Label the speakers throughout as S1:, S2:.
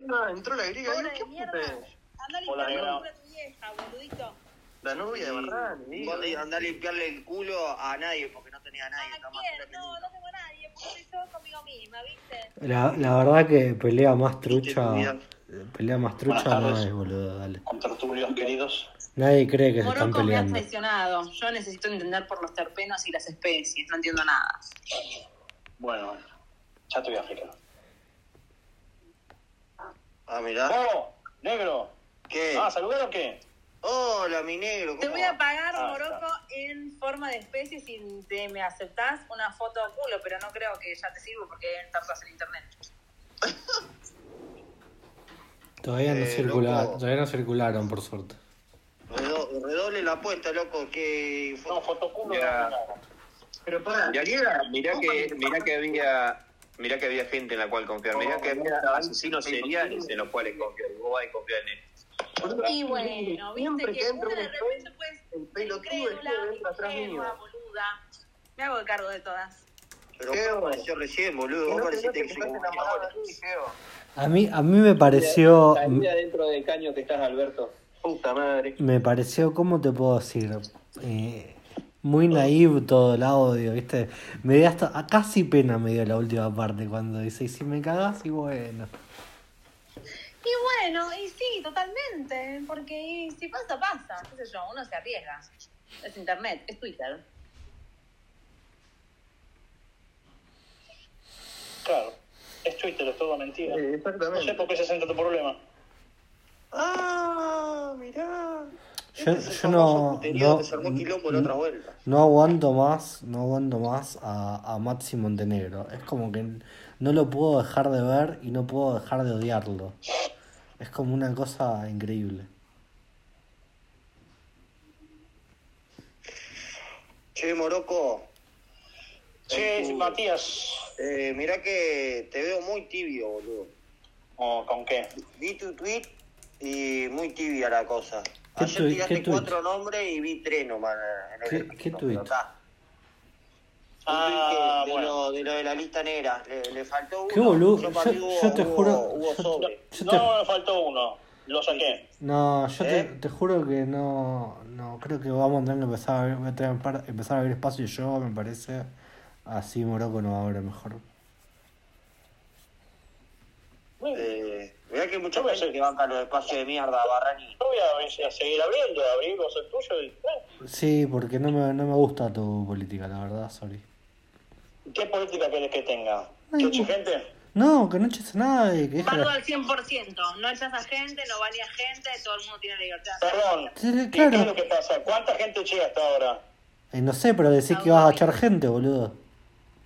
S1: Ah,
S2: encima entró la griega.
S3: Pobre de
S2: Digo, ¿qué
S3: mierda.
S2: puta es?
S3: Andá
S4: Hola,
S3: limpiando
S4: Diego.
S3: a tu vieja, boludito.
S2: La novia de Barrani.
S4: Y
S2: digo,
S1: ¿eh?
S4: Vos tenés que andar a limpiarle el culo a nadie porque no tenía a nadie.
S3: ¿A
S4: está más sola
S3: quién?
S4: que
S3: No,
S4: nunca.
S3: no tengo a nadie, porque estoy yo conmigo misma, ¿viste?
S5: La, la verdad que pelea más
S2: Mira.
S5: trucha. Pelea más trucha
S4: Buenas
S5: no
S4: tardes.
S5: es, boludo, dale.
S4: Con tertulios queridos.
S5: Nadie cree que se están
S6: Morocco me has
S5: peleando.
S6: traicionado. Yo necesito entender por los terpenos y las especies. No entiendo nada.
S4: Bueno, ya te voy a explicar.
S2: Ah, mirá.
S4: ¡Oh! ¡Negro!
S2: ¿Qué?
S4: Ah, ¿saludar o qué?
S2: Hola, mi negro.
S6: Te
S2: ¿cómo
S6: voy a
S2: va?
S6: pagar,
S4: Ah,
S6: Morocco, en forma de especie si te me aceptás una foto a culo, pero no creo que ya te sirva porque deben estar todas en internet.
S5: Todavía no
S2: Eh,
S5: circula-
S2: loco.
S5: todavía no circularon, por suerte.
S2: Redo- Redoble la apuesta, loco, que...
S4: No, fotoculo.
S1: Ya.
S2: Pero para...
S1: Mirá, mirá que, mirá que había... Mirá que había gente en la cual confiar, mirá que había asesinos seriales en los cuales confiar, y vos vas a confiar en él.
S6: Y bueno, viste
S2: Siempre
S6: que
S2: que entra
S6: uno de
S2: un
S6: repente puede ser
S2: el pelotudo
S6: incrédula,
S2: que entra atrás
S6: ingenua,
S2: mío.
S6: boluda. Me hago cargo de todas.
S2: Pero
S4: ¿Qué,
S2: ¿cómo
S4: vos?
S2: apareció recién, boludo?
S4: Que
S2: Vos
S4: no te
S2: pareciste
S4: note
S2: que se
S4: que estás enamorado de mí,
S5: A mí, a mí me pareció.
S4: Salí adentro del caño que estás, Alberto.
S2: Puta madre.
S5: Me pareció, ¿cómo te puedo decir? Eh, muy naive todo el audio, ¿viste? Me dio hasta. a casi pena me dio la última parte cuando dice: "Y si me cagás, y bueno.
S6: Y bueno, y sí, totalmente, porque y si pasa, pasa, qué sé yo, uno se arriesga. Es internet, es Twitter.
S4: Claro. Es Twitter, es todo mentira.
S2: Eh,
S4: No sé
S2: Exactamente.
S4: por qué se centra tu problema.
S2: Ah, mirá.
S5: Yo,
S2: Ese es
S5: yo
S2: el famoso
S5: no,
S2: puterío
S5: no,
S2: que se armó quilombo la otra vuelta.
S5: no aguanto más, no aguanto más a, a Maxi Montenegro. Es como que no lo puedo dejar de ver y no puedo dejar de odiarlo. Es como una cosa increíble.
S2: Che, Moroco,
S4: Sí, Matías.
S2: eh, mirá que te veo muy tibio, boludo.
S4: Oh, ¿Con qué?
S2: Vi tu tweet y muy tibia la cosa.
S5: ¿Qué
S2: Ayer
S5: tuit- qué
S2: Ah, tiraste
S5: tuit?
S2: cuatro nombres y vi tres nomás. en el
S5: ¿Qué-
S2: ejercicio,
S5: qué tuit?
S2: pero está. Un
S4: Ah,
S2: tuit que- de,
S4: bueno.
S2: lo, de lo de la lista negra. Le, le faltó uno.
S5: Qué boludo,
S2: Yo, para
S5: yo-
S2: mí hubo-
S5: yo te
S2: hubo-
S5: juro-
S2: Hubo
S5: yo-
S2: sobre.
S5: Yo te-
S4: No, me faltó uno. Lo saqué.
S5: No, yo te,
S2: ¿Eh?
S5: te juro que no, no, creo que vamos a tener que empezar a abrir, voy a tener que par- empezar a abrir espacio yo, me parece. Así Morocco no abre mejor.
S4: Yo
S2: Eh, mirá que mucha
S4: Yo voy a
S2: gente
S4: hacer-
S2: que banca los espacios de mierda, Barrani.
S4: voy a, a seguir abriendo, abrir vos el tuyo y... eh.
S5: Sí, porque no me, no me gusta tu política, la verdad, sorry.
S4: ¿Qué política querés que tenga?
S5: Ay,
S4: ¿Que
S5: no.
S4: eche gente?
S5: No, que no eches a nadie, que deje
S6: Bardo
S5: la-
S6: al 100%, no echas a gente, no valía gente, todo el mundo tiene la libertad. de hacer
S4: Perdón.
S5: Sí,
S4: ¿Y
S2: eh,
S4: ¿Qué es
S5: claro.
S4: lo que pasa? ¿Cuánta gente llega hasta ahora?
S5: Eh, no sé, pero decís que vas a echar gente, boludo.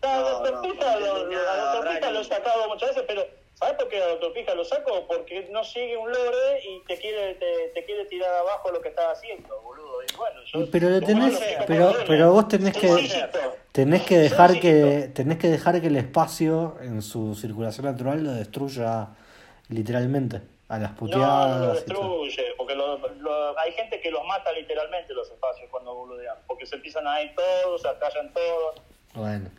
S4: A
S2: No, no,
S4: Autopista
S2: no,
S4: lo-
S2: no,
S4: lo- a
S2: no,
S4: Autopista
S2: Rani.
S4: lo he sacado muchas veces, pero ¿sabes por qué a Autopista lo saco? Porque no sigue un lorde y te quiere, te, te quiere tirar abajo lo que estás haciendo, boludo. Y bueno, yo-
S5: Y Pero lo
S4: yo
S5: tenés,
S4: no sé,
S5: pero,
S4: como
S5: pero vos tenés
S4: Yo soy
S5: que,
S4: insisto.
S5: tenés que
S4: Yo
S5: dejar que,
S4: insisto.
S5: tenés que dejar que el espacio en su circulación natural lo destruya literalmente, a las
S4: No, no lo
S5: puteadas y todo.
S4: destruye, porque lo- lo- hay gente que los mata literalmente los espacios cuando boludean, porque se empiezan a ir todos, se acallan todos.
S5: Bueno.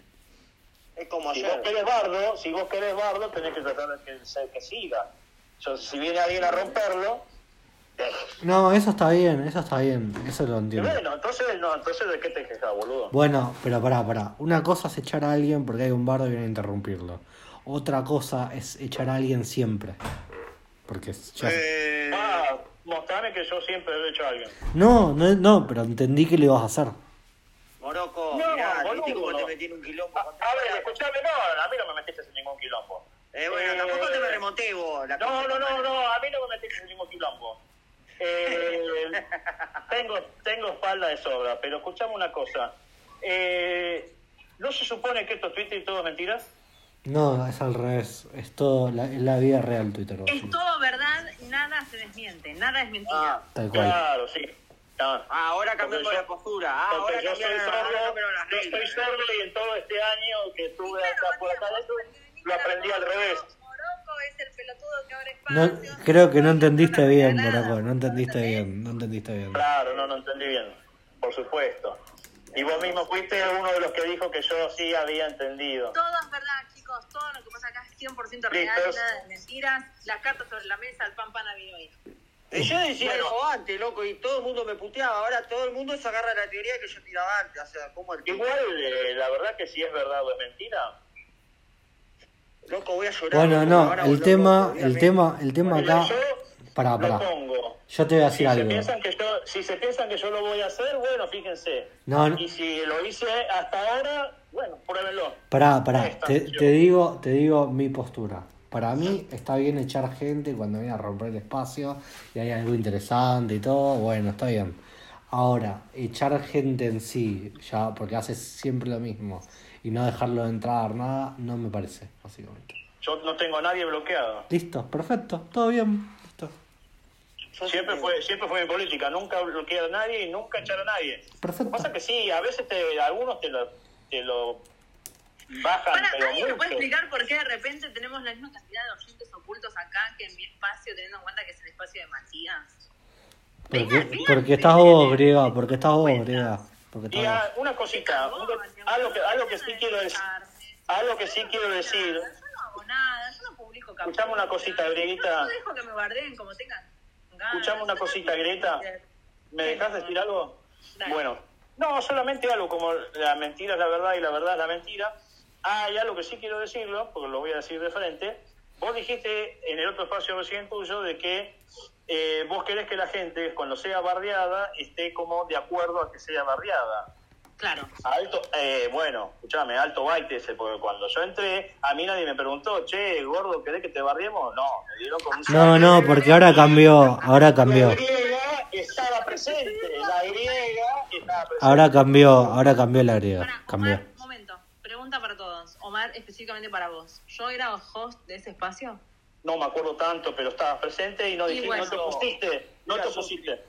S2: Es como
S4: Si vos
S2: ayer.
S4: querés bardo, si vos querés bardo, tenés que tratar de que, se- que siga. Yo, si viene alguien a romperlo,
S5: No, eso está bien, eso está bien, eso lo
S4: y
S5: entiendo.
S4: bueno, entonces, no, entonces ¿de qué te quejas, boludo?
S5: Bueno, pero pará, pará. Una cosa es echar a alguien porque hay un bardo y viene a interrumpirlo. Otra cosa es echar a alguien siempre. Porque ya...
S2: Eh,
S4: Ah, mostrame que yo siempre lo he hecho a alguien.
S5: No, no, no, pero entendí que le ibas a hacer.
S2: Moroco,
S4: No,
S2: mirá, viste
S4: boludo.
S2: cómo te metí en un quilombo.
S4: A, a ver, escuchame, no, a mí no me metiste en ningún quilombo.
S2: Eh, bueno, tampoco te me remonté vos. La
S4: No,
S2: concha
S4: no,
S2: de tu
S4: no,
S2: madre.
S4: no, a mí no me metiste en ningún quilombo. Eh, tengo, tengo espalda de sobra, pero escuchame una cosa. Eh, ¿No se supone que estos Twitter y todo es mentira?
S5: No, es al revés. Es todo, la, es la vida real Twitter. vos, sí.
S6: Es todo verdad, nada se desmiente, nada es mentira.
S5: Tal cual.
S4: Ah, Claro, sí. Ah,
S2: Ah, ahora cambiamos
S4: Porque yo-
S2: la postura. Ah, ahora
S4: porque yo soy
S2: cambiaron
S4: sordo,
S2: ahora cambiaron las
S4: yo soy
S2: reglas.
S4: sordo y en todo este año que
S6: Y
S4: estuve
S6: claro,
S4: acá por acá
S6: Matías,
S4: adentro,
S6: vos entendiste
S4: lo
S6: la
S4: aprendí al
S6: foto,
S4: revés.
S6: Morocco es el pelotudo que abre
S5: No,
S6: espacios.
S5: creo que no entendiste
S6: la
S5: bien,
S6: regalada,
S5: Moraco, no entendiste
S6: ¿entendés?
S5: bien, no entendiste bien.
S4: Claro, no, no entendí bien. Por supuesto. Y vos mismo fuiste uno de los que dijo que yo sí había entendido.
S6: Todo es verdad, chicos, todo lo que pasa acá es 100% real,
S4: Listos.
S6: nada de mentiras, las cartas sobre la mesa, el pan pan a vino vino.
S2: Y yo decía
S4: Bueno.
S2: eso antes, loco, y todo el mundo me puteaba. Ahora todo el mundo se agarra la teoría que yo tiraba antes. O sea, como el
S4: Igual, eh, la verdad que si es verdad o es mentira,
S2: Loco, voy a llorar.
S5: Bueno,
S2: loco,
S5: no,
S2: ahora,
S5: el
S2: loco,
S5: tema, el
S2: obviamente.
S5: tema, el tema
S4: Bueno,
S5: acá.
S4: yo
S5: Pará,
S4: lo
S5: pará.
S4: pongo.
S5: Yo te voy a decir
S4: Si se,
S5: algo.
S4: piensan que yo, si se piensan que yo lo voy a hacer, bueno, fíjense.
S5: No, no.
S4: Y si lo hice ah, hasta ahora, bueno, pruébenlo.
S5: Pará,
S4: Ahí
S5: pará,
S4: está,
S5: te,
S4: yo.
S5: te digo, te digo mi postura. Para mí está bien echar gente cuando viene a romper el espacio y hay algo interesante y todo, bueno, está bien. Ahora, echar gente en sí, ya, porque hace siempre lo mismo, y no dejarlo entrar, nada, no me parece, básicamente.
S4: Yo no tengo a nadie bloqueado.
S5: Listo, perfecto, todo bien, listo.
S2: Yo
S4: Siempre
S2: sí-
S4: fue, siempre fue mi política, nunca bloquear a nadie y nunca echar a nadie. Lo que
S5: Perfecto.
S4: pasa es que sí, a veces te, algunos te lo, te lo bajan,
S6: Para,
S4: pero
S6: ¿alguien me puede
S4: mucho.
S6: explicar por qué de repente tenemos la misma cantidad de oyentes ocultos acá que en mi espacio, teniendo en cuenta que es el espacio de Matías?
S5: Porque, porque estás vos,
S4: este
S5: griega, porque estás vos, griega. Porque
S4: Y
S5: estás
S4: ah, una cosita, un- algo que, algo que sí quiero decir, algo que sí quiero decir,
S6: Yo no hago nada, yo no publico capturas.
S4: Escuchame una cosita, Grieguita.
S6: Yo no dejo que me bardeen como tengan ganas.
S4: Escuchame una
S6: Yo no
S4: cosita,
S6: tengo
S4: Grieguita.
S6: Twitter.
S4: ¿Me dejas decir algo?
S6: Dale.
S4: Bueno, no, solamente algo como la mentira es la verdad y la verdad es la mentira. Hay algo que sí quiero decirlo, porque lo voy a decir de frente. Vos dijiste en el otro espacio recién tuyo de que eh, vos querés que la gente, cuando sea barriada, esté como de acuerdo a que sea barriada.
S6: Claro.
S4: Alto, eh, bueno, escuchame, alto baite ese, porque cuando yo entré, a mí nadie me preguntó, che, gordo, ¿querés que te barriemos? No, me dieron con un
S5: No, no, porque ahora cambió, ahora
S4: la
S5: cambió.
S4: griega estaba presente, la griega estaba presente.
S5: Ahora cambió, ahora cambió la griega.
S6: Para,
S5: Cambió.
S6: Omar, momento. Pregunta para todos. Omar, específicamente para vos. ¿Yo era host de ese espacio?
S4: No me acuerdo tanto, pero estabas presente y no,
S6: Y
S4: dijiste,
S6: bueno.
S4: no te opusiste, no te opusiste.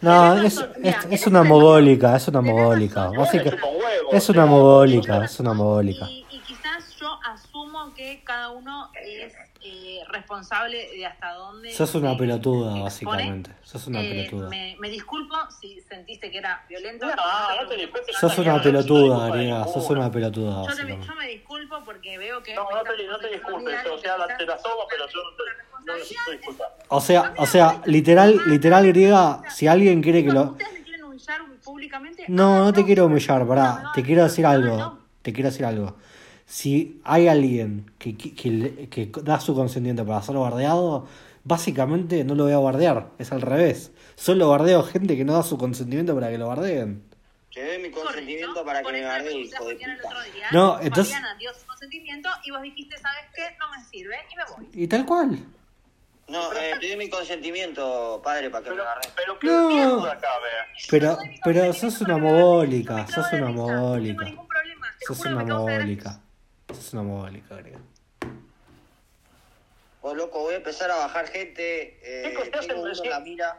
S5: No,
S6: Tenés
S5: es,
S6: razón,
S5: es,
S6: mira,
S5: es
S6: ese
S5: una
S6: es el
S5: mogólica, es una
S6: Tenés
S5: mogólica.
S6: razón,
S5: Básica-
S6: tenés
S4: Con huevos.
S5: es una mogólica, es una
S6: Y-
S5: mogólica.
S6: Y, quizás yo asumo que cada uno es eh, responsable de hasta dónde.
S5: Sos una
S6: se
S5: pelotuda,
S6: expone.
S5: básicamente. Sos una
S6: Eh,
S5: pelotuda.
S6: me, me disculpo si sentiste que era violento.
S4: No, no te disculpes.
S5: Sos una
S4: no, no, no, no,
S5: pelotuda,
S4: no, no,
S5: griega,
S4: no,
S5: sos
S4: no,
S5: una pelotuda,
S6: Yo, te-
S5: básicamente.
S6: yo me disculpo porque veo que.
S4: No, no te, no te disculpes, o sea, la- te la sobo, pero yo no te, no
S6: responsabilidad
S4: necesito disculpas.
S5: O sea, o sea, literal, literal griega, si alguien quiere que lo...
S6: ¿Ustedes me quieren humillar públicamente?
S5: No, no te
S6: Háganlo.
S5: quiero humillar,
S6: No,
S5: pará.
S6: no,
S5: Te quiero decir
S6: no,
S5: algo.
S6: no.
S5: Te quiero decir algo. Si hay alguien que, que, que le- que da su consentimiento para ser bardeado, básicamente no lo voy a bardear. Es al revés. Solo bardeo gente que no da su consentimiento para que lo bardeen.
S2: Te doy mi
S6: Correcto.
S2: consentimiento para que
S6: Por
S2: me
S6: eso
S2: agarre,
S6: escuchaste
S2: hijo de
S6: Fabiana el
S2: puta.
S6: otro día,
S5: No, entonces-
S6: Fabiana dio su consentimiento y vos dijiste, ¿sabes qué? No me sirve y me voy.
S5: Y tal cual.
S2: No, eh, te doy mi consentimiento, padre, para que me
S4: Pero,
S2: agarre.
S4: pero qué
S5: No.
S4: mierda cabe.
S5: Pero,
S6: Yo doy mi
S5: pero
S6: consentimiento
S5: sos una
S6: para que me agarre, yo
S5: mogólica.
S6: me
S5: Sos
S6: cago de
S5: una
S6: risa, No tengo
S5: mogólica.
S6: ningún problema. Te
S5: Sos
S6: juro que
S5: una
S6: me causa gracia.
S5: mogólica. Sos una mogólica, griega.
S2: Pues loco, voy a empezar a bajar gente. Eh,
S4: Chicos, ¿qué hacen?
S2: tengo uno
S4: Sí.
S2: en la mira.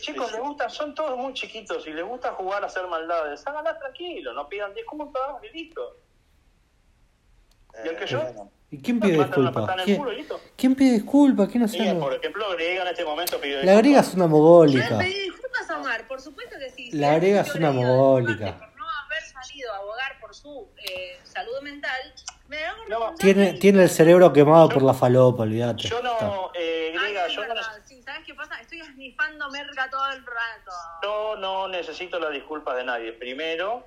S4: Chicos, les gusta, son todos muy chiquitos y les gusta jugar a hacer maldades. Háganlas tranquilo, no pidan disculpas y listo. ¿Y el que yo?
S2: bueno.
S5: ¿Y quién pide
S4: Matan una
S5: disculpas?
S4: patada en el
S5: ¿Quién,
S4: culo y listo.
S5: quién pide disculpas? ¿Quién hace
S4: Ella, por
S5: algo?
S4: ejemplo, Griega en este momento pidió
S5: La griega es una mogólica.
S6: Yo le pedí disculpas a Omar, por supuesto que sí. Si
S5: La
S6: él
S5: griega
S6: sintió
S5: es una
S6: agredido de mi
S5: mogólica.
S6: parte Por no haber salido a abogar por su eh, salud mental, me hago
S4: No,
S6: responsable
S5: Tiene,
S6: y-
S5: tiene el cerebro quemado por la falopa, olvídate.
S4: Yo
S5: Está.
S4: no, eh,
S6: Ay,
S4: Griega,
S6: es
S4: yo no,
S6: verdad, sí, ¿sabes qué pasa? Estoy esnifando merca todo el rato.
S4: yo no necesito las disculpas de nadie. Primero,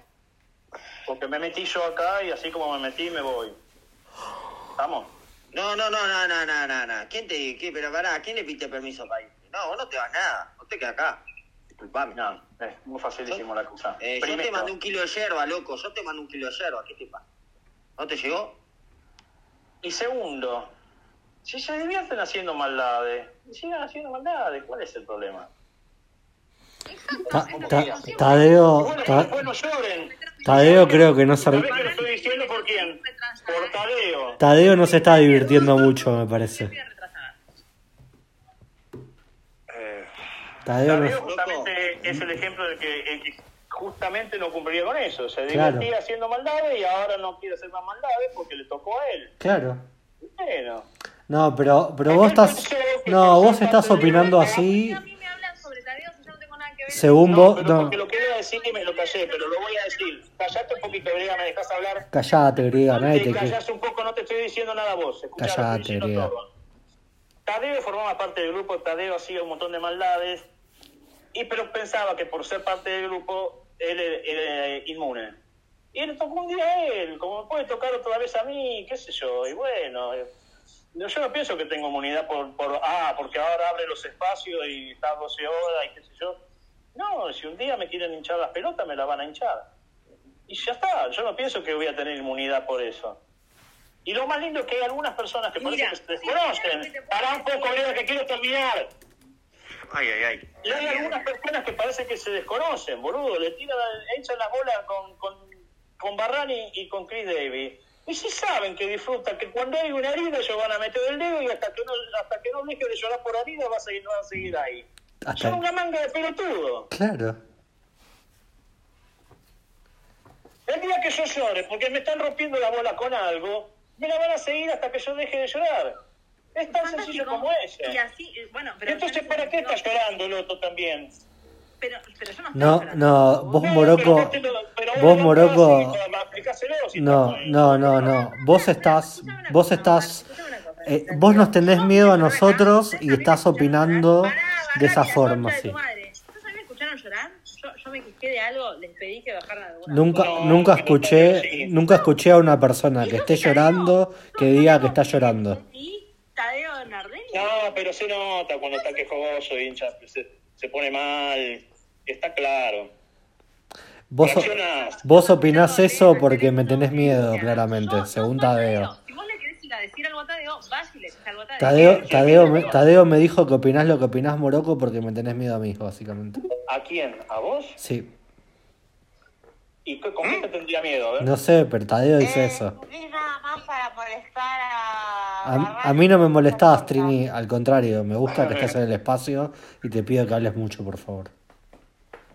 S4: porque me metí yo acá y así como me metí, me voy. Vamos.
S2: No, no, no, no, no, no, no, no. ¿Quién te, qué, pero pará, ¿quién le pide permiso para irte? No, vos no te vas nada, vos te quedás acá. Disculpame.
S4: No, es muy facilísimo la cosa.
S2: Eh, yo
S4: Primero,
S2: te mandé un kilo de yerba, loco, yo te mandé un kilo de yerba, ¿qué te pasa? ¿No te llegó?
S4: Y segundo, si se divierten haciendo maldades, Eh, sigan haciendo maldades, ¿cuál es el problema?
S5: Ta-
S6: Exacto.
S5: ta-
S6: es la
S5: tadeo,
S4: Bueno,
S5: ta-
S4: bueno, lloren.
S5: Tadeo creo que no se,
S4: ¿Sabés que lo estoy diciendo por quién? Por Tadeo.
S5: Tadeo no se está divirtiendo mucho, me parece.
S6: Voy a retrasar.
S5: Tadeo no-
S4: Eh, Tadeo justamente es el ejemplo de que, el que justamente no cumpliría con eso. Se
S5: Claro.
S4: divertía haciendo maldades y ahora no quiere hacer más maldades porque le tocó a él.
S5: Claro.
S4: Bueno,
S5: No, pero, pero vos estás. No, vos estás opinando así.
S6: A mí me hablan sobre Tadeo si yo no tengo nada que ver.
S5: Según
S4: No,
S5: vos.
S4: pero
S5: No.
S4: porque lo quería decir y me lo callé, pero lo voy a decir. Callate un poquito, Griega, me dejas hablar.
S5: Callate, griega, nadie
S4: Te
S5: te quiere.
S4: callás un poco, no te estoy diciendo nada a vos. Escuchá, lo
S5: Callate,
S4: estoy diciendo
S5: Griega.
S4: todo. Tadeo formaba parte del grupo, Tadeo hacía un montón de maldades, y pero pensaba que por ser parte del grupo, él era- era inmune. Y le tocó un día a él, como me puede tocar otra vez a mí, qué sé yo, y bueno... eh, no, Yo no pienso que tengo inmunidad por, por, ah, porque ahora abre los espacios y está 12 horas y qué sé yo. No, si un día me quieren hinchar las pelotas, me las van a hinchar. Y ya está, yo no pienso que voy a tener inmunidad por eso. Y lo más lindo es que hay algunas personas que parece
S6: Mira,
S4: que se
S6: sí, claro
S4: desconocen.
S6: que te puedo
S4: Pará un poco,
S6: decir.
S4: Leo, que quiero terminar.
S1: Ay, ay, ay.
S4: Y hay algunas personas que parece que se desconocen, boludo. Le tiran, echan las bolas con, con, con Barrani y con Chris Davis. Y si saben que disfrutan, que cuando hay una herida ellos van a meter el dedo y hasta que no, hasta que no deje de llorar por herida va a seguir, va a seguir ahí.
S5: Hasta-
S4: Son una manga de pelotudo.
S5: Claro.
S4: El día que yo llore, porque me están rompiendo la bola con algo, me la van a seguir hasta que yo deje de llorar. Es tan sencillo como eso.
S6: Y así, eh, bueno, pero.
S4: Entonces, ¿para qué
S6: no,
S4: estás llorando el otro también?
S6: Pero, pero yo no estoy
S5: No,
S6: llorando.
S5: no, vos
S4: No,
S5: Moroco.
S4: pero no te lo- pero
S5: Vos
S4: no te
S5: Moroco.
S4: vas a ir, aplicáselo si
S5: No,
S6: eh,
S4: estás-
S5: no, no, no. Vos estás.
S6: Escuchame una
S5: Vos
S6: cosa,
S5: estás.
S6: escuchame una cosa,
S5: eh,
S6: Vicente.
S5: vos nos tenés
S6: Vos
S5: miedo a
S6: me escucharon
S5: nosotros
S6: llorar,
S5: y
S6: ustedes
S5: estás
S6: a mí me escucharon
S5: opinando
S6: llorar. Pará,
S5: de
S6: Barraca,
S5: esa
S6: la
S5: forma,
S6: concha de
S5: sí.
S6: tu madre. ¿Ustedes a mí me escucharon llorar? Yo, yo me quejé de algo, les pedí que bajaran alguna
S5: Nunca,
S4: No,
S5: nunca
S4: no,
S5: escuché,
S4: sí.
S5: nunca escuché a una persona que esté llorando que diga que está llorando.
S6: Y Tadeo Bernardini.
S4: No, pero se nota cuando está quejoso, hincha. Se, se pone mal. Está claro.
S5: Vos, o-
S4: Reaccionás.
S5: vos opinás eso porque me tenés miedo, claramente, según Tadeo.
S6: Si vos le querés ir a decir algo a Tadeo, vas y le decís algo a Tadeo.
S5: Tadeo, Tadeo, me, Tadeo me dijo que opinás lo que opinás, Moroco, porque me tenés miedo a mí, básicamente.
S4: ¿A quién? ¿A vos?
S5: Sí,
S4: ¿Y qué- con qué te tendría miedo? eh?
S5: no sé, pero Tadeo dice eso.
S7: Y Eh, nada más para molestar a.
S5: A, a mí no me molestás, Trini, al contrario, me gusta que estés en el espacio y te pido que hables mucho, por favor.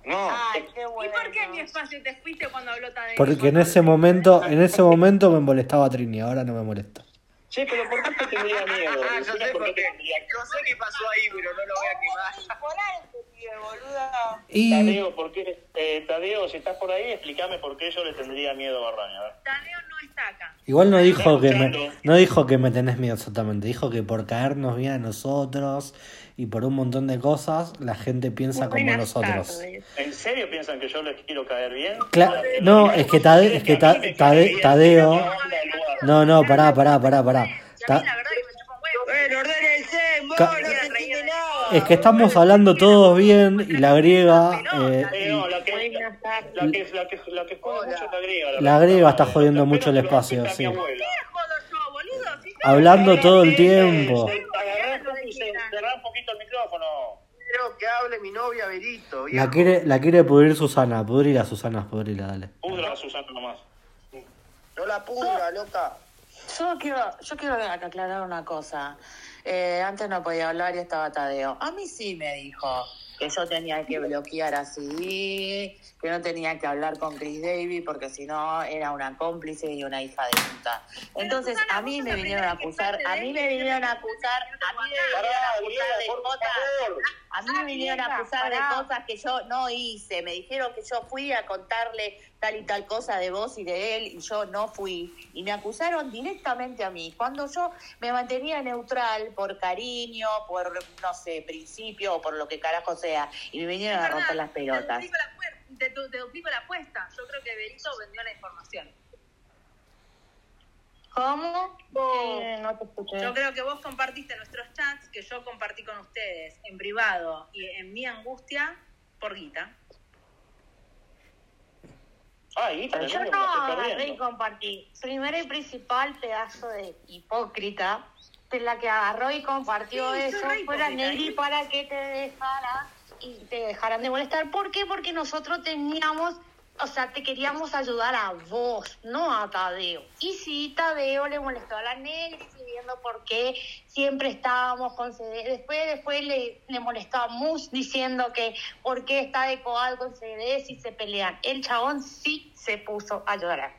S1: No,
S7: Ay, qué
S6: Ah, ¿Y
S7: bueno.
S6: por qué en mi espacio te fuiste cuando habló Tadeo?
S5: Porque en ese momento, en ese momento me molestaba Trini, ahora no me molesta.
S4: Sí, pero ¿por qué te tendría miedo?
S2: Ah, yo
S4: Decime
S2: sé
S4: por qué
S2: por
S4: te
S2: qué.
S4: tendría
S2: Yo sé qué pasó ahí, pero no lo voy a quemar.
S7: Bipolar este pibe, boludo.
S5: Y
S4: Tadeo, ¿por qué? Eh, Tadeo, si estás por ahí, explícame por qué yo le tendría miedo a Barrani. a ver.
S6: Tadeo no está acá.
S5: igual no dijo que me, no dijo que me tenés miedo exactamente, dijo que por caernos bien a nosotros y por un montón de cosas, la gente piensa como nosotros.
S4: ¿En serio piensan que yo les quiero caer bien?
S5: Cla- no, es que Tade- es que Ta-
S4: A mí me
S5: Tade-
S4: cae bien,
S5: Tadeo-
S4: me manda el lugar.
S5: No, no, pará, pará, pará, pará.
S6: Y a
S5: Ta-
S6: mí la verdad que me chupa un huevo.
S7: Bueno, ordénense, vos,
S5: Ca-
S7: no se entiende nada.
S5: es que estamos hablando todos bien y la griega,
S4: Eh,
S5: eh,
S4: no, la que, la que, la que, la que juega mucho es la griega.
S5: La
S4: verdad.
S5: griega está jodiendo
S4: Espero
S5: mucho el
S4: que lo
S5: espacio,
S4: atienda
S5: sí.
S4: mi abuela.
S6: ¿Qué jodo yo, boludo? Si yo-
S5: hablando todo el tiempo.
S6: eh,
S4: Agarrá y se- cerrá un poquito el micrófono.
S2: Quiero que hable mi novia Berito.
S5: La
S2: viejo.
S5: quiere, la quiere pudrir Susana, pudrila Susana, pudrila, dale.
S4: Pudra a Susana nomás.
S2: No la pudra, loca.
S7: Yo quiero, yo quiero aclarar una cosa. Eh, antes no podía hablar y estaba Tadeo. A mí sí me dijo que yo tenía que bloquear a CD, que no tenía que hablar con Chris Davis porque si no era una cómplice y una hija de puta. Entonces
S6: Susana,
S7: a mí
S6: vos
S7: me
S6: sos la
S7: vinieron a
S6: primera
S7: acusar,
S6: que
S7: a
S6: parte de
S7: mí
S6: él,
S7: me
S6: que
S7: vinieron a
S6: tiene que
S7: acusar, a mí me
S4: Pará,
S7: vinieron a acusar de
S4: griega, por
S7: cosas.
S4: favor.
S7: A mí me vinieron a acusar de cosas que yo no hice. Me dijeron que yo fui a contarle tal y tal cosa de vos y de él y yo no fui. Y me acusaron directamente a mí. Cuando yo me mantenía neutral por cariño, por, no sé, principio o por lo que carajo sea. Y me vinieron a romper las pelotas.
S6: Te duplico la, puer- te, du- te duplico la apuesta. Yo creo que Berito vendió la información.
S7: ¿Cómo?
S6: Eh,
S7: no te escuché.
S6: Yo creo que vos compartiste nuestros chats que yo compartí con ustedes en privado y en mi angustia por guita.
S4: Ah, y Guita,
S7: Yo
S4: me
S7: no
S4: estoy
S7: agarré y
S4: perdiendo.
S7: compartí. Primero y principal pedazo de hipócrita, que la que agarró y compartió
S6: Sí,
S7: eso
S6: soy re
S7: fue la
S6: hipócrita,
S7: Negri
S6: ¿eh?
S7: para que te dejara y te dejaran de molestar. ¿Por qué? Porque nosotros teníamos, o sea, te queríamos ayudar a vos, no a Tadeo. Y sí, Tadeo le molestó a la Negri pidiendo por qué siempre estábamos con CD. Después, después le, le molestó a Mus diciendo que por qué está de coal con CD si se pelean. El chabón sí se puso a llorar.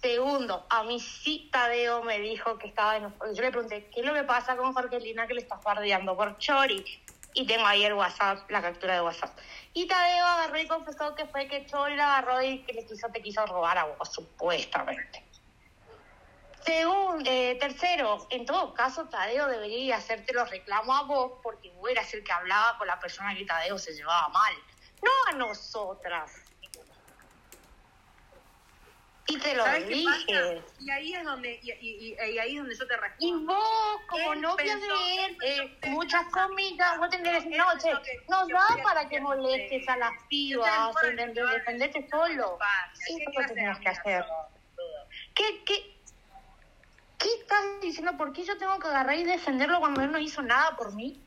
S7: Segundo, a mí sí Tadeo me dijo que estaba enojado. Yo le pregunté, ¿qué es lo que pasa con Jorgelina que le estás bardeando por Chori? Y tengo ahí el WhatsApp, la captura de WhatsApp. Y Tadeo agarró y confesó que fue que Chol la agarró y que le quiso, te quiso robar a vos, supuestamente. Según, eh, tercero, en todo caso, Tadeo debería hacerte los reclamos a vos porque vos eras el que hablaba con la persona que Tadeo se llevaba mal, no a nosotras. Y te lo
S6: ¿Sabes qué
S7: dije.
S6: pasa? Y ahí es donde, y, y- y- y ahí es donde yo te
S7: Y
S6: respondo.
S7: vos, como
S6: Él
S7: novia
S6: pensó-
S7: de él,
S6: él pensó
S7: eh,
S6: que-
S7: muchas comidas, vos tendrás
S6: Él
S7: noche.
S6: pensó que-
S7: Nos
S6: que
S7: da
S6: podía
S7: para
S6: ser
S7: que
S6: de-
S7: molestes a las pibas,
S6: acuerdo,
S7: ¿entendés?
S6: yo-
S7: defendete solo.
S6: Patria,
S7: Eso
S6: ¿qué
S7: es lo que
S6: clase de
S7: tenías que
S6: amiga
S7: hacer.
S6: sos, boludo?
S7: ¿Qué, qué, ¿Qué estás diciendo? ¿Por qué yo tengo que agarrar y defenderlo cuando él no hizo nada por mí?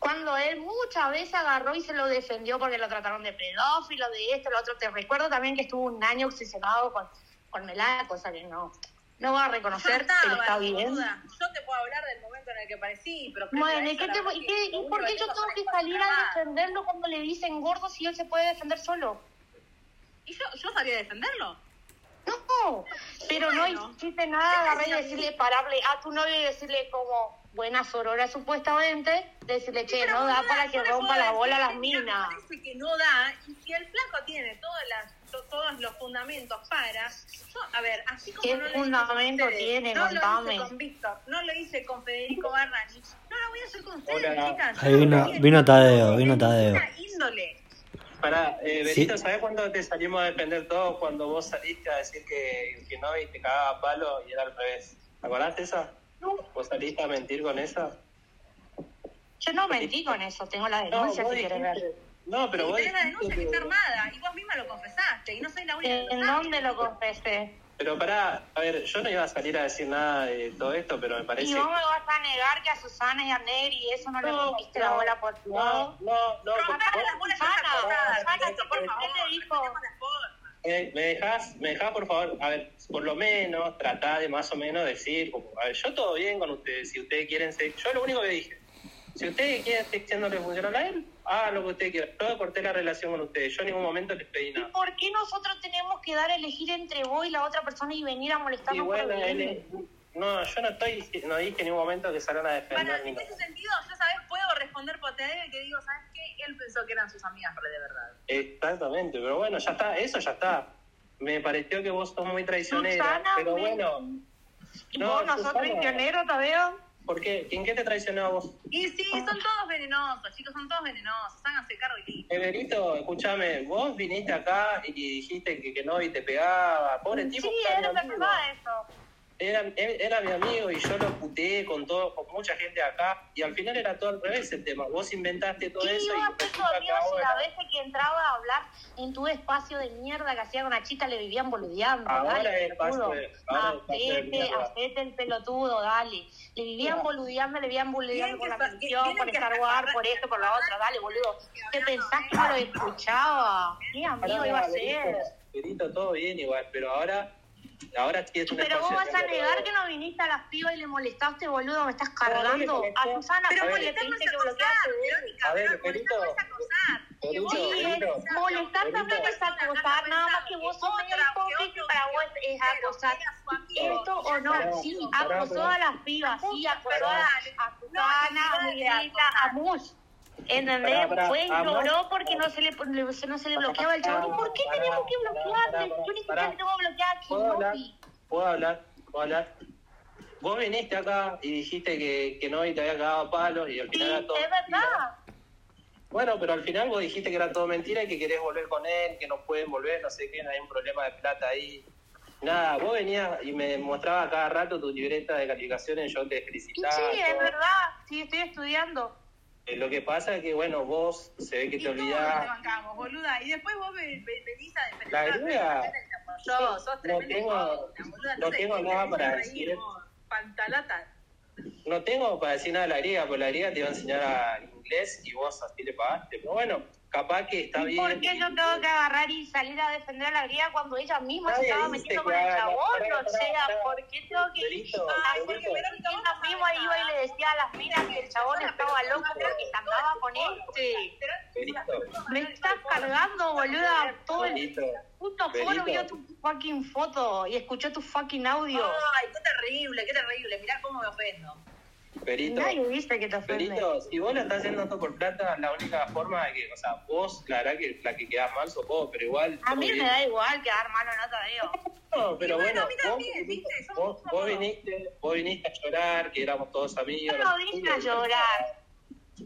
S7: Cuando él muchas veces agarró y se lo defendió porque lo trataron de pedófilo, de esto, lo otro. Te recuerdo también que estuvo un año obsesionado con, con Melania, cosa que no, no va a
S6: Yo
S7: reconocer,
S6: estaba,
S7: pero está bien.
S6: boluda. Yo te puedo hablar del momento en el que parecí, pero... previo a
S7: Bueno, ¿y,
S6: eso,
S7: qué
S6: la
S7: te-
S6: verdad
S7: y
S6: que
S7: qué-
S6: lo
S7: y
S6: único
S7: por qué yo
S6: tengo
S7: tengo
S6: para
S7: que
S6: es
S7: salir a
S6: trabajar.
S7: defenderlo cuando le dicen gordo si él se puede defender solo?
S6: Y yo, yo sabía defenderlo.
S7: No, pero no
S6: Bueno. Este
S7: hiciste nada, agarré y
S6: decía?
S7: decirle, pararle a tu novio y decirle como buena sorora supuestamente, decirle, che, no da para que rompa la bola a las minas.
S6: Parece que no da, y si el flaco tiene todas las, to- todos los fundamentos para. Yo, a ver, así como.
S7: ¿Qué
S6: no lo hice con
S7: fundamento
S6: ustedes,
S7: tiene?
S6: No
S7: Contame.
S6: lo hice con Víctor, no lo hice con Federico Barrani, no lo voy a hacer con ustedes,
S1: Hola.
S6: chicas.
S5: Ahí vino- vino Tadeo, vino Tadeo.
S6: Una índole.
S8: Pará, eh,
S5: Sí.
S8: Benito, ¿sabés cuándo te salimos a defender todos? Cuando vos saliste a decir que, que no y te cagaba a palo y era al revés. ¿Te acordás de esa? ¿Vos saliste a mentir con esa?
S7: Yo no mentí con eso, tengo la denuncia
S8: vos
S7: si quieres ver.
S8: dijiste- No, pero
S6: y
S8: vos
S6: tenés la
S8: dijiste
S6: denuncia que
S8: que-
S6: está armada, y vos misma lo confesaste, y no soy la única. que
S7: ¿En
S6: lo sabe.
S7: dónde lo confesé?
S8: Pero pará, a ver, yo no iba a salir a decir nada de todo esto, pero me parece...
S7: Y vos me vas a negar que a Susana y a Neri eso no, le rompiste la bola por tu
S8: no, no, no, porque
S6: Romperle
S8: vos-
S6: las bolas a
S7: Susana,
S6: esa cortada,
S7: Susana,
S6: Benito, por
S7: ¿qué te
S6: favor,
S7: dijo?
S6: respetemos las formas.
S8: Eh, ¿Me dejás, me dejás, por favor? A ver, por lo menos, tratá de más o menos decir, como, a ver, yo todo bien con ustedes, si ustedes quieren ser, yo lo único que dije, si ustedes quieren seguir siendo le funcional a él, hagan lo que ustedes quieran. Yo corté la relación con ustedes, yo en ningún momento les pedí
S7: ¿Y
S8: nada.
S7: por qué nosotros tenemos que dar a elegir entre vos y la otra persona y venir a
S8: Y
S7: molestarnos
S8: bueno,
S7: por
S8: él
S7: venir?
S8: es- no, yo no estoy, no dije en ningún momento que salgan a defender
S6: Para,
S8: ni
S6: en
S8: nada.
S6: ese sentido, yo sabes, puedo responder por TDM que digo, ¿sabes qué? Él pensó que eran sus amigas re de verdad.
S8: Exactamente, pero bueno, ya está, eso ya está. Me pareció que vos sos muy traicionera,
S7: Susana,
S8: pero
S7: me-
S8: bueno,
S7: ¿Y
S8: No,
S7: vos nosotros
S8: Susana.
S7: pioneros, Tadeo?
S8: ¿por qué? ¿En qué te traicionó a vos?
S6: Y sí, son todos venenosos, chicos, son todos venenosos. Háganse cargo y listo.
S8: Everito, escúchame, vos viniste acá y dijiste que, que no y te pegaba, pobre tipo.
S7: Sí,
S8: era,
S7: era
S8: mi amigo.
S7: verdad eso.
S8: Era- él- era mi amigo y yo lo puteé con todo, con mucha gente acá y al final era todo al revés el tema. Vos inventaste todo
S7: ¿Qué
S8: eso
S7: iba a
S8: y
S7: hacer tu
S8: resulta que
S7: amigo si la
S8: ahora,
S7: vez que entraba a hablar en tu espacio de mierda que hacía con la chica le vivían boludeando?
S8: Ahora
S7: dale,
S8: es espacio
S7: pelotudo.
S8: de- ahora es espacio de
S7: Hacete,
S8: mierda.
S7: hacete el pelotudo, dale. Le vivían boludeando, le vivían
S6: Tienen
S7: boludeando por
S6: que
S7: la
S6: sa-
S7: mención,
S6: tienen
S7: por
S6: que
S7: Star
S6: sacar-
S7: Wars, por esto, por la otra, dale, boludo. ¿Te pensás que no lo escuchaba? ¿Qué amigo
S8: ahora,
S7: iba a
S8: Everito,
S7: ser?
S8: Everito, todo bien igual, pero ahora, ahora sí es una
S7: Pero vos vas a
S8: extorsión.
S7: negar que no viniste a las pibas y le molestaste, boludo, me estás
S8: le
S7: cargando.
S8: molesté.
S7: A Susana,
S6: Pero
S7: ¿cómo
S8: ver,
S7: le
S6: molestar no
S7: pediste
S6: es
S7: que bloqueaste?
S6: acosar, Verónica,
S8: A ver,
S6: Verónica, molestar no es
S8: Perito.
S6: acosar. Y vos-
S8: Sí,
S7: Sí,
S8: Perito,
S6: Verónica,
S7: es molestar
S8: Perito.
S7: también es acosar, nada más que vos sos medio hipócrita y para vos es acosar. Esto o no, sí, acosó a las pibas, sí, acosó a, a Susana, a Miguelita, a Mus. ¿Entendés?
S8: Pará, pará,
S7: Fue
S8: a Mus.
S7: lloró porque no se le, le- no se le bloqueaba el chabón. ¿Y por qué
S8: Pará,
S7: tenemos que
S8: pará,
S7: bloquearle?
S8: pará,
S7: Yo ni siquiera
S8: pará.
S7: le tengo bloqueada aquí,
S8: ¿Puedo hablar?
S7: Novi.
S8: ¿Puedo hablar? ¿Puedo hablar? Vos viniste acá y dijiste que, que no y te había cagado a palos y al
S7: Sí,
S8: final era todo.
S7: es
S8: mentira.
S7: verdad.
S8: Bueno, pero al final vos dijiste que era todo mentira y que querés volver con él, que no pueden volver, no sé qué, hay un problema de plata ahí. Nada, vos venías y me mostrabas cada rato tu libreta de calificaciones, yo te
S7: Y
S8: felicitaba.
S7: sí, es
S8: todo.
S7: verdad. Sí, estoy estudiando.
S8: Eh, Lo que pasa es que, bueno, vos se ve que
S6: Y
S8: te
S6: todos nos
S8: olvidás.
S6: bancamos, boluda. Y después vos ve- ve- venís a defender.
S8: La grúa.
S6: Yo, sos
S8: No
S6: tremenda
S8: tengo-
S6: hipócrita, boluda.
S8: no
S6: sé
S8: tengo
S6: qué
S8: nada
S6: querés
S8: para
S6: reír,
S8: decir.
S6: vos, Pantalata.
S8: No tengo para decir nada de la griega, porque la griega te iba a enseñar a inglés y vos así le pagaste. Pero bueno, capaz que está
S7: ¿Y
S8: bien.
S7: por qué yo tengo que agarrar y salir a defender a la griega cuando ella misma se
S8: Nadie
S7: estaba
S8: dice
S7: metiendo
S8: que
S7: con el
S8: haga-
S7: chabón?
S8: pará,
S7: O sea,
S8: pará,
S7: ¿por
S8: pará.
S7: qué tengo que ir?
S8: Benito,
S7: Ay, porque
S8: Benito.
S7: Verónica ella misma iba y le decía a las minas que el chabón estaba loco porque se andaba con este.
S8: Benito,
S7: Me estás cargando, boluda, todo el
S8: Benito.
S7: puto pueblo
S8: Benito.
S7: vio tu fucking foto y escuchó tu fucking audio.
S6: Ay, qué terrible, qué terrible. Mirá cómo me ofendo.
S8: Perito,
S7: Nadie dice que te ofende.
S8: Perito, si vos lo estás haciendo todo por plata, la única forma de que, o sea, vos, la verdad que la que quedás mal sos vos, pero igual.
S7: A mí
S8: todo
S7: me
S8: bien.
S7: da igual quedar mal o no Tadeo.
S8: No, pero
S6: Y
S8: bueno,
S6: bueno, a mí también,
S8: vos,
S6: ¿viste? Somos
S8: vos, vos
S6: todos.
S8: viniste, vos viniste a llorar, que éramos todos amigos.
S7: Yo no vine a llorar.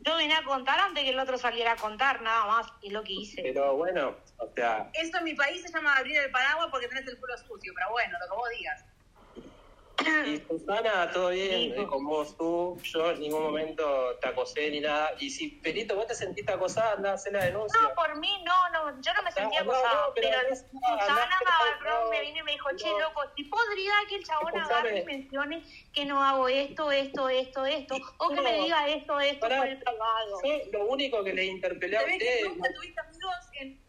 S7: Yo vine a contar antes que el otro saliera a contar, nada más. Es lo que hice.
S8: Pero bueno, o sea,
S6: Eso en mi país se llama abrir el paraguas porque tenés el culo sucio, pero bueno, lo que vos digas.
S8: y Susana, todo bien,
S7: Dijo.
S8: eh, con vos tú, yo en ningún momento te acosé ni nada. Y si Perito, vos te sentiste acosada, andá a hacer la denuncia.
S7: No, por mí, no, no, yo no me sentía
S8: Ah, No, no,
S7: acosada,
S8: no, pero
S7: pero,
S8: andás-
S7: Susana
S8: andás-
S7: me agarró,
S8: no,
S7: me vino y me dijo, che,
S8: no.
S7: loco, si podría que el chabón
S8: Escuchame.
S7: agarre y mencione que no hago esto, esto, esto, esto, o que me
S8: No.
S7: diga esto, esto
S8: Pará.
S7: por el privado.
S8: Yo lo único que les interpelé a
S6: Te ves que
S8: ustedes,
S6: nunca tuviste amigos que en, en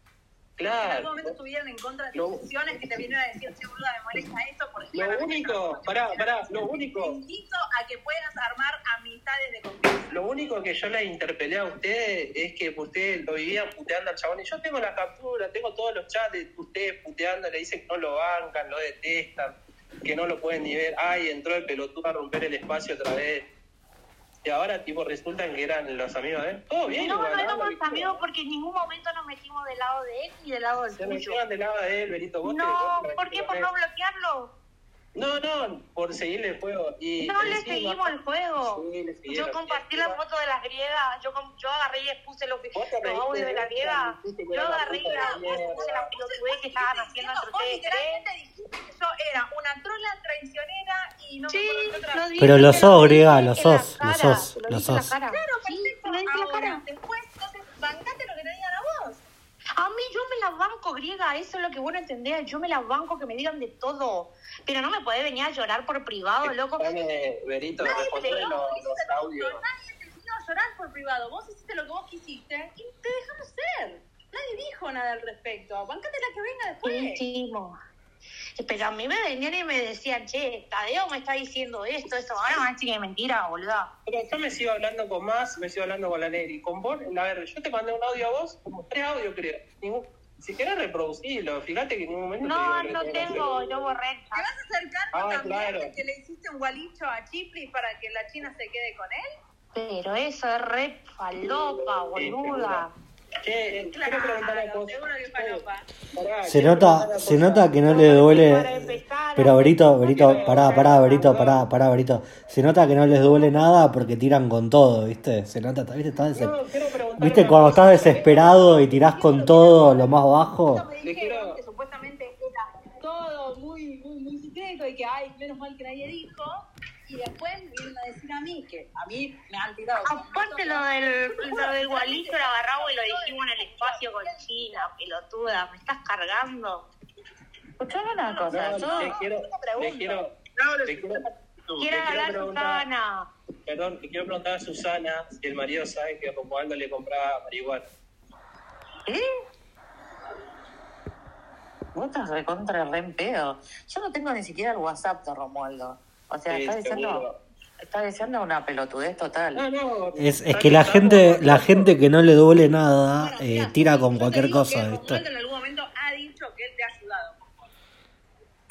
S8: claro,
S6: algún momento estuvieron en contra de
S8: Lo-
S6: tus decisiones que te vinieron a decir, che, boluda, me molesta esto porque
S8: lo
S6: claramente no
S8: único,
S6: me
S8: pará,
S6: funciona.
S8: pará, lo
S6: Te
S8: único,
S6: invito a que puedas armar amistades de confianza.
S8: lo único que yo les interpelé a ustedes es que ustedes lo vivían puteando al chabón, y yo tengo la captura, tengo todos los chats de ustedes puteando, le dicen que no lo bancan, lo detestan, que no lo pueden ni ver, ay, entró el pelotudo a romper el espacio otra vez, y ahora tipo resultan que eran los amigos de él, todo bien,
S7: No,
S8: igual,
S7: no
S8: ¿no?
S7: éramos
S8: ¿Viste?
S7: amigos porque en ningún momento nos metimos del lado de él ni del lado del
S8: se me
S7: tuyo.
S8: llevan de lado de él, Benito, vos te-
S7: No,
S8: vos te-
S7: ¿por qué? ¿Por no bloquearlo?
S8: No, no, por seguirle el juego. Y
S7: No le
S8: encima-
S7: seguimos el juego.
S8: Sí, le siguieron.
S7: Yo compartí la foto de las griegas, yo, com- yo agarré y expuse los,
S8: Vos te
S7: los
S8: reíste
S7: audios
S8: de
S7: de las
S8: esta,
S7: griegas.
S8: dijiste que
S7: Yo
S8: era una
S7: agarré y
S8: puta mierda.
S7: expuse la pelotudez que estaban haciendo entre
S6: Vos
S7: ustedes tres.
S6: literalmente dijiste que yo era una trola traicionera y no
S7: Sí,
S6: me acuerdo qué otra
S7: lo dije,
S5: Pero lo
S7: te
S5: sos,
S7: dije
S5: griega,
S7: en
S5: lo
S7: la
S5: sos,
S7: cara,
S5: lo sos,
S7: te
S5: lo
S7: dije en la
S5: sos.
S7: cara.
S6: Claro,
S7: Sí,
S6: perfecto.
S7: te lo dije en la
S6: Ahora,
S7: cara.
S6: Después, entonces, bancate lo que te digan a vos.
S7: A mí yo me la banco, griega, eso es lo que vos no entendés. Yo me la banco que me digan de todo. Pero no me podés venir a llorar por privado, loco.
S8: Dame, Berito,
S7: Nadie
S8: respondé
S7: te
S8: los,
S7: dijo,
S8: los
S6: Hiciste lo
S8: audios.
S6: mismo, Nadie te enseñó a llorar por privado. Vos hiciste lo que vos quisiste y te dejamos ser. Nadie dijo nada al respecto. Bancate la que venga después.
S7: íntimo. Pero a mí me venían y me decían, che, Tadeo me está diciendo esto, esto. Ahora me van a decir que es mentira, boluda.
S8: Pero yo me sigo hablando con más, me sigo hablando con la Neri. Con vos, la ver, yo te mandé un audio a vos, como tres audios creo. Ningún- si querés reproducirlo, fíjate que en ningún momento
S7: No,
S8: te digo
S7: no
S8: que
S7: tengo, yo borré. el
S6: ¿Te
S7: chat.
S6: vas a acercar
S8: Ah,
S6: también
S8: claro.
S6: de que le hiciste un gualicho a Chipli para que la China se quede con él?
S7: Pero eso es re falopa,
S8: Sí,
S7: boluda.
S8: Che, eh, quiero preguntar una cosa.
S6: seguro que falopa.
S8: Pará,
S5: Se
S8: quiero preguntar
S5: nota,
S8: una
S5: se
S8: cosa.
S5: nota que no le
S7: Para
S5: duele.
S7: empezar,
S5: Pero Berito,
S7: no
S5: Berito,
S7: quiero
S5: pará,
S7: volver
S5: pará,
S7: a
S5: Berito,
S7: hablar.
S5: pará, pará, Berito. Se nota que no les duele nada porque tiran con todo, ¿viste? Se nota, ¿viste? Estás dese-
S8: No, quiero preguntar
S5: ¿Viste
S8: una
S5: cuando
S8: cosa.
S5: estás desesperado y tirás con todo lo más bajo?
S6: Me
S8: Le
S6: dijeron
S8: quiero-
S6: que supuestamente era todo muy, muy, muy secreto y que, ay, menos mal que nadie dijo. Y después me vienen a decir a mí que a mí me han tirado. con
S7: Aparte
S6: un montón
S7: lo
S6: de-
S7: del, lo del gualito lo agarramos y lo dijimos en el espacio con China, pelotuda, me estás cargando. Escuchame una cosa,
S8: No,
S7: yo
S8: le quiero, le quiero, le quiero,
S7: quiero hablar
S8: preguntar-
S7: Susana.
S8: Perdón, le quiero preguntar a Susana si el marido sabe que Romualdo le compraba marihuana.
S9: ¿Eh? Vos estás recontra re en pedo. Yo no tengo ni siquiera el WhatsApp de Romualdo. O sea,
S8: Sí,
S9: está diciendo,
S8: seguro.
S9: está diciendo una pelotudez total.
S8: no.
S5: Es, es que la gente, la gente que no le duele nada
S6: Bueno,
S5: eh,
S6: mirá,
S5: tira con
S6: yo te
S5: cualquier
S6: digo
S5: cosa,
S6: que
S5: ¿viste?
S6: Romualdo en algún momento ha dicho que él te ha ayudado.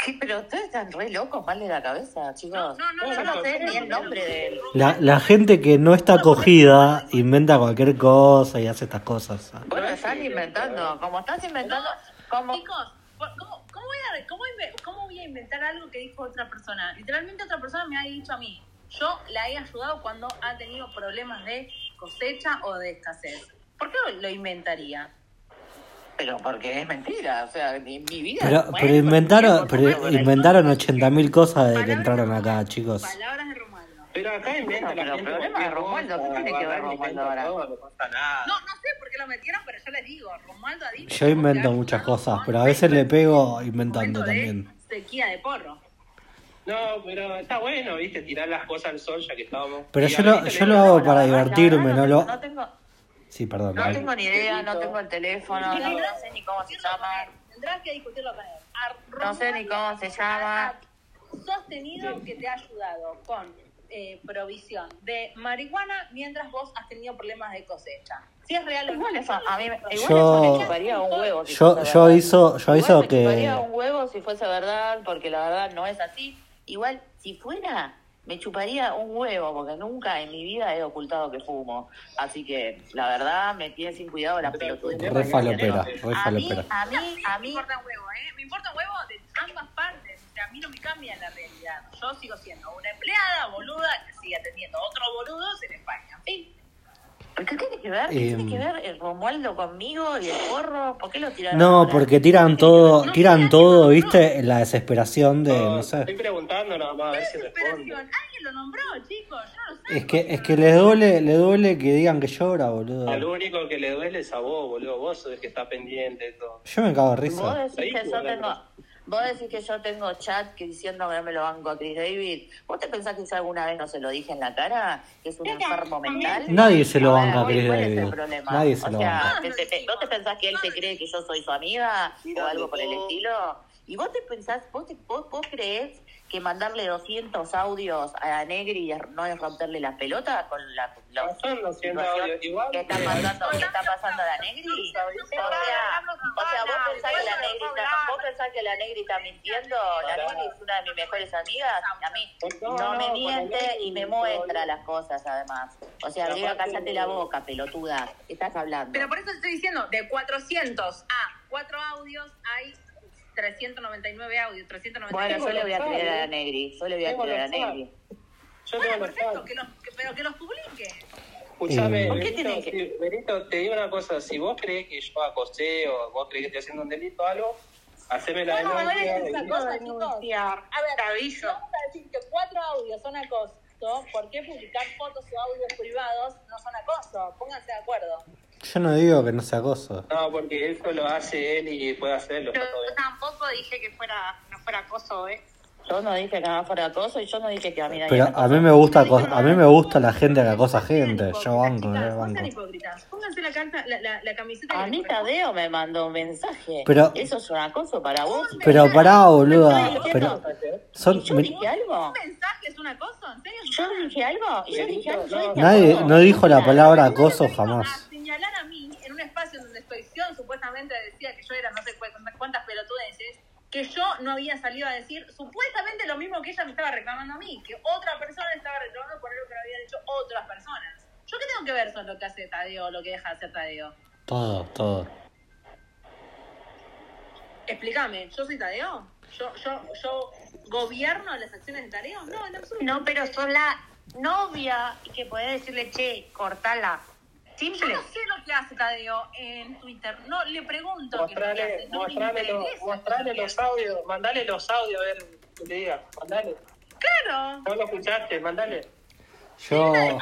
S9: ¿Qué? Pero ustedes están re locos, mal de la cabeza, chicos.
S6: No, no, no,
S9: Yo
S6: no,
S9: no sé
S6: no,
S9: ni
S6: no,
S9: el
S6: no,
S9: nombre
S6: no,
S9: de él.
S5: La, la gente que no está acogida inventa cualquier cosa y hace estas cosas.
S9: Bueno, están inventando. Como estás inventando, como
S6: Chicos, por- ¿cómo, cómo voy a, cómo, inve- cómo voy a inventar algo que dijo otra persona? Literalmente otra persona me ha dicho a mí. Yo la he ayudado cuando ha tenido problemas de cosecha o de escasez. ¿Por qué lo inventaría?
S9: Pero porque es mentira, o sea, mi, mi vida.
S5: Pero,
S9: bueno, pues,
S5: pero inventaron,
S9: porque-
S5: pero inventaron 80.000 cosas desde que entraron acá, chicos.
S6: Palabras de Romualdo.
S8: Pero acá inventa
S9: Bueno, pero
S8: la gente.
S9: el problema de
S8: cualquier
S9: Romualdo, ¿qué
S8: cosa,
S9: tiene que ver
S8: agarra y
S9: Romualdo
S8: inventa
S9: ahora?
S8: todo, No pasa nada.
S6: No, no sé por qué lo metieron, pero yo les digo, Romualdo ha dicho...
S5: Yo invento muchas cosas, pero a veces le pego inventando también.
S6: Sequía de porro.
S8: No, pero está bueno, viste, tirar las cosas al sol ya que estábamos.
S5: Pero
S8: Y
S5: yo
S8: a
S5: lo-
S8: Benito
S5: yo
S8: le-
S5: lo hago
S9: Bueno,
S5: para
S9: la verdad,
S5: divertirme, no lo.
S9: No tengo,
S5: Sí, perdón.
S9: no
S5: dale.
S9: tengo ni idea, no tengo el teléfono, no, no sé ni cómo se
S6: Discutirlo con
S9: llama.
S6: él. Tendrás que discutirlo con él. A
S9: No sé ni cómo se llama.
S6: ha Sostenido que te ha ayudado con eh, provisión de marihuana mientras vos has tenido problemas de cosecha. Si es real o no.
S9: Igual eso, a mí igual
S5: Yo-
S9: eso me chuparía un huevo. Si
S5: Yo,
S9: fuese
S5: yo
S9: verdad.
S5: hizo, yo
S9: Igual
S5: hizo
S9: me
S5: que.
S9: chuparía un huevo si fuese verdad, porque la verdad no es así. Igual, si fuera, Me chuparía un huevo, porque nunca en mi vida he ocultado que fumo. Así que, la verdad, me tiene sin cuidado la pelotudez.
S5: Re falopera, re
S9: A mí,
S5: falopera.
S9: a mí, a
S6: Me
S9: mí,
S6: importa un huevo, ¿eh? Me importa un huevo de ambas partes. O sea, a mí no me cambia la realidad. Yo sigo siendo una empleada boluda que sigue atendiendo a otros boludos en España. En fin.
S9: ¿Pero ¿Qué tiene que ver? ¿Qué
S5: Em.
S9: tiene que ver el Romualdo conmigo y el porro? ¿Por qué lo tiraron?
S5: No,
S9: ahora?
S5: porque tiran todo,
S6: No,
S5: tiran
S6: mira,
S5: todo,
S6: no.
S5: viste, la desesperación de,
S8: No,
S5: no
S8: Estoy
S5: sé.
S8: preguntando nada más a ver si responde.
S6: Desesperación. Alguien lo nombró, chicos. Yo no lo sé.
S5: Es que, es que le duele, le duele que digan que llora, boludo.
S8: Al único que le duele es a vos, boludo. Vos sos el que está pendiente de todo.
S5: Yo me cago de
S9: Vos
S5: risa.
S9: decís que yo tengo, vos decís que yo tengo chat que diciendo que no me lo banco a Chris David. ¿Vos te pensás que yo alguna vez no se lo dije en la cara? ¿Que es un enfermo mental?
S5: Nadie se lo
S9: ver,
S5: banca a Chris
S9: ¿cuál es el
S5: David.
S9: problema?
S5: Nadie se
S9: o
S5: lo
S9: sea,
S5: banca.
S9: ¿te- te- te- ¿Vos te pensás que él se cree que yo soy su amiga o algo por el estilo? ¿Y vos te pensás, vos, te- vos, vos creés que mandarle 200 audios a Negri y a- no es romperle las pelotas con la, la
S8: No son 200
S9: situación
S8: audios. Igual,
S9: que está pasando, que está pasando la Negri? O sea, o sea, vos pensás que la Negri está, vos pensás que la Negri está mintiendo, la Negri es una de mis mejores amigas, y a mí
S8: No,
S9: no me
S8: no, con
S9: miente
S8: la
S9: y me
S8: Negri,
S9: muestra
S8: no.
S9: las cosas además. O sea,
S8: Pero
S9: diga,
S8: aparte-
S9: cállate la boca, pelotuda, estás hablando.
S6: Pero por eso te estoy diciendo, de 400 a 4 audios hay 399 audios, 399
S9: Bueno, yo le voy a
S8: Tengo los
S9: creer a la
S8: audios.
S9: Negri, yo le voy a
S8: Tengo
S9: creer a la
S8: los audios.
S9: Negri.
S8: yo
S9: Eh,
S8: tengo los
S6: perfecto,
S8: fans.
S6: que los, que- pero que los publique.
S8: Escuchame,
S5: Eh,
S9: ¿Por qué tienen
S8: Benito,
S9: que-
S8: sí, Benito, te digo una cosa. Si vos crees que yo acosé o vos crees que estoy haciendo un delito o algo, haceme la
S6: Bueno,
S8: denuncia.
S6: bueno,
S8: y-
S6: esa cosa, chicos. A ver,
S7: Cabillo.
S6: vamos a decir que cuatro audios son acoso. ¿Por qué publicar fotos o audios privados no son acoso? Pónganse de acuerdo.
S5: Yo no digo que no sea acoso.
S8: No, porque eso lo hace él y puede hacerlo.
S7: Yo
S8: está todo bien.
S7: tampoco dije que fuera, no fuera acoso, ¿eh?
S9: Yo no dije que nada fuera acoso y yo no dije que a mí nadie
S5: Pero
S9: me
S5: a mí me gusta, aco- a mí me gusta la gente que acosa gente. Yo banco, yo
S6: No
S5: banco.
S6: sean hipócritas. Pónganse la, carta, la, la, la camiseta.
S9: A
S6: que
S9: mí
S6: les corresponde.
S9: Tadeo me mandó un mensaje.
S5: Pero-
S9: ¿Eso es un acoso para vos?
S5: Pero pará, boluda.
S9: Estoy
S5: Pero
S9: diciendo,
S5: son,
S9: ¿Yo
S5: mi-
S9: dije algo?
S6: ¿Un mensaje es un acoso? ¿En serio?
S9: ¿Yo dije algo? ¿Yo dije algo? Yo dije
S5: nadie
S9: algo.
S5: no dijo la palabra acoso
S6: Primero me vino
S5: jamás.
S6: A señalar a mí, en un espacio donde estoy, Sion supuestamente decía que yo era no sé cu- cuántas pelotudeces, que yo no había salido a decir supuestamente lo mismo que ella me estaba reclamando a mí, que otra persona estaba reclamando por algo que lo habían hecho otras personas. ¿Yo qué tengo que ver con lo que hace Tadeo o lo que deja de hacer Tadeo?
S5: Todo, todo.
S6: Explícame, ¿yo soy Tadeo? ¿Yo, yo, yo gobierno las acciones de Tadeo? No, en absoluto.
S7: No, pero sos la novia y que podés decirle, che, cortala.
S6: Yo
S7: Simple.
S6: no sé lo que hace Tadeo en Twitter. No le pregunto qué es lo que hace.
S8: Mostrale,
S6: No me
S8: mostrale, los-
S6: interesa
S8: mostrale
S6: lo que
S8: los
S6: hace.
S8: audios, mandale los audios a ver que te diga, mandale.
S6: Claro.
S8: No lo escuchaste, mandale.
S5: Yo,
S6: A ver,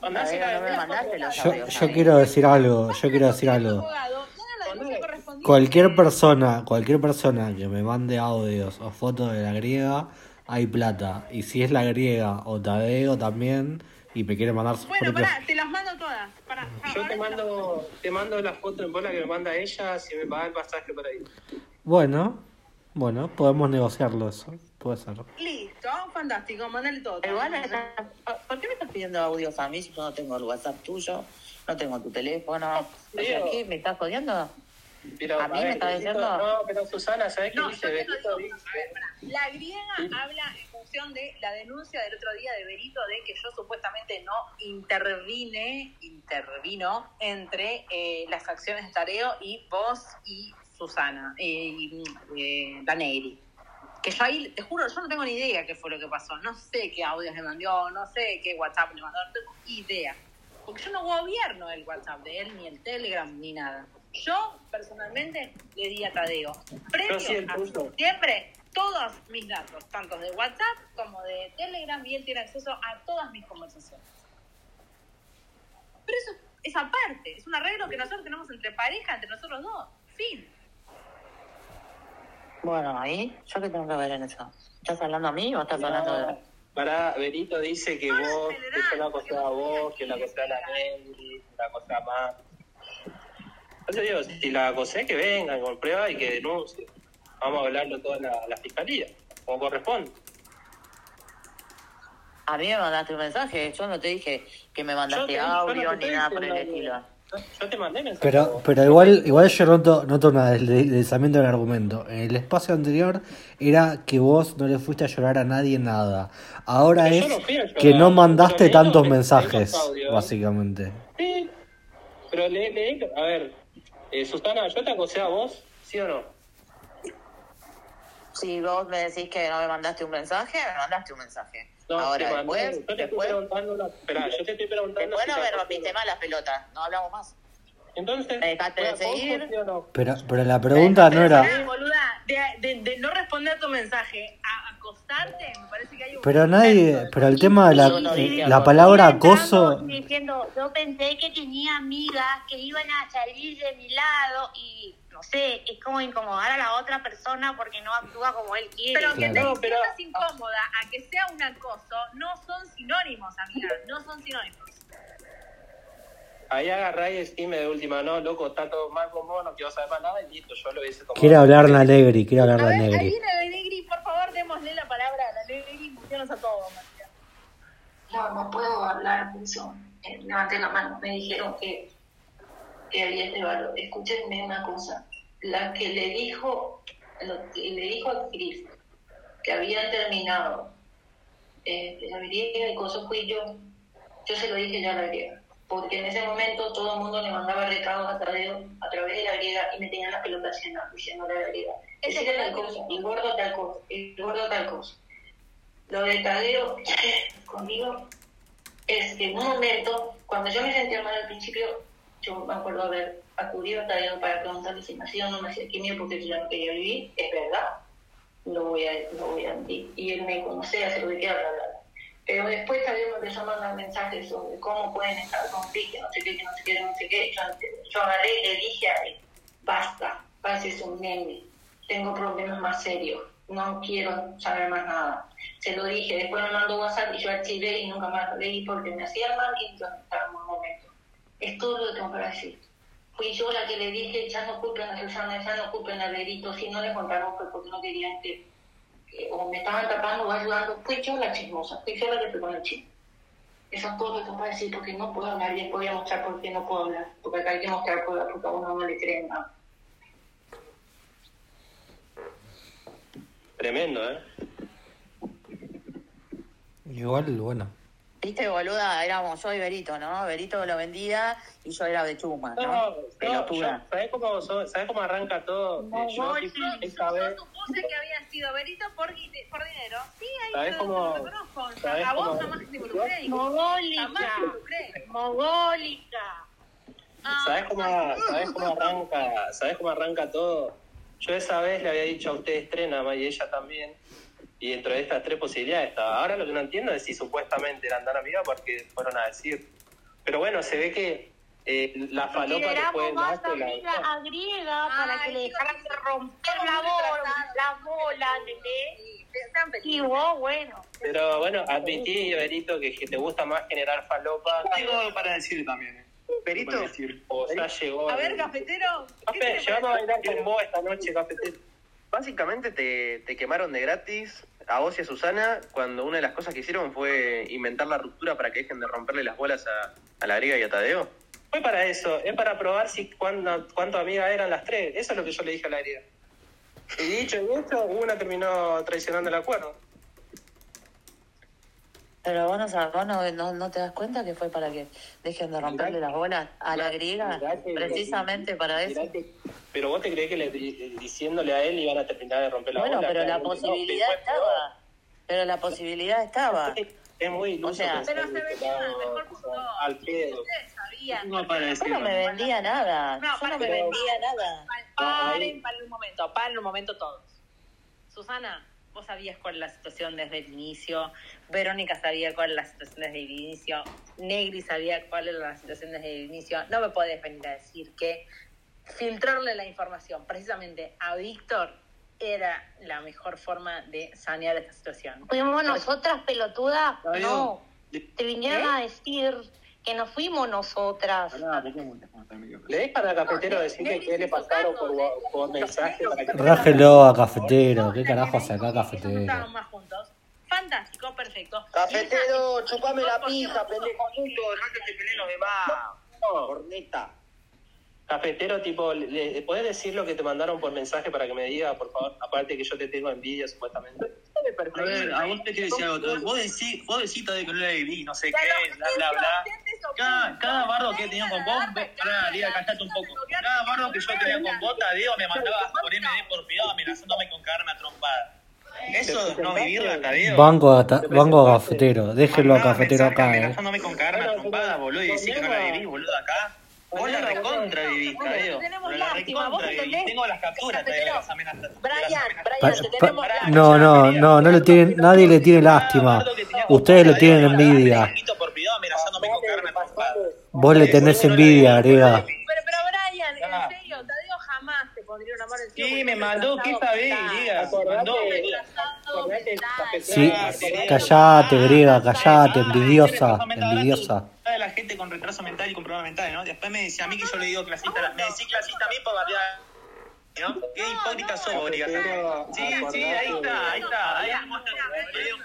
S8: Mandásela
S9: no me
S8: de-
S9: mandaste la
S5: yo, yo quiero decir algo, yo quiero decir algo.
S6: abogado, haga la denuncia correspondiente.
S5: Cualquier persona, cualquier persona que me mande audios o fotos de la griega, hay plata. Y si es la griega o Tadeo también, y me quiere mandar sus
S6: Bueno,
S5: propios.
S6: pará, te las mando todas. Pará, pará,
S8: Yo
S6: ahora
S8: te mando, te mando la foto en bola que me manda ella, si me paga el pasaje por ahí.
S5: Bueno, bueno, podemos negociarlo eso. Puede ser.
S6: Listo, fantástico, mandale todo.
S9: Igual, me estás- ¿por qué me estás pidiendo audios a mí si yo no tengo el WhatsApp tuyo? No tengo tu teléfono. O sea, ¿qué? ¿Me estás jodiendo?
S8: Pero,
S9: ¿A mí me
S8: ver,
S9: está
S8: Benito,
S9: diciendo?
S8: No, pero Susana, ¿sabes qué
S6: No, yo
S8: dice?
S6: te lo digo.
S8: Benito
S6: A ver,
S8: dice,
S6: pará. La griega habla en función de la denuncia del otro día de Berito de que yo supuestamente no intervine, intervino entre eh, las acciones de Tareo y vos y Susana, eh, y eh, Danegri. Que yo ahí, te juro, yo no tengo ni idea qué fue lo que pasó. No sé qué audios le mandó, no sé qué WhatsApp le mandó, no tengo idea. Porque yo no gobierno el WhatsApp de él, ni el Telegram, ni nada. Yo, personalmente, le di a Tadeo. Previo
S8: sí, el
S6: a
S8: punto.
S6: septiembre, todos mis datos, tanto de WhatsApp como de Telegram, y él tiene acceso a todas mis conversaciones. Pero eso es aparte, es un arreglo que nosotros tenemos entre pareja, entre nosotros dos. Fin.
S9: Bueno, ahí, ¿yo qué tengo que ver en eso? ¿Estás hablando a mí o estás hablando de.?
S8: no, Pará, Benito dice que
S6: no,
S8: vos,
S6: en
S8: que yo la
S6: general,
S8: acosé
S6: porque
S8: a
S6: no
S8: vos,
S6: sé
S8: que la
S6: quién
S8: acosé a la
S6: era.
S8: Nelly, que la acosé a más. Yo te digo, si la acosé, que vengan con prueba y que denuncie. Vamos a hablarlo toda la, la fiscalía, como corresponde.
S9: A mí me mandaste un mensaje, yo no te dije que me mandaste
S8: Yo te- yo no
S9: audio
S8: te
S9: ni nada
S8: dije
S9: por el
S8: nada.
S9: estilo.
S8: Yo te mandé mensaje.
S5: Pero, pero igual, igual yo noto, noto un deslizamiento del argumento. En el espacio anterior era que vos no le fuiste a llorar a nadie nada. Ahora
S8: Pero yo
S5: es
S8: no fui a llorar.
S5: que no mandaste
S8: Pero leí los
S5: tantos
S8: mens-
S5: mensajes,
S8: leí los audios.
S5: básicamente.
S8: Sí, pero le, le- a ver, eh, Susana, ¿yo te acosé a vos? ¿Sí o no?
S9: Si vos me decís que no me mandaste un mensaje, me mandaste un mensaje.
S8: No,
S9: Ahora,
S8: te mandé-
S9: después,
S8: yo te estoy
S9: después,
S8: preguntando la- esperá, yo te estoy preguntando
S9: después no
S8: si
S9: me
S8: te acosé
S9: rompiste
S8: o no.
S9: más la pelota. No hablamos más.
S8: Entonces,
S9: ¿Me dejaste
S8: ¿fue
S9: de
S8: acoso,
S9: seguir?
S8: sí o no?
S5: Pero, pero la pregunta no era.
S6: Pará, boluda, de, de- de no responder tu mensaje a acostarte, me parece que hay un.
S5: Pero nadie. Pero el tema de Ah, la, eh,
S9: Yo no dije
S5: la
S9: acoso.
S5: palabra
S7: Iba entrando
S5: acoso.
S7: y Diciendo, yo pensé que tenía amigas que iban a salir de mi lado y no sé, es como incomodar a la otra persona porque no actúa como él quiere.
S6: Pero que
S5: Claro.
S6: te
S8: pero-
S6: sientas incómoda a que sea un acoso no son sinónimos, amiga. No son sinónimos.
S8: Ahí agarrá y decime de última, no, loco, está todo mal con vos, no quiero saber más nada, y listo, yo lo hice como...
S5: Quiere hablar la Negri, quiere hablar
S6: A
S5: la
S6: ver, ahí
S5: Negri.
S6: viene la Negri, por favor, démosle la palabra a la Negri y muteanos a todos, Matías.
S10: No, no puedo hablar de eso. Eh, Levanté la mano. Me dijeron que, que había este valor. Escúchenme una cosa. La que le dijo, lo que le dijo a Cris que habían terminado eh, la griega y cosas fui yo. Yo se lo dije ya a la griega. Porque en ese momento todo el mundo le mandaba recados a Tadeo a través de la griega y me tenían las pelotas llenas diciéndole a la griega.
S6: Ese
S10: Ese
S6: era
S10: tal
S6: el
S10: cosa, el gordo tal cosa, el gordo tal cosa. Lo de Tadeo conmigo es que en un momento, cuando yo me sentía mal al principio, yo me acuerdo haber acudido a Tadeo para preguntarle si me hacía o no me hacía quimio porque yo ya no quería vivir, es verdad, no voy a, no voy a mentir. Y él me conocía, se lo dije, bla, bla, bla. Pero después Tadeo me empezó a mandar mensajes sobre cómo pueden estar con Vic, que no sé qué, que no sé qué, que no sé qué. Yo, yo agarré y le dije a él, basta, pases un nene, tengo problemas más serios, no quiero saber más nada. Se lo dije, después me mandó WhatsApp y yo archivé y nunca más lo leí porque me hacía mal y yo estaba en un momento. Es todo lo que tengo para decir. Fui yo la que le dije, ya no culpen a Susana, ya no culpen a Lerito, si no le contaron fue porque no querían que, que- o me estaban tapando o ayudando. Fui yo la chismosa, fui yo la que pegó el chisme. Eso es todo lo que tengo para decir porque no puedo hablar y después voy a mostrar por qué no puedo hablar. Porque acá hay que mostrar pruebas porque a uno no le creen nada.
S8: Tremendo, ¿eh?
S5: Igual, bueno.
S9: Viste, boluda, éramos yo y Berito, ¿no? Berito lo vendía y yo era de chuma,
S8: No,
S9: ¿no?
S8: no,
S9: Pelotuda.
S8: yo- ¿sabés cómo, so- ¿sabés cómo arranca todo? Eh, yo, tipo,
S6: Yo,
S8: esta vez-
S6: yo supuse que había sido Berito por, guine- por dinero. Sí, ahí
S8: ¿Sabés
S6: lo,
S8: cómo-
S6: lo conozco. O sea,
S8: sabés
S6: a vos
S8: cómo-
S6: jamás te involucré. Jamás te
S7: Mogólica,
S6: involucré.
S7: mogólica.
S8: ¿Sabés cómo, sabés cómo arranca, sabés cómo arranca todo? Yo esa vez le había dicho a ustedes tres nada más y ella también. Y dentro de estas tres posibilidades estaba. Ahora lo que no entiendo es si supuestamente eran tan amigas porque fueron a decir. Pero bueno, se ve que eh, la falopa que
S7: Consideramos
S8: fue el
S7: más
S8: acto la-
S7: amiga a griega
S6: Ay,
S7: para que le
S6: chicos,
S7: dejaran de romper
S6: somos
S7: la
S6: muy
S7: bola,
S6: retrasados.
S7: la bola, ¿entendés?
S6: Sí, sean
S7: Y
S6: felices.
S7: vos, bueno.
S8: Pero bueno, admití, Berito, que te gusta más generar falopa.
S1: Tengo algo para decir también. eh.
S2: Perito.
S1: Para decir.
S8: O ya llegó.
S6: A
S8: el-
S6: ver, cafetero. ¿qué
S8: Café,
S6: te
S8: yo vamos a
S6: parece?
S8: bailar con vos esta noche, cafetero.
S2: Básicamente te, te quemaron de gratis a vos y a Susana cuando una de las cosas que hicieron fue inventar la ruptura para que dejen de romperle las bolas a, a la griega y a Tadeo.
S8: Fue para eso, es para probar si cuándo- cuánto amigas eran las tres. Eso es lo que yo le dije a la herida. Y dicho y hecho, una terminó traicionando el acuerdo.
S9: Pero vos, no, sab- vos no, no, no te das cuenta que fue para que dejen de romperle las bolas a la griega,
S8: mirá que-
S9: precisamente para eso.
S8: Mirá que- Pero vos te crees que le- eh, diciéndole a él iban a terminar de romper la
S9: Bueno,
S8: bola.
S9: pero la
S8: Claramente no,
S9: posibilidad
S8: después-
S9: estaba. Pero la posibilidad estaba.
S8: Es muy iluso.
S9: O sea,
S8: pensar
S6: Pero se
S8: que
S6: vendieron al
S8: estaba
S6: mejor postor.
S8: Al pedo.
S6: Ustedes sabían.
S1: Tengo algo para
S9: Yo
S1: decir.
S9: no me vendía nada.
S6: No,
S9: Yo no me
S6: pero-
S9: vendía nada.
S6: Paren, paren un momento, paren un momento todos. Susana, vos sabías cuál era la situación desde el inicio, Verónica sabía cuál era la situación desde el inicio, Negri sabía cuál era la situación desde el inicio. No me podés venir a decir que filtrarle la información precisamente a Víctor era la mejor forma de sanear esta situación.
S7: Fuimos nosotras, pelotudas. No.
S1: Tadeo, de-
S7: Te vinieron a decir que no fuimos nosotras.
S1: Pará, ¿por qué me gusta, amigo?
S8: Le dejan al cafetero
S9: Ah,
S8: decirle que le pasaron por, por mensaje para que.
S5: Rájelo a cafetero.
S6: No,
S5: ¿Qué
S6: la
S5: carajo
S6: que
S5: hace acá
S6: dijo que ellos no
S5: cafetero?
S6: estaban más juntos. Fantástico, perfecto.
S2: Cafetero,
S6: chupame
S2: la pija, pendejo,
S6: juntos.
S2: dejate que peleen los demás. Corneta.
S11: Cafetero, tipo, le, le- ¿podés decir lo que te mandaron por mensaje para que me diga, por favor? Aparte que yo te tengo envidia, supuestamente.
S4: A ver, a vos te quiero decir algo. Vos decís, vos decís todavía que no la viví, no sé qué, bla, bla, bla. Cada, cada bardo que he tenido con vos, ve- pará, Liga, callate un poco. Cada bardo que yo tenía con vos, Tadeo me mandaba por MD por privado amenazándome con cagarme a trompada. Eso es no vivirla, Tadeo.
S5: Banco a, ta- banco a cafetero, déjelo a cafetero acá, eh.
S4: Amenazándome con cagarme a trompada, boludo, y decís que no la viví, boludo, acá. Vos la recontra vivís, Tadeo.
S12: tenemos
S4: La
S12: lástima, vos
S4: recontra vivís.
S12: entendés.
S4: Tengo las capturas, Tadeo, de las amenazas.
S5: Pa- pa- no, no, no, no le tienen, nadie le tiene lástima. Ustedes le tienen envidia. Vos le tenés envidia, agrega.
S6: Brian, en serio, Tadeo jamás te pondría una mano encima.
S4: Sí, me mandó, ¿qué sabés, Liga? Me mandó, boludo.
S5: Sí, callate, grega, callate, envidiosa, envidiosa.
S4: de la gente con retraso mental y con problemas mentales, ¿no? Después me decía a mí que yo le digo clasista, a la- me decís clasista a mí por bardear, ¿no? Qué hipócrita soy, Boriga. Sí, sí, ahí está, ahí está, ahí demuestra,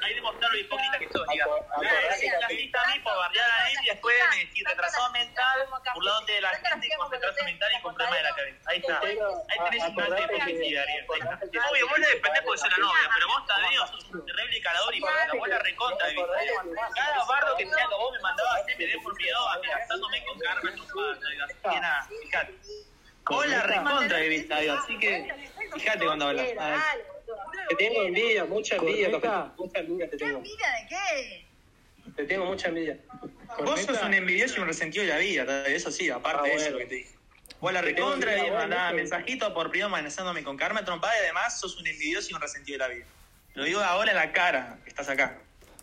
S4: ahí demuestra lo hipócrita que soy, Liga. Me decís clasista a mí por bardear a él y después me decís retrasado mental, burlándote de la gente con retraso mental y con problemas de la cabeza. Ahí está, Ah, ahí tenés un gran hipocresía, Ariel. Ahí está. Obvio, vos la dependés porque sos la novia, pero vos, Tadeo, sos un terrible calador y vos la reconta, vivís, Tadeo. Cada bardo que tenía con vos me mandaba a hacer me por privado amenazándome con carne en tu Así que nada, fíjate. Vos la recontra vivís, Tadeo, así que fíjate cuando hablas. Ay,
S11: Te tengo envidia, mucha envidia, cafetero. Mucha envidia te tengo.
S6: ¿Envidia de qué?
S11: Te tengo mucha envidia.
S4: Vos sos un envidioso y un resentido de la vida, Tadeo, eso sí, aparte
S11: Ah,
S4: de eso lo que te dije. Vos la recontra vivís, mandaba mensajito por privado amenazándome con carne trompada y además sos un envidioso y un resentido de la vida. Lo digo ahora en la cara, que estás acá.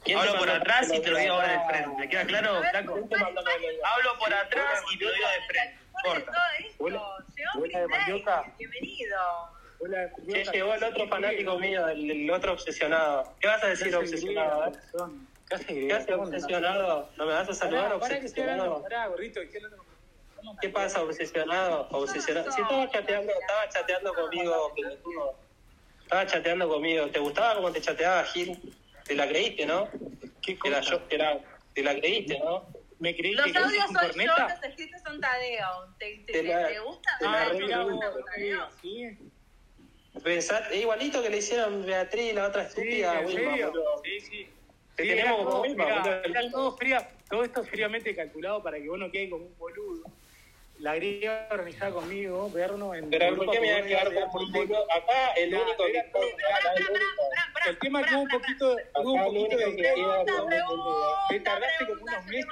S11: ¿Quién te
S4: Hablo por
S11: mandó
S4: atrás y te lo digo
S11: la-
S4: ahora de frente. ¿Te queda claro, Flaco? Hablo por atrás y te lo digo de frente. Corta.
S11: Hola de mandioca.
S6: Bienvenido.
S11: Che, llegó el otro fanático mío, el, el otro obsesionado. ¿Qué vas a decir obsesionado? eh? ¿Qué haces obsesionado? ¿No me vas a saludar obsesionado?
S4: Ah,
S11: ¿Qué pasa obsesionado? Obsesionado. Si estabas chateando, estaba chateando conmigo, pelotudo. Estaba chateando conmigo. ¿Te gustaba cómo te chateaba, Gil? Te la creíste, ¿no? Te la, yo- te la- te la creíste, ¿no? Me creí
S6: Los audios son yo, los escritos son Tadeo. ¿Te, te,
S11: Te la-
S6: te gusta?
S11: te la
S6: Ah,
S11: regalo,
S6: ¿te gusta,
S11: boludo.
S6: Tadeo?
S11: Pensá- es igualito que le hicieron Beatriz, la otra estúpida,
S8: ¿en
S11: Wilma,
S8: serio?
S11: boludo.
S8: Sí, sí.
S11: Te
S8: Sí,
S11: tenemos
S8: era
S11: como
S8: todo,
S11: Wilma,
S8: mirá,
S11: boludo.
S8: era todo, fría- todo esto fríamente calculado para que vos no quedes como un boludo. La griega organizada conmigo, vernos en.
S11: Pero ¿por qué me voy a quedar como un boludo? Acá el único que...
S8: El tema es que hubo un poquito, hubo un
S11: Acá el
S8: poquito de.
S11: único que iba
S8: Te
S11: como
S8: tardaste como unos meses.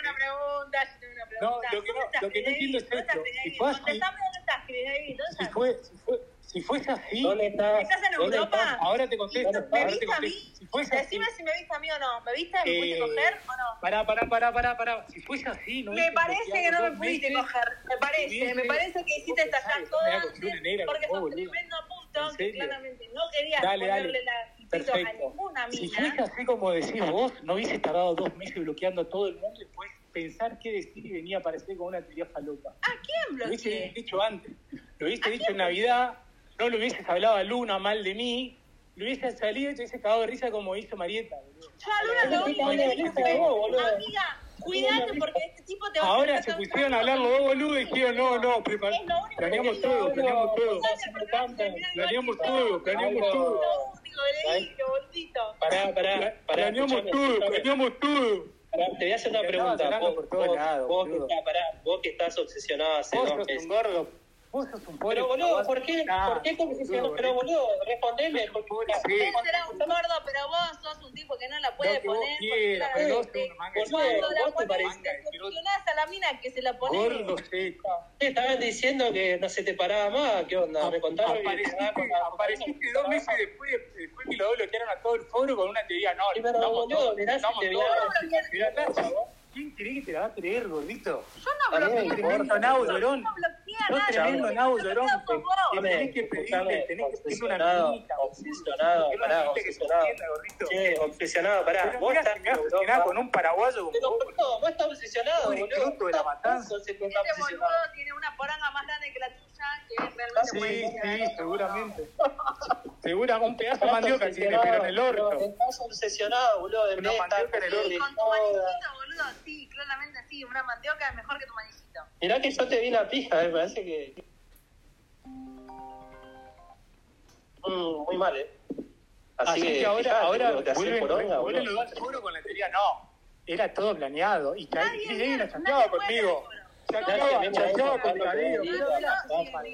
S8: No, lo que no, lo que no entiendo es esto. Si fue así,
S6: estás, Cris David? ¿Dónde
S8: si
S6: estás?
S8: fue, si fue, si fuese así.
S6: ¿Estás en
S8: ¿Dónde
S6: Europa?
S8: estás? Ahora te contesto.
S6: ¿Me
S8: ahora te
S6: viste a
S8: contesto.
S6: mí?
S8: Si fuese así.
S6: Decime si me viste a mí o no. ¿Me viste? ¿Me pudiste
S8: Eh,
S6: coger o no?
S8: Pará, pará, pará, pará, pará. Si fuese así, no
S6: Me
S8: hubiese
S6: parece
S8: bloqueado
S6: que no me
S8: dos
S6: pudiste
S8: meses.
S6: coger. Me parece, me parece que hiciste estallar todo
S8: Me voy a
S6: antes
S8: coger una negra
S6: porque
S8: como
S6: sos
S8: vos, boludo.
S6: tremendo puto
S8: ¿En
S6: que
S8: serio?
S6: claramente no querías
S8: Dale,
S6: ponerle
S8: dale.
S6: la pito a
S8: Perfecto.
S6: ninguna
S8: Si
S6: mina.
S8: fuese así como decís vos, no hubiese tardado dos meses bloqueando a todo el mundo y después pensar qué decir y venía a aparecer con una teoría falopa.
S6: ¿A quién
S8: Lo hubiese
S6: bloqueé?
S8: dicho antes. Lo hubiese dicho en Navidad, no lo hubieses hablado a Luna mal de mí, lo hubiese salido y te hubiese cagado de risa como hizo Marieta. boludo.
S6: Yo a Luna lo único que le dije fue, amiga, cuídate porque este tipo te va a
S8: Ahora
S6: hacer
S8: se
S6: pasar
S8: pusieron
S6: un
S8: a hablar los dos boludos y dijeron, no, no, prepar-
S6: Es lo único que
S8: planeamos
S6: digo,
S8: todo, planeamos todo. Planeamos todo, planeamos todo.
S6: único que le dije, boludito.
S11: Pará, pará, pará.
S8: Planeamos
S11: escuchame,
S8: todo,
S11: escuchame.
S8: planeamos todo.
S11: Pará, te voy a hacer una pregunta.
S8: llorando
S11: Vos,
S8: por todos
S11: vos,
S8: lados,
S11: vos que
S8: boludo.
S11: estás, pará, vos que estás obsesionado hace
S8: Vos
S11: dos
S8: sos
S11: meses.
S8: un gordo. Vos sos un pobre.
S11: Pero boludo, ¿por qué?
S8: Ah,
S11: ¿Por qué como
S8: boludo,
S11: Pero boludo, respondeme. porque-
S6: Él será un gordo, pero vos sos un tipo que no la puede
S8: que vos
S6: poner. porque
S8: quieras,
S6: claramente
S8: vos sos una manga de
S6: Cuando
S8: pelotudo.
S6: la
S8: Vos te
S6: pones,
S8: parece
S6: te decepcionás a la mina que se la pone.
S8: Gordo seco.
S11: Te estaban diciendo que no se te paraba más, ¿qué onda? Me contaron que-
S8: Apareciste, apareciste dos meses después, después que los dos bloquearon a todo el foro con una teoría. No,
S11: Sí, pero
S8: estamos
S11: boludo,
S8: todos,
S11: mirá si
S8: estamos
S11: te
S8: todos.
S6: voy a-
S8: Mirá, Nacho, ¿Quién cree que te la va a creer, gordito?
S6: Yo no
S8: Sos
S6: bloqueé.
S8: tremendo nau llorón.
S6: No bloqueé a
S8: Sos
S6: nadie,
S8: tremendo
S6: yo
S8: nau
S6: me
S8: llorón.
S6: quedo con vos.
S8: Te Tenés que pedirle, tenés que pedirle una
S11: Obsesionado,
S8: minita.
S11: obsesionado,
S8: Quiero una
S11: pará,
S8: minita que se
S11: obsesionado.
S8: entienda, gordito.
S11: Che, obsesionado, pará.
S8: Pero
S11: Vos
S8: mirá
S11: estás
S8: si me vas a obsesionar con un paraguayo como
S11: Pero,
S8: vos,
S11: boludo, vos estás obsesionado,
S8: Pobre
S11: boludo.
S8: croto de la matanza.
S11: Entonces, vos estás
S6: Este
S11: obsesionado.
S6: boludo tiene una poranga más grande que la tuya, que es
S8: Ah,
S6: realmente
S8: Sí,
S6: muy
S8: sí, seguramente. Seguramente un pedazo de mandioca tiene,
S11: obsesionado,
S8: pero en el orto.
S11: boludo, Estás obsesionado, boludo. de
S8: Una
S11: estar
S8: mandioca en el orto.
S6: Con tu maniquita, boludo, boludo? Sí, claramente sí. Una mandioca es mejor que tu manillito.
S8: Mirá que yo te vi la pija, eh, parece que. Mm, muy mal, eh.
S13: Así, que, Ah, ahora,
S8: fíjate
S13: ahora
S8: lo que te hace
S13: vuelven,
S8: poronga, boludo.
S13: vuelven los dos seguro con la teoría, no, era todo planeado. Y Chay y ella chanteaba conmigo. Chanteaba, chanteaba con Darío.
S6: Escuchame,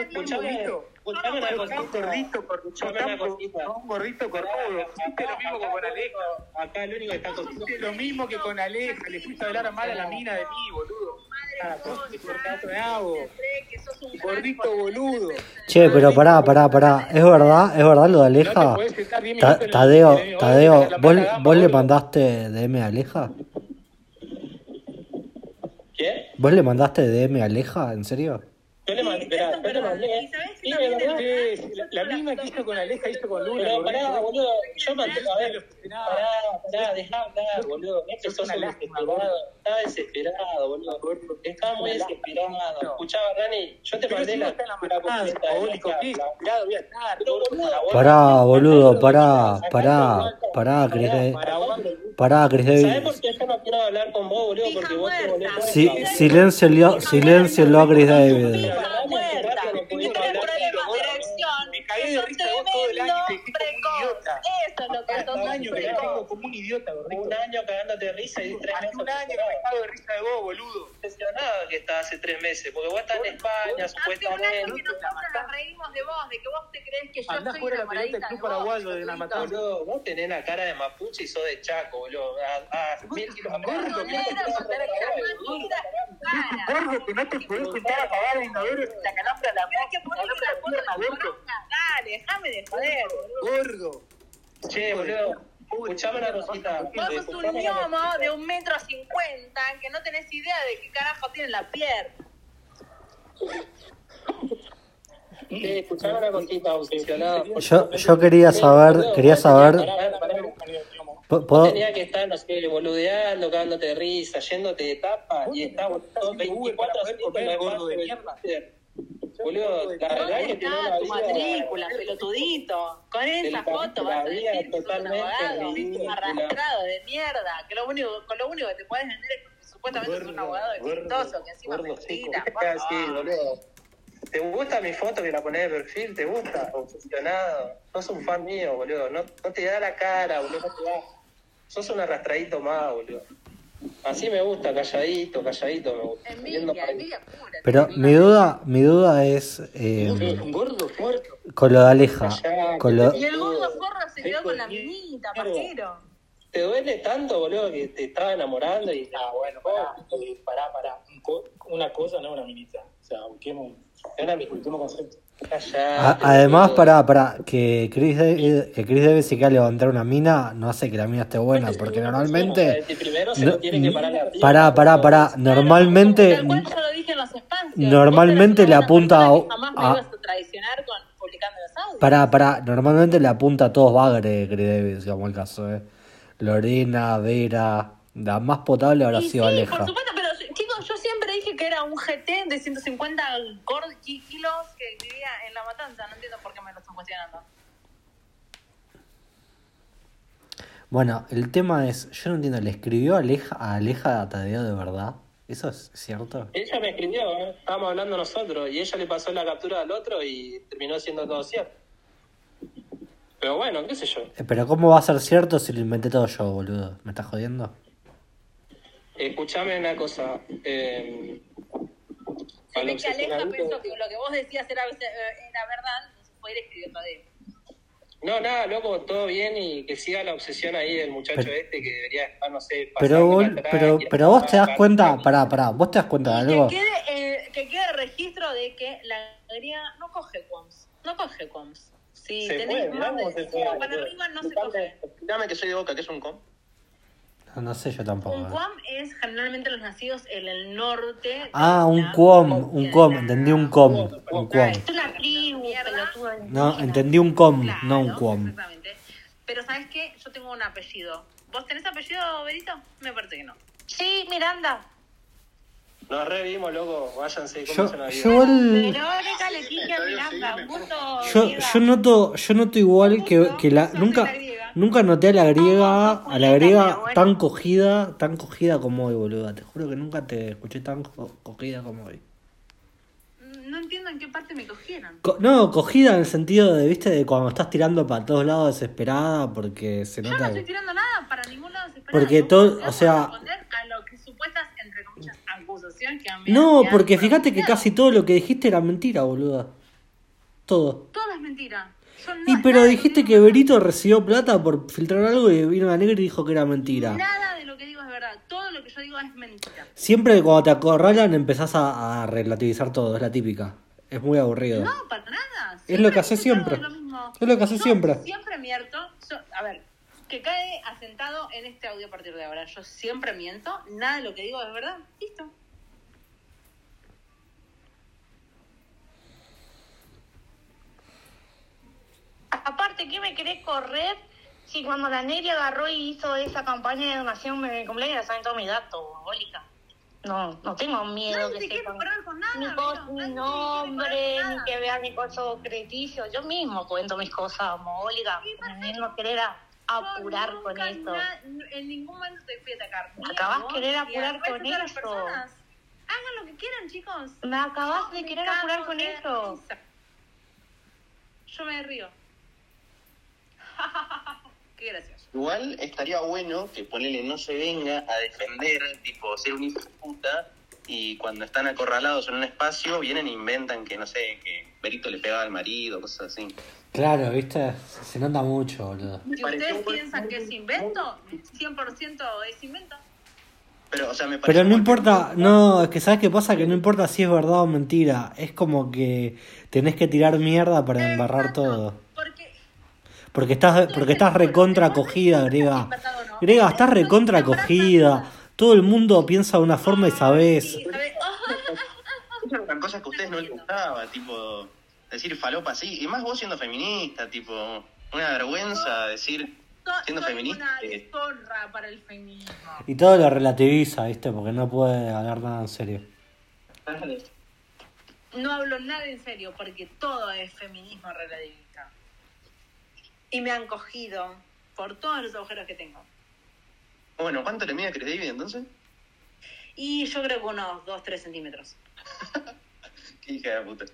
S13: escuchame una cosita.
S8: Escuchame una cosita.
S13: Un gordito cornudo. Hiciste lo mismo que con Aleja.
S8: Acá el único que está cosido.
S13: Hiciste lo mismo que con Aleja. Le fuiste a hablar mal a la mina de mí, boludo. Ah, sos un cortazo de nabo. Gordito boludo.
S5: Che, pero pará, pará, pará. ¿Es verdad? ¿Es verdad lo de Aleja? Ta- Tadeo, Tadeo, ¿vos, vos le mandaste DM a Aleja?
S8: ¿Qué?
S5: ¿Vos le mandaste DM a Aleja? ¿En serio?
S8: Yo le mandé. Esperá, yo le mandé. Sí, ¿verdad?
S13: La misma que hizo con Aleja hizo con Lula.
S8: Pero pará,
S13: boludo.
S8: boludo. Yo mandé. A ver, pará, pará, dejá hablar, boludo. No es que sos un desesperado. Está desesperado, boludo. Está muy desesperado. Escuchaba, Rani, yo te
S13: Pero
S8: mandé
S13: si
S8: la
S13: vos estás en la
S8: la
S13: manada,
S8: cosita,
S13: Paoli,
S8: la-
S13: con qué
S8: la-
S13: desesperado voy a estar, boludo.
S5: Pará, boludo, pará, pará, pará, Chris Davis. Pará, Chris
S8: ¿Sabés
S5: Davis.
S8: por qué yo no quiero hablar con vos, boludo? Porque vos te volvés.
S5: Si, silencio, lio- silencio, lo a Chris David.
S13: Me caí de risa de vos todo el año y te dije como un idiota. Eso es lo que sos. Un año que te tengo como un idiota, gordito.
S8: Un año cagándote de risa y tres meses.
S13: un año que me cago de risa de vos, boludo.
S8: Impresionado que estás hace tres meses, porque vos estás en España,
S6: Hace un año que
S8: supuestamente.
S6: nosotros nos reímos de vos, de que vos te crees que yo
S8: Andás
S6: estoy enamoradita de vos.
S8: de la Boludo, vos tenés la cara de mapuche y sos de Chaco, boludo. A, a mil kilómetros.
S6: No, no, no, yo te la
S13: Gordo, que no te podés sentar a pagar el inodoro si la canasta la
S6: que ponés una foto de la poronga, Dale, déjame de joder, boludo.
S13: Gordo.
S8: Che, boludo, escuchame una cosita.
S6: Vos sos un
S8: Escuchame una
S6: ñomo
S8: cosita.
S6: de un metro cincuenta que no tenés idea de qué carajo tiene la pierna.
S8: Che, escuchame una cosita, obsesionado.
S5: Yo, yo quería saber, quería saber,
S8: Pará, pará.
S5: ¿pu- ¿puedo,
S8: Tenía que estar, no sé, boludeando, cagándote de risa, yéndote de tapa, y está son 24 a 5 en el gordo de mierda. Boludo, la verdad
S9: ¿Dónde
S8: que tiene
S9: está
S8: una
S9: tu
S8: vida...
S9: matrícula, pelotudito? Con esa
S8: El país
S9: foto
S8: la
S9: vas a
S8: vida
S9: decir que sos un
S8: totalmente
S9: abogado,
S8: ridícula.
S9: arrastrado de mierda, que lo único, con lo único que te puedes vender es que supuestamente sos un abogado exitoso, que encima mentira.
S8: Sí, boludo. ¿Te gusta mi foto que la ponés de perfil? ¿Te gusta? Obsesionado. Sos un fan mío, boludo. No, no te da la cara, boludo. No te da. Sos un arrastradito más, boludo. Así me gusta, calladito, calladito me gusta. Yendo para ahí.
S5: pero mi duda, mi duda es eh,
S8: Un gordo fuerte.
S5: con lo de Aleja, con lo,
S6: Y el gordo forro se quedó con la minita, pajero.
S8: Te duele tanto, boludo, que te estaba enamorando y. Ah, bueno,
S6: Oh.
S8: pará, pará, pará.
S13: Una cosa, no una minita. O sea, busquemos un- busquemos concepto.
S5: A- además,
S6: Eh,
S5: para, para que Chris Davis, que Chris Davis se quede a levantar una mina, no hace que la mina esté buena, porque normalmente.
S8: Primero se
S5: no-
S8: lo tiene que parar la
S5: pará, pará, pará. Normalmente,
S6: Tal cual yo lo dije en los espacios. Este
S5: normalmente le apunta a.
S6: Jamás me
S5: a
S6: ibas a traicionar con publicando los audios.
S5: pará, pará. Normalmente le apunta a todos bagre Chris Davis, como el caso, eh. Lorena, Vera. La más potable habrá
S6: Y
S5: sido
S6: sí,
S5: Aleja.
S6: por supuesto, pero chicos, yo siempre dije que era un GT de 150 gord- kilos que vivía en La Matanza. No entiendo por qué me lo están cuestionando.
S2: Ah,
S5: Bueno, el tema es. Yo no entiendo, ¿le escribió Aleja, a Aleja a Tadeo de verdad? ¿Eso es cierto?
S8: Ella me escribió, ¿eh? estábamos hablando nosotros, y ella le pasó la captura al otro y terminó siendo todo cierto. Pero bueno, qué sé yo.
S5: Eh, Pero ¿cómo va a ser cierto si lo inventé todo yo, boludo? ¿Me estás jodiendo?
S8: Escuchame una cosa. Eh,
S6: Se
S8: al
S6: ve que Aleja
S8: obsesionadito-
S6: pensó que lo que vos decías era, eh, era verdad, entonces fue ir escribiendo a él.
S8: No, nada, loco, todo bien y que siga la obsesión ahí del muchacho este que debería estar, no sé,
S5: Pero,
S8: pasándola
S5: bol-
S8: atrás,
S5: pero,
S8: ir a
S5: pero vos te das
S8: trabajar.
S5: cuenta, pará, pará, vos te das cuenta de algo.
S6: Que quede, eh, que quede registro de que la gría no coge coms. No coge coms. Si
S2: Se
S6: tenés
S2: fue, mirá
S6: más de
S2: cómo se fue,
S6: cinco para
S2: boludo.
S6: arriba, no se coge.
S2: Dame que soy de boca, que es un com.
S5: No, no sé yo tampoco.
S6: Un
S5: eh.
S6: cuam es generalmente los nacidos en el norte.
S5: Ah, un cuom, un com, entendí un com, un cuom.
S6: una tribu, pelotuda.
S5: No, entendí un com, no un cuom.
S6: Exactamente. Pero ¿sabes qué? Yo tengo un apellido. ¿Vos tenés apellido, Berito? Me parece que no.
S7: Sí, Miranda.
S8: Nos revimos, loco, váyanse,
S5: Yo-
S8: cómense la vida.
S5: yo el-
S7: Verónica Leticia Miranda. Un gusto.
S5: Yo, yo noto, yo noto igual que, que la, Ah, nunca, Nunca noté a la griega, a la griega tan cogida, tan cogida como hoy, boludo. Te juro que nunca te escuché tan co- cogida como hoy.
S6: No entiendo en qué parte me cogieron.
S5: Co- no, cogida en el sentido de, viste, de cuando estás tirando para todos lados desesperada porque se
S6: Yo
S5: nota
S6: no estoy
S5: que...
S6: tirando nada para ningún lado desesperado.
S5: Porque
S6: ¿no?
S5: todo-
S6: Vamos
S5: o sea-
S6: a responder a lo que supuestas, entre comillas, acusaciones que a mí
S5: No,
S6: me han-
S5: porque fíjate que casi todo lo que dijiste era mentira, boluda. Todo.
S6: Todas mentiras. Yo no,
S5: Y pero dijiste que Berito recibió plata por filtrar algo y vino la negra y dijo que era mentira.
S6: nada de lo que digo es verdad. Todo lo que yo digo es mentira.
S5: Siempre cuando te acorralan empezás a, a relativizar todo, es la típica. Es muy aburrido.
S6: No, para nada.
S5: es lo que hace siempre.
S6: Lo mismo.
S5: Es lo que hace
S6: Yo
S5: siempre.
S6: Siempre miento. so- a ver, que cae asentado en este audio a partir de ahora. Yo siempre miento. Nada de lo que digo es verdad. Listo.
S7: Aparte, ¿qué me querés correr si cuando la Neri agarró y hizo esa campaña de donación en mi cumpleaños, ya saben todos mis datos, bólica? No, no tengo miedo
S6: Nadie
S7: que
S6: te quiere
S7: sepan
S6: parar con nada,
S7: mi,
S6: amigo.
S7: cos-
S6: Nadie
S7: mi
S6: te quiere
S7: nombre,
S6: parar con
S7: ni
S6: nada.
S7: que vean mi coso crediticio. Yo mismo cuento mis cosas, bólica. No querer a- apurar
S6: Yo
S7: con
S6: nunca
S7: esto.
S6: na- en ningún momento te fui a atacar. Ni
S7: Acabás
S6: a vos,
S7: querer
S6: ni a
S7: apurar
S6: después
S7: con
S6: a todas las
S7: esto.
S6: personas. Hagan lo que quieran, chicos.
S7: Me acabas
S6: Yo
S7: de
S6: me
S7: querer
S6: cago
S7: apurar con
S6: de
S7: esto.
S6: risa. Yo me río. Qué gracioso.
S1: Igual estaría bueno que ponele no se venga a defender, tipo, ser un hijo de puta, y cuando están acorralados en un espacio, vienen e inventan que, no sé, que Berito le pegaba al marido, cosas así.
S5: Claro, viste, se se nota mucho, boludo.
S6: Si ustedes piensan que es invento, 100% es invento.
S1: Pero, o sea, me
S5: Pero no importa, no, es que sabes qué pasa, que no importa si es verdad o mentira, es como que tenés que tirar mierda para embarrar todo. Porque estás, porque estás recontra cogida, Grega. Grega, estás recontra cogida. Todo el mundo piensa de
S1: Ah,
S5: una forma y sabes.
S1: eran cosas que a ustedes no les gustaba, tipo, decir falopa así, y más vos siendo feminista, tipo, una vergüenza decir, siendo feminista, que-
S6: Zorra para el feminismo.
S5: Y todo lo relativiza, ¿viste? Porque no puede hablar nada en serio.
S6: No hablo nada en serio porque todo es feminismo relativista. Y me han cogido por todos los agujeros que tengo.
S1: bueno, ¿cuánto le mide a Chris David entonces?
S6: Y yo creo que unos 2-3 centímetros.
S1: Qué hija de puta.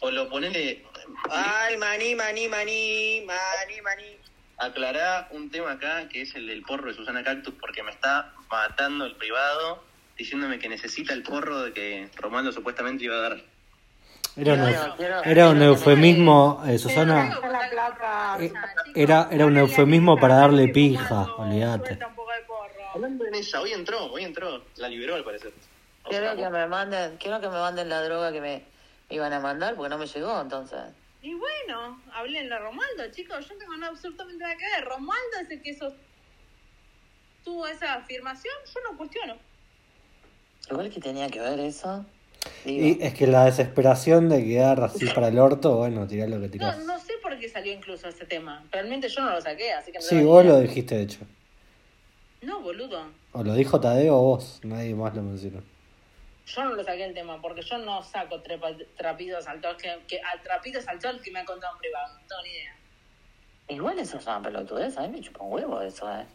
S1: O lo ponele,
S12: Ay, maní, maní, maní, maní, maní.
S1: aclará un tema acá, que es el del porro de Susana Cactus, porque me está matando el privado, diciéndome que necesita el porro de que Romano supuestamente iba a dar.
S5: Era un, era un eufemismo, eh, Susana. Eh,
S7: La placa.
S5: Era, era un eufemismo para darle pija, olvídate.
S1: Hablando en ella, hoy entró, hoy entró, la liberó al parecer.
S9: Quiero que me manden, quiero que me manden la droga que me iban a mandar porque no me llegó entonces.
S6: Y bueno, háblenle a Romaldo, chicos. Yo no tengo nada absolutamente nada que ver. Romaldo es el que sostuvo esa afirmación. Yo no cuestiono.
S9: Igual que tenía que ver eso.
S5: Y es que la desesperación de quedar así para el orto, bueno, tirá lo que
S6: No,
S5: tirás.
S6: no sé por qué salió incluso ese tema. Realmente yo no lo saqué, así que no
S5: Sí,
S6: tengo
S5: vos
S6: ni idea.
S5: lo dijiste, de hecho.
S6: No, boludo.
S5: O lo dijo Tadeo o vos, nadie más lo mencionó.
S6: Yo no lo saqué el tema porque yo no saco trepa- trapitos al sol que, que- a trapitos al sol que me ha contado en privado. No tengo ni idea.
S9: Igual eso es una pelotudez, a mí me chupa un huevo eso, ¿eh?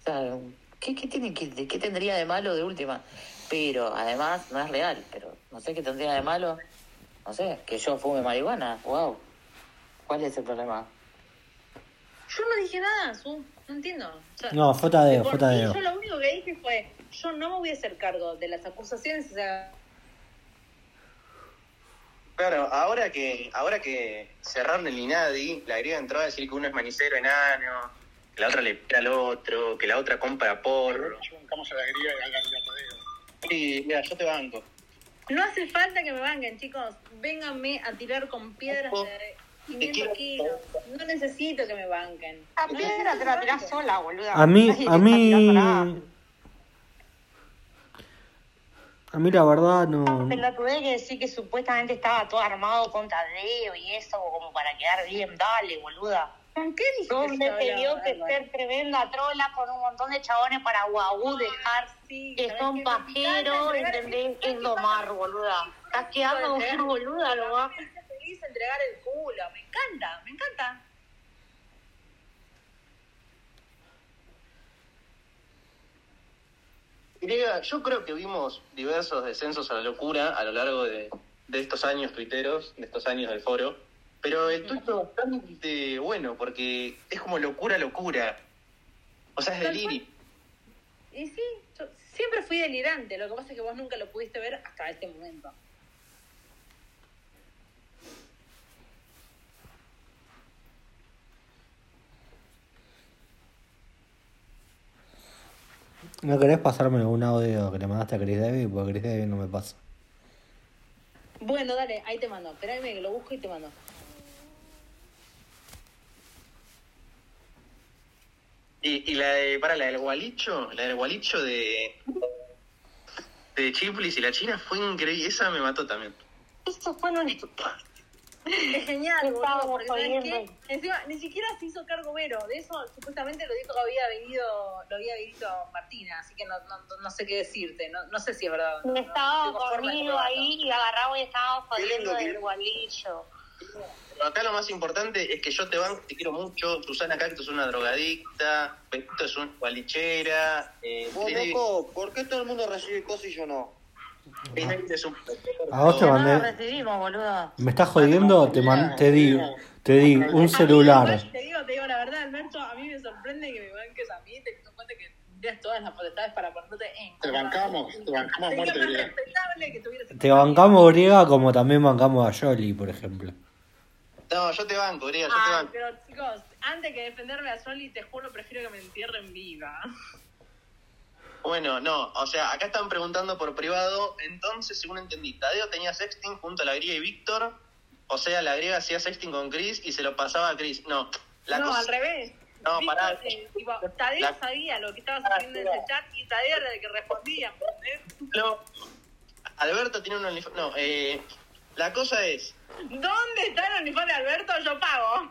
S9: O sea, ¿qué, qué, tiene, que- de qué tendría de malo de última? Pero además no es real, pero no sé qué tendría de malo, no sé, que yo fume marihuana, wow. ¿Cuál es el problema?
S6: Yo no dije nada, Su. No entiendo. O sea,
S5: No, fue Tadeo,
S6: por
S5: fue Tadeo.
S6: mí, Yo lo único que dije fue, yo no me voy a hacer cargo de las acusaciones. O sea,
S1: Claro, ahora que ahora que cerraron el INADI, la griega entró a decir que uno es manicero enano, que la otra le pega al otro, que la otra compra porro.
S4: Vamos a la griega y a la griega todavía.
S1: Sí, mira, yo te banco.
S6: no hace falta que me banquen, chicos. Vénganme a tirar con piedras eh, de 500 kilos. No necesito que me banquen.
S7: A piedra te la tirás sola, boluda.
S5: A mí, a mí. A mí la verdad no.
S7: Ah, Pero tuve que decir que supuestamente estaba todo armado con Tadeo y eso, como para quedar bien, dale, boluda.
S6: ¿Con qué dijiste?
S7: Donde
S6: eso,
S7: te
S6: la
S7: vio que
S6: verdad?
S7: ser tremenda trola con un montón de chabones para guagú dejar que
S6: Ah, ¿sabes
S7: son
S6: qué? Me encanta
S7: pajeros,
S6: entregar-
S7: ¿entendés? Es domar, boluda. Estás quedando como
S6: Entregar-
S7: una boluda, lo va.
S6: Feliz, entregar el culo. Me encanta, me encanta.
S1: Griega, yo creo que vimos diversos descensos a la locura a lo largo de, de estos años tuiteros, de estos años del foro, pero el tuit fue bastante bueno porque es como locura, locura. O sea, es
S6: Tal
S1: delirio.
S6: Y sí, yo siempre fui delirante. Lo que pasa es que vos nunca lo pudiste ver hasta este momento.
S5: ¿No querés pasarme un audio que le mandaste a Chris David? Porque Chris David no me pasa.
S6: Bueno, dale, ahí te mando. Espérame que lo busco y te mando.
S1: Y, y la de, para la del gualicho, la del gualicho de de Chiplis y la China fue increíble, esa me mató también.
S6: Eso fue una Es genial, boludo, porque ¿sabes qué? Encima, ni siquiera se hizo cargo Vero. De eso, supuestamente lo dijo que había venido, lo había venido Martina, así que no, no, no sé qué decirte. No, no sé si es verdad. o no.
S7: Me estaba
S6: Tengo forma de
S7: conmigo
S6: probarlo.
S7: ahí y agarraba y estaba jodiendo
S1: lindo que
S7: del
S1: era.
S7: gualillo.
S1: Pero acá lo más importante es que yo te banco, te quiero mucho, Susana Cactus es una drogadicta, Betito es una gualichera, eh,
S12: Vos,
S1: Lili-
S12: loco, ¿por qué todo el mundo recibe cosas y yo no?
S1: Lili Este es un-
S5: A vos te mandé-
S9: recibimos, boludo.
S5: ¿Me estás jodiendo? Te, man- te di, te di un celular.
S6: Te digo, te digo la verdad, Alberto, a mí me sorprende que me banques a mí, teniendo en cuenta que tienes todas las potestades para ponerte en.
S14: Te bancamos, te bancamos a
S6: Sería
S14: muerte,
S6: más
S14: Griega.
S6: respetable que tuvieras.
S5: Te bancamos Griega como también bancamos a Jolly, por ejemplo.
S1: No, yo te banco, Griega, yo te
S6: Ah,
S1: banco.
S6: pero chicos, antes que defenderme a Soli, te juro, prefiero que me entierren viva.
S1: Bueno, no, o sea, acá están preguntando por privado, entonces según entendí, Tadeo tenía sexting junto a la griega y Víctor, o sea, la griega hacía sexting con Chris y se lo pasaba a Chris. No, la
S6: no,
S1: cosa-
S6: al revés.
S1: No,
S6: Viste,
S1: pará.
S6: eh, tipo, Tadeo
S1: La-
S6: sabía lo que estaba sucediendo en ese chat y Tadeo era el que respondía. ¿entendés?
S1: No. Alberto tiene un OnlyFans. No, eh, la cosa es,
S6: ¿Dónde está el OnlyFans de Alberto? Yo pago.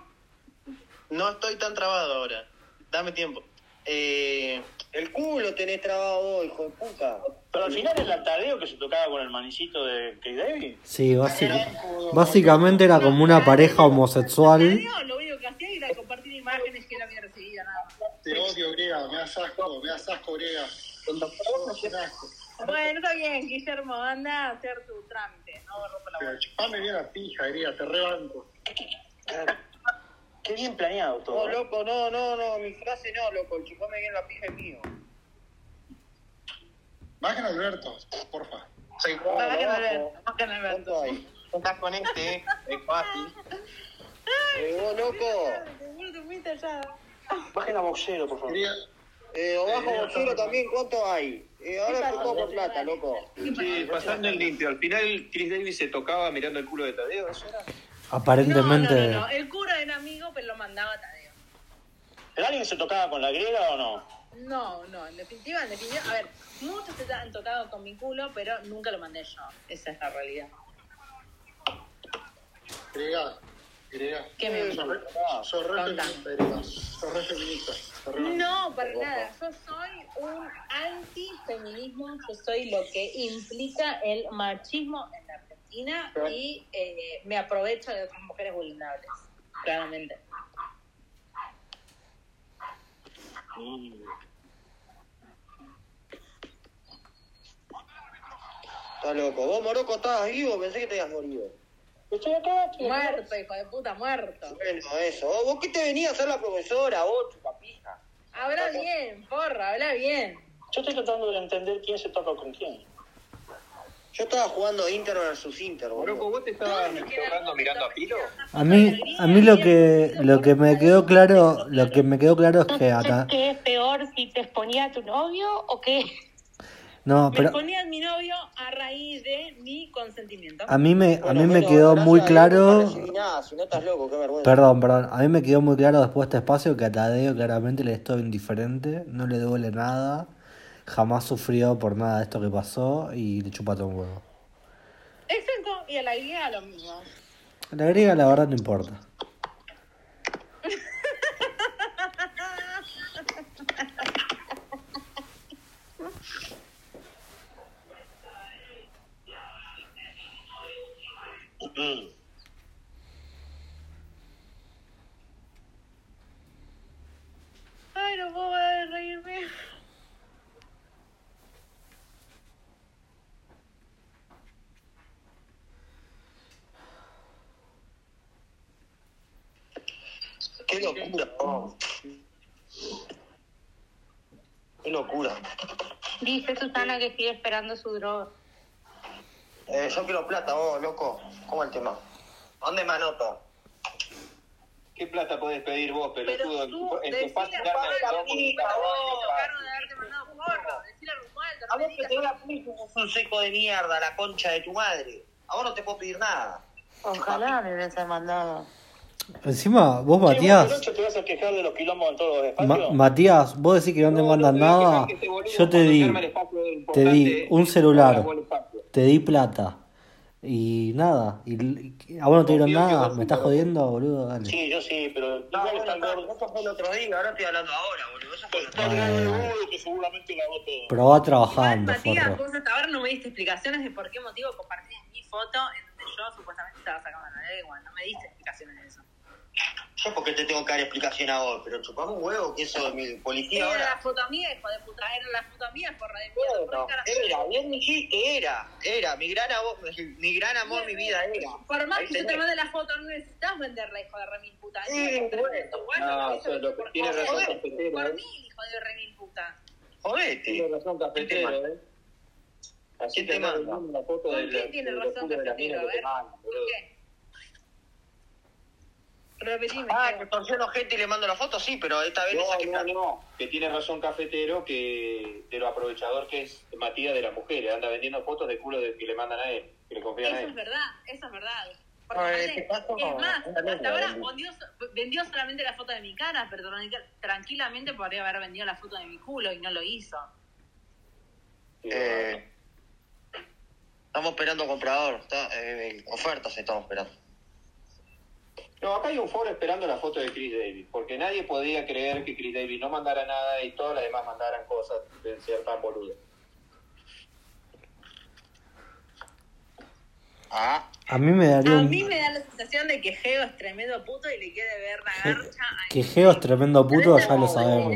S1: no estoy tan trabado ahora. Dame tiempo. Eh,
S12: El culo tenés trabado vos, hijo de puta.
S4: Pero al final el altadeo que se tocaba con el manicito de Key Davis.
S5: Sí, básica- básicamente era como una pareja homosexual.
S6: Tadeo lo único que hacía era compartir imágenes que él había recibido, nada más.
S14: Te odio, Griega, me das asco, me das asco, Griega. Sos un asco.
S6: Bueno, está bien, Guillermo, anda a hacer tu trámite. No rompa la
S14: Pero chupame bien la pija, Griega, te rebanco.
S4: Qué bien planeado
S6: eh.
S12: No, loco, no, no, no, mi frase no, loco, el chupame bien la pija es mío.
S14: Bajen a Alberto, porfa.
S1: soy
S6: Bajen a Alberto, bajen a Alberto.
S1: Estás con este, eh, es
S4: Ah.
S1: fácil.
S12: Eh,
S1: Oh,
S12: vos, loco.
S6: Seguro te fuiste allá.
S4: Bajen a boxero, por favor.
S12: Eh, o bajo bolsero también, ¿cuánto hay? Eh, ahora
S6: pasa?
S12: te por plata, loco.
S15: Che, pasando el limpio, al final Chris Davis se tocaba mirando el culo de Tadeo, ¿eso era?
S5: Aparentemente.
S6: No, no, no, el cura era amigo, pero lo mandaba a Tadeo.
S4: ¿El alguien se tocaba con la griega o no?
S6: No, no, en definitiva, en definitiva, a ver, muchos te han tocado con mi culo, pero nunca lo mandé yo. Esa es la realidad.
S14: Griega, Griega.
S6: ¿Qué me-
S14: Sos re- Sos re feminista, Griega. Sos re feminista. sos re-
S6: No, para nada. Yo soy un antifeminismo, yo soy lo que implica el machismo en la Argentina y eh, me aprovecho de otras mujeres vulnerables, claramente.
S12: Está loco. Vos, Moroco, estabas vivo, pensé que te habías morido.
S6: Estoy acá, muerto, hijo de puta, muerto.
S12: Bueno, eso. Vos, ¿vos qué te venías a hacer la profesora, vos, chupapija?
S6: Habla bien, porra, habla bien.
S4: Yo estoy tratando de entender quién se toca con quién.
S12: Yo estaba jugando Inter versus Inter,
S15: Loco,
S12: boludo.
S15: ¿vos te estabas tocando mirando a Pilo?
S5: A mí, a mí lo que lo que me quedó claro, lo que me quedó claro es que acá
S7: ¿Qué es peor si te exponía a tu novio o qué?
S5: no,
S6: Me
S5: pero
S6: ponía a mi novio a raíz de mi consentimiento.
S5: a mí me a mí me
S12: Bueno,
S5: quedó
S12: gracias
S5: muy
S12: a Dios No
S5: claro,
S12: recibí nada, si no estás loco, qué vergüenza.
S5: perdón, perdón, a mí me quedó muy claro después de este espacio que a Tadeo claramente le estoy indiferente, no le duele nada, jamás sufrió por nada de esto que pasó y le chupa todo un huevo.
S6: Exacto, y a la idea lo mismo.
S5: La griega la verdad no importa.
S12: Qué locura, oh. Qué locura.
S7: Dice Susana que sigue esperando su droga.
S12: Eh, yo quiero plata, vos, loco. ¿Cómo es el tema? ¿Dónde me anoto?
S8: ¿Qué plata podés pedir vos, pelotudo? En tu- en tu paz
S16: decile a
S8: carne de
S16: Pablo,
S8: loco,
S16: amiga,
S8: puta
S16: vos.
S8: madre.
S12: A vos que te voy a pedir como un seco de mierda, la concha de tu madre. A vos no te puedo pedir nada.
S17: Ojalá me hubiese mandado.
S5: Encima, vos, Matías,
S4: te vas a quejar de los quilombos en todos los
S5: Ma- Matías, vos decís que no te mandan nada. Yo te di, te di un celular, te di plata y nada. Y y- a vos no te dieron nada. ¿Me estás jodiendo, boludo? Dale.
S12: Sí, yo sí, pero. No, bueno, eso fue el otro día, ahora estoy hablando ahora, boludo. Eso fue el otro
S5: Bueno.
S12: día, que seguramente la voto.
S5: Probá trabajando,
S6: Matías,
S5: forro.
S6: vos hasta ahora no me diste explicaciones de por qué motivo compartís mi foto en donde yo supuestamente estaba sacando la lengua. No me diste explicaciones de eso.
S12: Yo porque te tengo que dar explicación a vos, pero chupamos un huevo que eso de mi policía
S6: Era
S12: ahora.
S6: la foto mía, hijo de puta. Era la foto mía, porra de
S12: Bueno,
S6: mierda.
S12: era, bien dijiste, era, era, mi gran, abo- mi gran amor, mi vida era.
S6: eh. Por más
S12: Ahí
S6: que yo te
S12: tenés.
S6: mande la foto, no necesitas venderla, hijo de remil puta.
S12: Sí,
S6: Yo te
S12: bueno.
S6: vendo, guacho,
S12: No,
S6: eso
S12: eso es lo que
S6: por-
S12: tiene
S6: por-
S12: razón,
S6: por-
S12: cafetero, eh.
S6: Por mí, hijo de remil puta.
S12: Jodete.
S8: Tiene razón, cafetero, ¿eh? Así te mando una foto
S6: ¿Por
S8: de
S6: qué
S8: la-
S6: tiene
S8: de la
S6: razón
S8: culo de la mina
S6: cafetero? A
S8: que te
S6: ver,
S8: mando.
S6: ¿por qué? Repetime.
S12: Ah, que torsiono gente y le mando la foto, sí, pero esta vez esa que
S8: No, no, no, que tiene razón cafetero que de lo aprovechador que es Matías de las mujeres, anda vendiendo fotos de culo de que le mandan a él, que le confían a
S6: Eso es
S8: él.
S6: verdad, eso es verdad. Porque,
S8: No, en
S6: aparte,
S8: este caso,
S6: es más,
S8: una
S6: hasta
S8: lengua,
S6: ahora
S8: boludo.
S6: vendió, vendió solamente la foto de mi cara, pero tranqui- tranquilamente podría haber vendido la foto de mi culo y no lo hizo.
S12: Eh, estamos esperando comprador, está, eh, ofertas estamos esperando.
S8: No, acá hay un foro esperando la foto de Chris Davis, porque nadie podía creer que Chris Davis no mandara nada y todas las demás mandaran cosas de ser tan boludas.
S12: Ah,
S5: A mí me daría
S6: A
S5: un.
S6: mí me da la sensación de que Geo es tremendo puto y le quiere ver la garcha a
S5: Que Geo es tremendo puto, ya
S6: ¿eh?
S5: lo sabemos.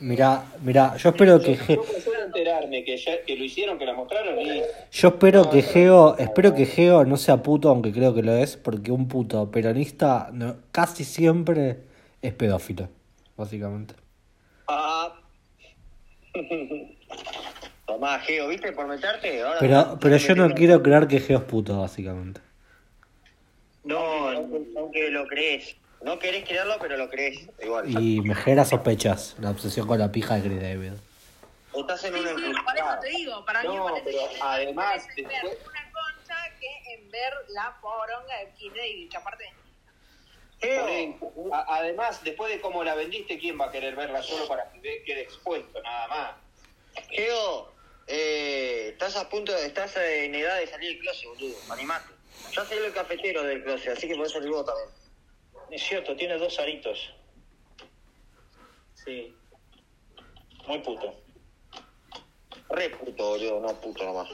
S5: Mirá, mirá, yo espero que Geo.
S8: Yo por solo enterarme que, ya, que lo hicieron, que la mostraron y...
S5: Yo espero que Geo, espero que Geo no sea puto, aunque creo que lo es, porque un puto peronista no- casi siempre es pedófilo, básicamente.
S12: Ah. Tomá, Geo, ¿viste? Por meterte. Ahora
S5: Pero, pero yo no quiero creer que Geo es puto, básicamente.
S12: No, aunque lo crees. No querés creerlo, pero lo crees. Igual.
S5: Y me genera sospechas la obsesión con la pija de Chris David.
S12: Estás en una
S6: Por eso te digo, para mí
S8: No,
S6: parece
S8: pero
S6: que
S8: además,
S6: en ver una concha que en ver la poronga de Keith David, que aparte
S8: Ponen- a- además, después de cómo la vendiste, ¿quién va a querer verla solo para que quede expuesto, nada más?
S12: Geo, eh, estás a punto de. Estás en edad de salir del closet, boludo. Animate. Yo soy el cafetero del closet, así que podés salir vos también.
S4: Es cierto, tiene dos aritos.
S8: Sí.
S4: Muy puto.
S12: Re puto, boludo, no puto nomás.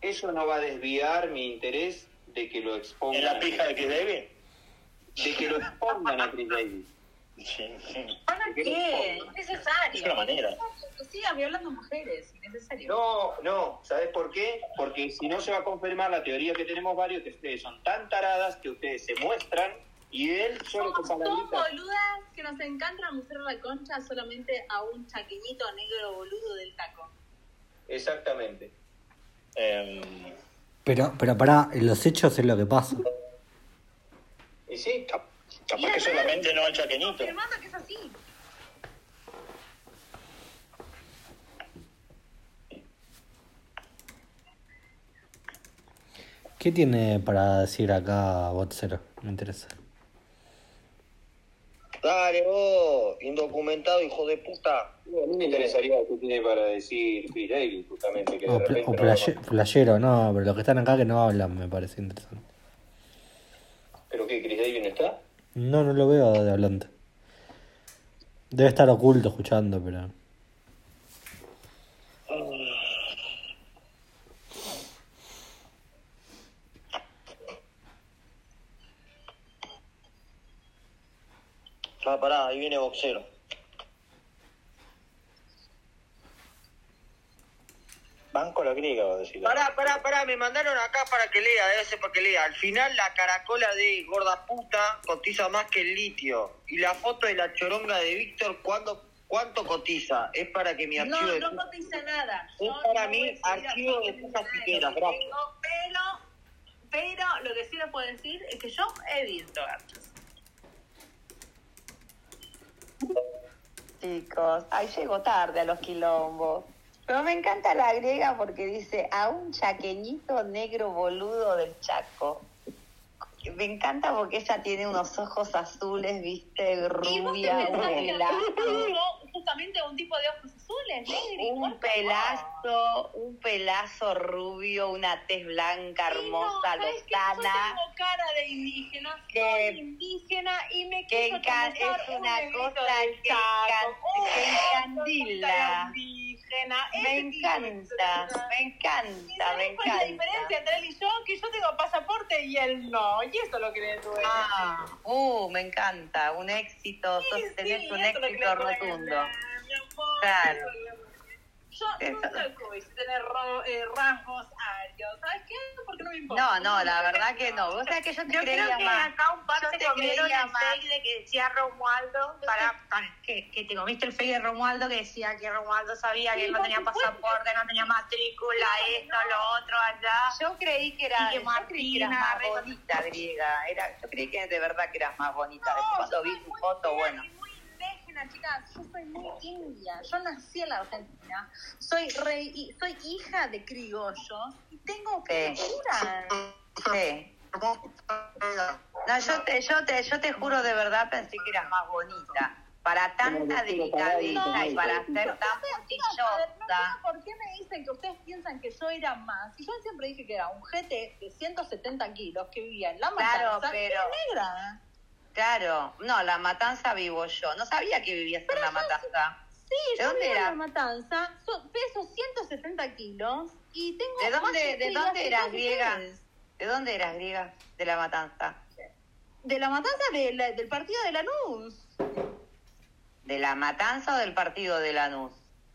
S8: Eso no va a desviar mi interés de que lo expongan.
S4: ¿En la pija de Chris Davis?
S8: De que lo expongan a Chris Davis.
S6: ¿Para qué? Es necesario.
S8: Es una manera.
S6: Que siga violando mujeres, innecesario.
S8: No, no, ¿sabes por qué? Porque si no se va a confirmar la teoría que tenemos varios, que ustedes son tan taradas que ustedes se muestran y él solo con
S6: Son
S8: palabritas.
S6: boludas que nos encanta mostrar la concha solamente a un chaqueñito negro boludo del taco.
S8: Exactamente.
S4: Em,
S5: Pero, pero pará, en los hechos es lo que pasa.
S8: y sí, cap-
S4: capaz que solamente no echa que ni.
S6: Confirmando que es así.
S5: ¿Qué tiene para decir acá Botzero? Me interesa.
S12: Dale, vos, indocumentado, hijo de puta.
S8: A mí me interesaría lo que tiene para decir Chris Davis, justamente, que
S5: O,
S8: de
S5: Ah, pla-
S8: repente
S5: o
S8: no
S5: playe- playero, no, pero los que están acá que no hablan me parece interesante.
S8: ¿Pero qué, Chris Davis no está?
S5: No, no lo veo de hablante. Debe estar oculto escuchando, pero.
S12: Ah. Ah, pará, ahí viene boxero.
S8: Banco la griega, vos decís.
S12: Pará, pará, pará, me mandaron acá para que lea, debe ser para que lea. Al final la caracola de gorda puta cotiza más que el litio. Y la foto de la choronga de Víctor, ¿cuándo, ¿cuánto cotiza? Es para que mi
S6: No,
S12: archivo de...
S6: no cotiza nada.
S12: Es
S6: Yo
S12: para
S6: no
S12: mí
S6: voy a decir
S12: archivo de
S6: absolutamente
S12: putas
S6: nada lo
S12: piqueras,
S6: que
S12: gracias.
S6: tengo, Pero, pero lo que sí le puedo decir es que yo he visto gachos.
S18: Chicos, ahí llego tarde a los quilombos. Pero me encanta la griega porque dice a un chaqueñito negro boludo del Chaco. Me encanta porque ella tiene unos ojos azules, viste,
S6: Y vos te
S18: rubia, un
S6: pensás que la
S18: pelazo,
S6: tengo justamente un tipo de ojos azules, negri,
S18: un pelazo, un pelazo rubio, una tez blanca, hermosa,
S6: Yo
S18: lozana.
S6: tengo cara de indígena,
S18: Que-
S6: soy indígena y me
S18: que
S6: quiso
S18: enca-
S6: transar
S18: es
S6: un
S18: una
S6: negrito
S18: cosa
S6: del
S18: que
S6: Chaco.
S18: encan- que
S6: Oh,
S18: encandila.
S6: indígena,
S18: Me
S6: ese tipo de
S18: encanta,
S6: persona.
S18: me
S6: ¿Y
S18: encanta,
S6: sabés
S18: me
S6: cuál es la
S18: encanta.
S6: diferencia entre él y yo? Que yo tengo pasaporte y él no. Y eso es lo que le duele.
S18: Ah, uh, me encanta, un éxito, sos- tenés un
S6: eso es lo que
S18: éxito
S6: le duele,
S18: rotundo.
S6: mi amor.
S18: Claro.
S6: Yo no soy como si tener ro- eh, rasgos arios. ¿Sabes qué? Porque no me importa.
S18: No, no, la verdad que no. O sea que yo te creía
S7: creo que
S18: más.
S7: acá un par
S18: Yo
S7: se
S18: te
S7: comieron
S18: creía
S7: el
S18: más.
S7: fake de que decía Romualdo, para, para, que, que te comiste el fake de Romualdo que decía que Romualdo sabía
S18: Sí,
S7: que él no
S18: por
S7: tenía
S18: supuesto.
S7: pasaporte, no tenía matrícula,
S18: No,
S7: esto, lo otro, allá.
S18: Yo creí que era,
S7: Y que
S18: yo creí que eras
S7: Martina,
S18: más
S7: re-
S18: bonita griega. Era, yo creí que de verdad que eras más bonita. Después cuando vi tu foto, bueno.
S6: indígena, chicas. Yo soy muy india. Yo nací en la Argentina. Soy rey, y- soy hija de criollos y tengo
S18: Sí.
S6: cultura.
S18: Sí. No, yo te, yo te, yo te juro de verdad pensé que eras más bonita. Para tanta delicadeza y para ser tan puntillosa.
S6: ¿Por qué me dicen que ustedes piensan que yo era más? Y yo siempre dije que era un jete de 170 kilos que vivía en la
S18: Claro,
S6: matanza que
S18: pero-
S6: era negra.
S18: Claro, no, la matanza vivo yo. No sabía que vivías en la matanza.
S6: Sí,
S18: ¿De
S6: yo
S18: dónde
S6: vivo en
S18: era?
S6: la matanza, so- peso 170 kilos y tengo
S18: ¿De
S6: más
S18: dónde, de
S6: estrellas
S18: dónde
S6: que
S18: eras
S6: todos
S18: griega?
S6: ustedes.
S18: ¿De dónde eras griega? De la matanza.
S6: De la matanza de la- del partido de Lanús.
S18: ¿De la matanza o del partido de Lanús?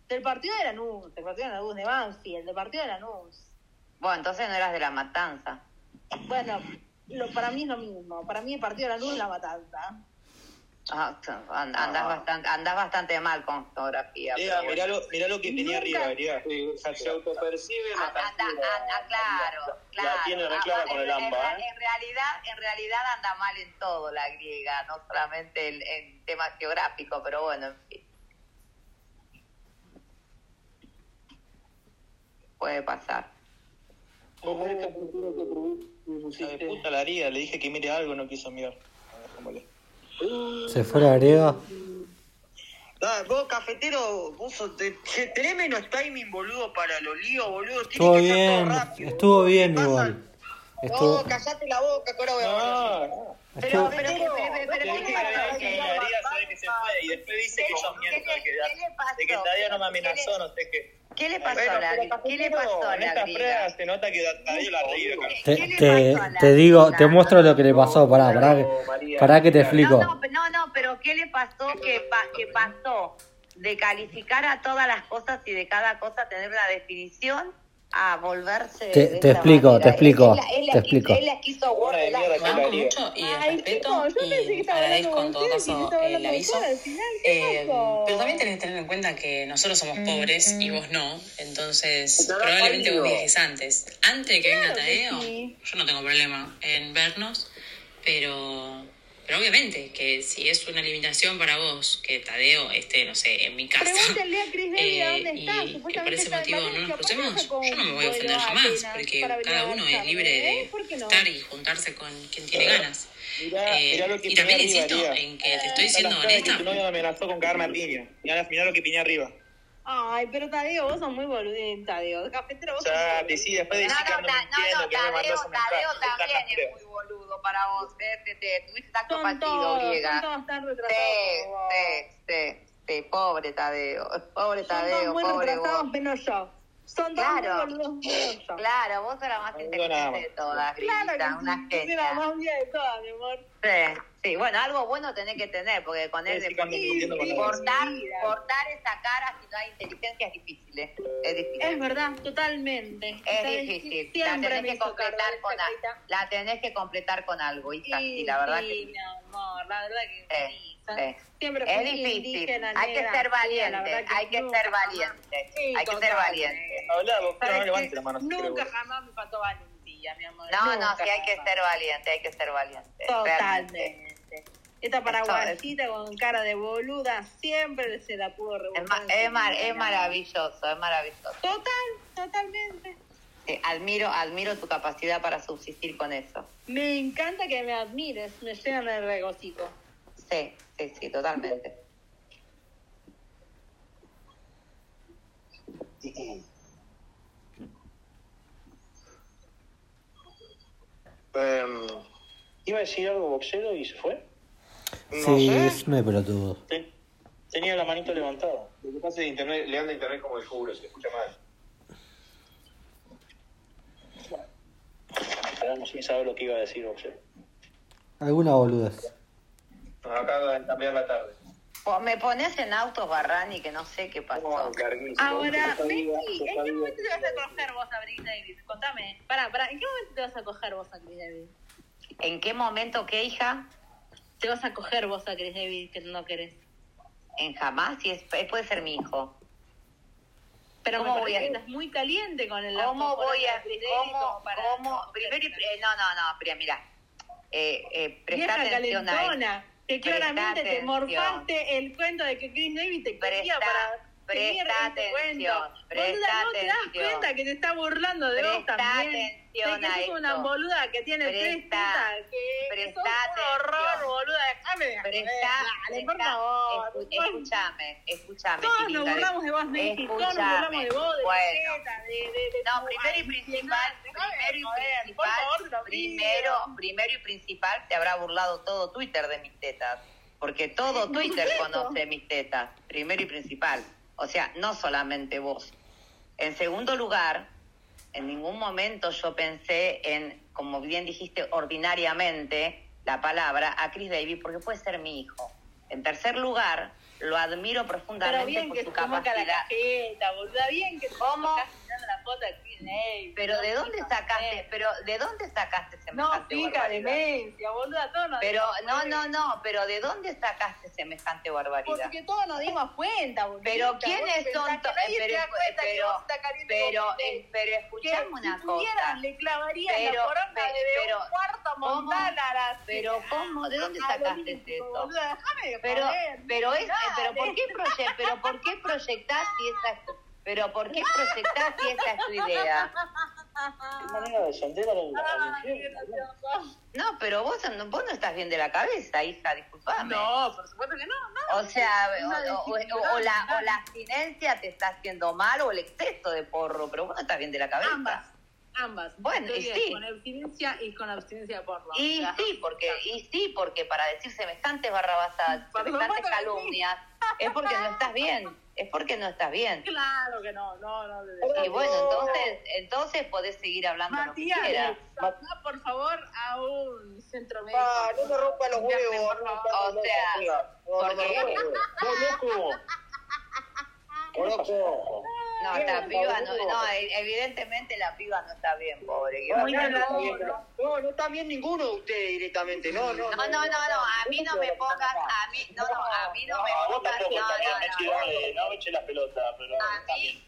S6: Del partido de Lanús, del partido de Lanús, de Banfield, del partido de Lanús.
S18: Bueno, entonces no eras de la matanza.
S6: Bueno, lo, para mí es lo mismo. Para mí el partido de Lanús es la matanza.
S18: Ah, t- an- andás, bastante, andás bastante mal con fotografía.
S8: Mira, mirá lo, mirá lo que tenía
S18: Nunca-
S8: arriba, mirá. Se autopercibe
S18: Ah, anda, anda, claro, claro.
S8: La tiene
S18: Ah,
S8: reclara
S18: en-
S8: con el
S18: en
S8: AMBA, ¿eh?
S18: re- En, realidad, en realidad anda mal en todo la griega, no solamente en, en temas geográficos, pero bueno, en fin. Puede pasar.
S8: De puta la haría, le dije que mire algo, no quiso mirar. A ver cómo le-
S5: ¿Se fue la griega?
S12: Ah, vos, cafetero, vos sos- te- che, tenés menos timing, boludo, para los líos, boludo. Tiene
S5: Estuvo
S12: que ser todo
S5: bien,
S12: rápido.
S5: estuvo bien igual. Estuvo,
S12: No, callate la boca, que ahora
S19: Ah.
S12: voy a hablar.
S5: estuvo-
S8: Y después dice que yo miento, de que, de que Tadeo no me amenazó, no sé qué.
S18: ¿Qué le
S8: Bueno,
S18: pasó a la
S8: pero
S18: griega? ¿Qué le pasó a la
S8: En esta
S18: griega?
S8: prueba se nota que Tadeo la ha reído.
S5: te, te- te digo, te muestro lo que le pasó, pará, pará, que- pará que te explico.
S18: No, no, no, pero ¿qué le pasó que, pa- que pasó de calificar a todas las cosas y de cada cosa tener una definición a volverse...
S5: Te-
S18: de
S5: te
S18: esa
S5: explico,
S18: manera?
S5: te explico,
S18: Él- él- él
S5: te
S18: la-
S5: explico.
S18: Él la quiso guardar.
S9: banco mucho y el respeto y agradezco en todo caso el aviso. Eh, pero también tenés que tener en cuenta que nosotros somos pobres y vos no, entonces
S20: Claro,
S9: probablemente vos
S20: obvio.
S9: viajes antes. Antes de que venga
S20: Claro que
S9: Tadeo,
S20: sí.
S9: yo no tengo problema en vernos, pero, pero obviamente que si es una limitación para vos que Eh, Tadeo esté, no sé, en mi casa.
S6: Pregúntale a Cris Debbia
S9: eh,
S6: dónde está.
S9: y que por
S6: Supuestamente
S9: ese
S6: está en
S9: motivo no nos
S6: Valencia. ¿Por qué
S9: crucemos,
S6: con
S9: yo no me voy a
S6: vuelo
S9: ofender
S6: a
S9: jamás,
S6: Atenas
S9: porque
S6: para venir
S9: cada
S6: a
S9: uno es
S6: Avanzar,
S9: libre
S6: eh?
S9: de
S6: ¿Por qué no?
S9: estar y juntarse con quien tiene ganas.
S8: Mirá,
S9: Eh,
S8: mirá lo
S9: y
S8: que Piña
S9: también
S8: arriba,
S9: insisto
S8: haría.
S9: en que te estoy
S8: Mirá
S9: siendo
S8: las caras que
S9: honesta.
S8: Tu novio me amenazó con cagarme a piña. Mirá, mirá lo que piña arriba.
S6: Ay, pero Tadeo, vos sos muy boludenta, Tadeo. Cafetero, vos
S19: Ah,
S8: Ya, decí, después decí que ando mintiendo, que me mandó un mensaje.
S18: Tadeo también es muy boludo para vos. eh, Te, te, tuviste tanto partido, griega. Sí, sí, sí, sí, pobre Tadeo. Pobre Tadeo,
S6: Son todos muy
S18: pobre
S6: retrasados
S18: vos.
S6: menos yo. Son todos
S18: Claro,
S6: muy boludos menos yo.
S18: claro, vos eras más
S6: nada
S18: inteligente de
S6: más.
S18: todas,
S6: Claro
S18: Grillita,
S6: que
S18: una
S6: sí, yo soy
S18: genia.
S6: la más mía de todas, mi amor.
S18: Sí, Sí, bueno, algo bueno tenés que tener, porque con
S7: Sí,
S18: él
S7: sí,
S18: de-
S7: cuando entiendo cuando
S18: cortar, cortar esa cara si no hay inteligencia es difícil, ¿eh? Es difícil.
S6: Es verdad, totalmente.
S18: Es
S6: ¿Sabes?
S18: difícil.
S6: Siempre
S18: la tenés
S6: me
S18: que
S6: hizo
S18: completar con algo. La tenés que completar con algo, hija. Y, la verdad que
S6: sí, mi amor, la verdad que
S18: sí, sí.
S6: Siempre
S18: es
S6: fui
S18: difícil.
S6: indígena,
S18: Hay que
S6: negra,
S18: ser
S6: sí, la
S18: valiente.
S6: verdad que
S18: Hay que ser valiente.
S6: Sí,
S18: Hay que ser
S6: total.
S18: valiente.
S7: Hablamos,
S6: ¿Sabes
S7: no,
S6: qué?
S7: levante la mano. si quiere,
S6: Nunca
S7: boludo.
S6: jamás me faltó valentía, mi amor.
S18: No, no,
S6: nunca
S18: sí hay que
S6: jamás.
S18: ser valiente, hay que ser valiente.
S6: Totalmente. Esta paraguayita con cara de boluda siempre se la pudo revolver.
S18: Es, ma- es mar- es maravilloso, es maravilloso.
S6: Total, totalmente.
S18: Sí, admiro, admiro tu capacidad para subsistir con eso.
S6: Me encanta que me admires, me llenan el regocijo.
S18: Sí, sí, sí, totalmente.
S4: Em, iba a decir algo boxero y se fue.
S5: Sí, es un pelotudo.
S4: Tenía la manito levantada.
S8: Lo que pasa es que internet, le anda internet como el culo, se escucha mal.
S4: Quedamos sin saber lo que iba a decir boxero.
S5: Alguna boludez.
S8: Nos acaba de cambiar la tarde.
S18: Po- Me pones en autos Barrani que no sé qué pasó.
S6: Ahora, Messi, ¿en qué momento te vas a coger vos a Brick Davis? Contame. Pará, pará, ¿en qué momento te vas a coger vos a Chris Davis?
S18: ¿En qué momento qué, hija?
S6: Te vas a coger vos a Chris Davis que no querés.
S18: En jamás, si es, eh, puede ser mi hijo.
S6: Pero me
S18: ¿Cómo voy
S6: parece
S18: a-
S6: que estás muy caliente con el
S18: ¿Cómo
S6: laptop
S18: voy a.?
S6: de Chris Davis
S18: ¿Cómo?
S6: como para-
S18: cómo- primero y pri- eh, No, no, no, Priya, mira. Eh, eh, presta
S6: Vieja
S18: atención a
S6: calentona,
S18: esto.
S6: que claramente
S18: Presta
S6: te
S18: atención.
S6: morfaste el cuento de que Chris Davis te quería
S18: Presta-
S6: para tener
S18: presta
S6: este
S18: atención,
S6: cuento.
S18: presta
S6: Boluda, no te das
S18: atención.
S6: cuenta que te está burlando de vos
S18: Presta
S6: también.
S18: atención
S6: de
S18: a
S6: que sos una
S18: esto.
S6: boluda que tiene tres
S18: Presta-
S6: tetas, que, que
S18: presta
S6: sos un horror,
S18: atención.
S6: boluda, déjame de joder,
S18: Presta-
S6: dale, por
S18: presta-
S6: favor.
S18: escu- Escúchame, escúchame.
S6: Todos nos
S18: Tilita,
S6: burlamos de vos, Messi, todos nos
S18: escúchame.
S6: burlamos de vos, de
S18: Bueno.
S6: tu teta, de, de, de
S18: No,
S6: tu-
S18: primero y
S6: ay,
S18: principal,
S6: déjame de
S18: primero y
S6: joder, por
S18: principal,
S6: favor, te lo pido.
S18: primero, primero y principal, se habrá burlado todo Twitter de mis tetas, porque todo
S6: Por
S18: Twitter
S6: supuesto.
S18: conoce mis tetas, primero y principal, o sea, no solamente vos. En segundo lugar, en ningún momento yo pensé en, como bien dijiste ordinariamente, la palabra a Chris Davis, porque puede ser mi hijo. En tercer lugar, lo admiro
S6: Pero
S18: profundamente
S6: bien
S18: por
S6: que
S18: su
S6: se saca la
S18: capacidad.
S6: cajeta, boluda, bien que te
S18: ¿Cómo?
S6: estás mirando la foto de Chris Davis,
S18: Pero
S6: no
S18: ¿de dónde
S6: fijas,
S18: sacaste? Pero ¿de dónde sacaste
S6: No,
S18: semejante
S6: pica
S18: barbaridad?
S6: demencia, boluda, todos nos
S18: Pero
S6: dimos
S18: no,
S6: cuenta.
S18: no, no, pero ¿de dónde sacaste semejante barbaridad?
S6: Porque todos nos dimos cuenta, boluda.
S18: Pero quiénes
S6: Vos
S18: son
S6: pensás que
S18: to-
S6: nadie se
S18: pero-
S6: da cuenta que
S18: pero-
S6: vos estás caliente
S18: pero-
S6: con Chris
S18: eh, pero
S6: Davis.
S18: escuchame
S6: Que
S18: una
S6: si tuvieras,
S18: cosa.
S6: le clavarías
S18: Pero-
S6: la corona
S18: pe-
S6: de
S18: pero-
S6: un cuarto
S18: ¿cómo?
S6: montana a la-
S18: Pero ¿cómo? ¿De dónde
S6: a lo
S18: sacaste
S6: olímpico,
S18: eso?
S6: boluda, déjame de
S18: Pero,
S6: joder,
S18: pero es, eh, pero
S6: dale.
S18: ¿por qué proye- pero por qué proyectás si esa es tu- pero por qué proyectás si esa es tu idea?
S4: Qué manera de descender a la
S6: Ay,
S18: No, pero vos, no- vos no estás bien de la cabeza, hija, disculpame.
S6: No, por supuesto que no, no.
S18: O sea,
S6: Es
S18: o,
S6: una
S18: o- o-
S6: dificultad,
S18: o la, o
S6: claro.
S18: la abstinencia te está haciendo mal o el exceso de porro, pero vos no estás bien de la cabeza.
S6: Ambas, ambas.
S18: Bueno,
S6: Estoy
S18: y
S6: bien,
S18: sí.
S6: Con abstinencia y con abstinencia de porro.
S18: Y
S6: Las
S18: sí, porque, y sí, porque para decir semejantes barrabasadas,
S6: Por supuesto
S18: semejantes
S6: que sí.
S18: calumnias, es porque no estás bien, es porque no estás bien.
S6: Claro que no, no, no. de-
S18: Y bueno, entonces, entonces podés seguir hablando lo que
S6: Matías,
S18: quieras.
S6: mandá, por favor a un centro médico.
S12: Ah, no me rompa los huevos. no me rompa los
S18: O sea,
S12: huevos.
S18: porque-
S12: loco.
S18: No, la piba no, no, e- evidentemente la piba no está bien, pobre. que va a
S12: No,
S18: tener
S12: no,
S18: un-
S12: no, no, no está bien ninguno de ustedes directamente. No, no,
S18: No, no, no, no, a mí no me pongas, a mí, no, no, a mí no me
S4: vos
S18: pongas,
S4: tampoco,
S18: no,
S4: está bien,
S18: no,
S4: Mechi,
S18: no.
S4: dale, no eche la pelota, pero
S18: A mí,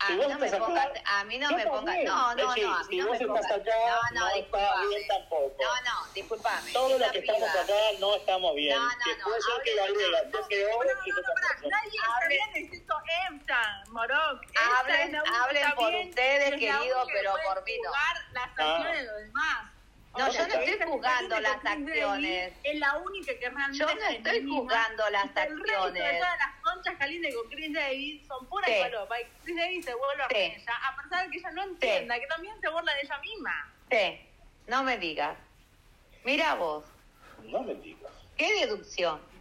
S18: a mí no me pongas, a mí no
S4: Yo
S18: me pongas,
S4: también.
S18: no, no,
S4: Mechi,
S18: no, a mí
S4: si
S18: no me
S4: vos
S18: pongas.
S4: estás acá,
S18: No, no,
S4: no estás
S18: disculpame.
S4: bien tampoco.
S18: No, no, disculpame.
S4: Todos los
S18: Esa
S4: que estamos
S18: piba-
S4: acá no estamos bien.
S18: No, no,
S4: Que
S18: no,
S4: puede ser que la griega esté peor que nosotros.
S6: Nadie está bien excepto EMSA, Moroc. EMSA
S18: Hablen-
S6: es la única
S18: hablen por
S6: bien,
S18: ustedes,
S6: y es la
S18: querido,
S6: única que
S18: pero
S6: puede
S18: por mí no.
S6: juzgar las
S18: Ah.
S6: acciones de los demás.
S18: No,
S6: O
S18: yo
S6: sea,
S18: no estoy
S6: esta que está
S18: juzgando
S6: haciendo
S18: las
S6: Chris Davis
S18: acciones.
S6: Es la única que realmente.
S18: Yo no
S6: es
S18: estoy
S6: genuina.
S18: juzgando las
S6: El resto de
S18: acciones.
S6: todas las conchas calientes con Chris Davis son pura
S18: Sí.
S6: y palopa. Y Chris Davis se burla
S18: Sí.
S6: de ella, a pesar de que ella no entienda, que también se burla de ella misma.
S18: Sí, no me digas. Mira vos,
S4: No me digas.
S18: qué deducción.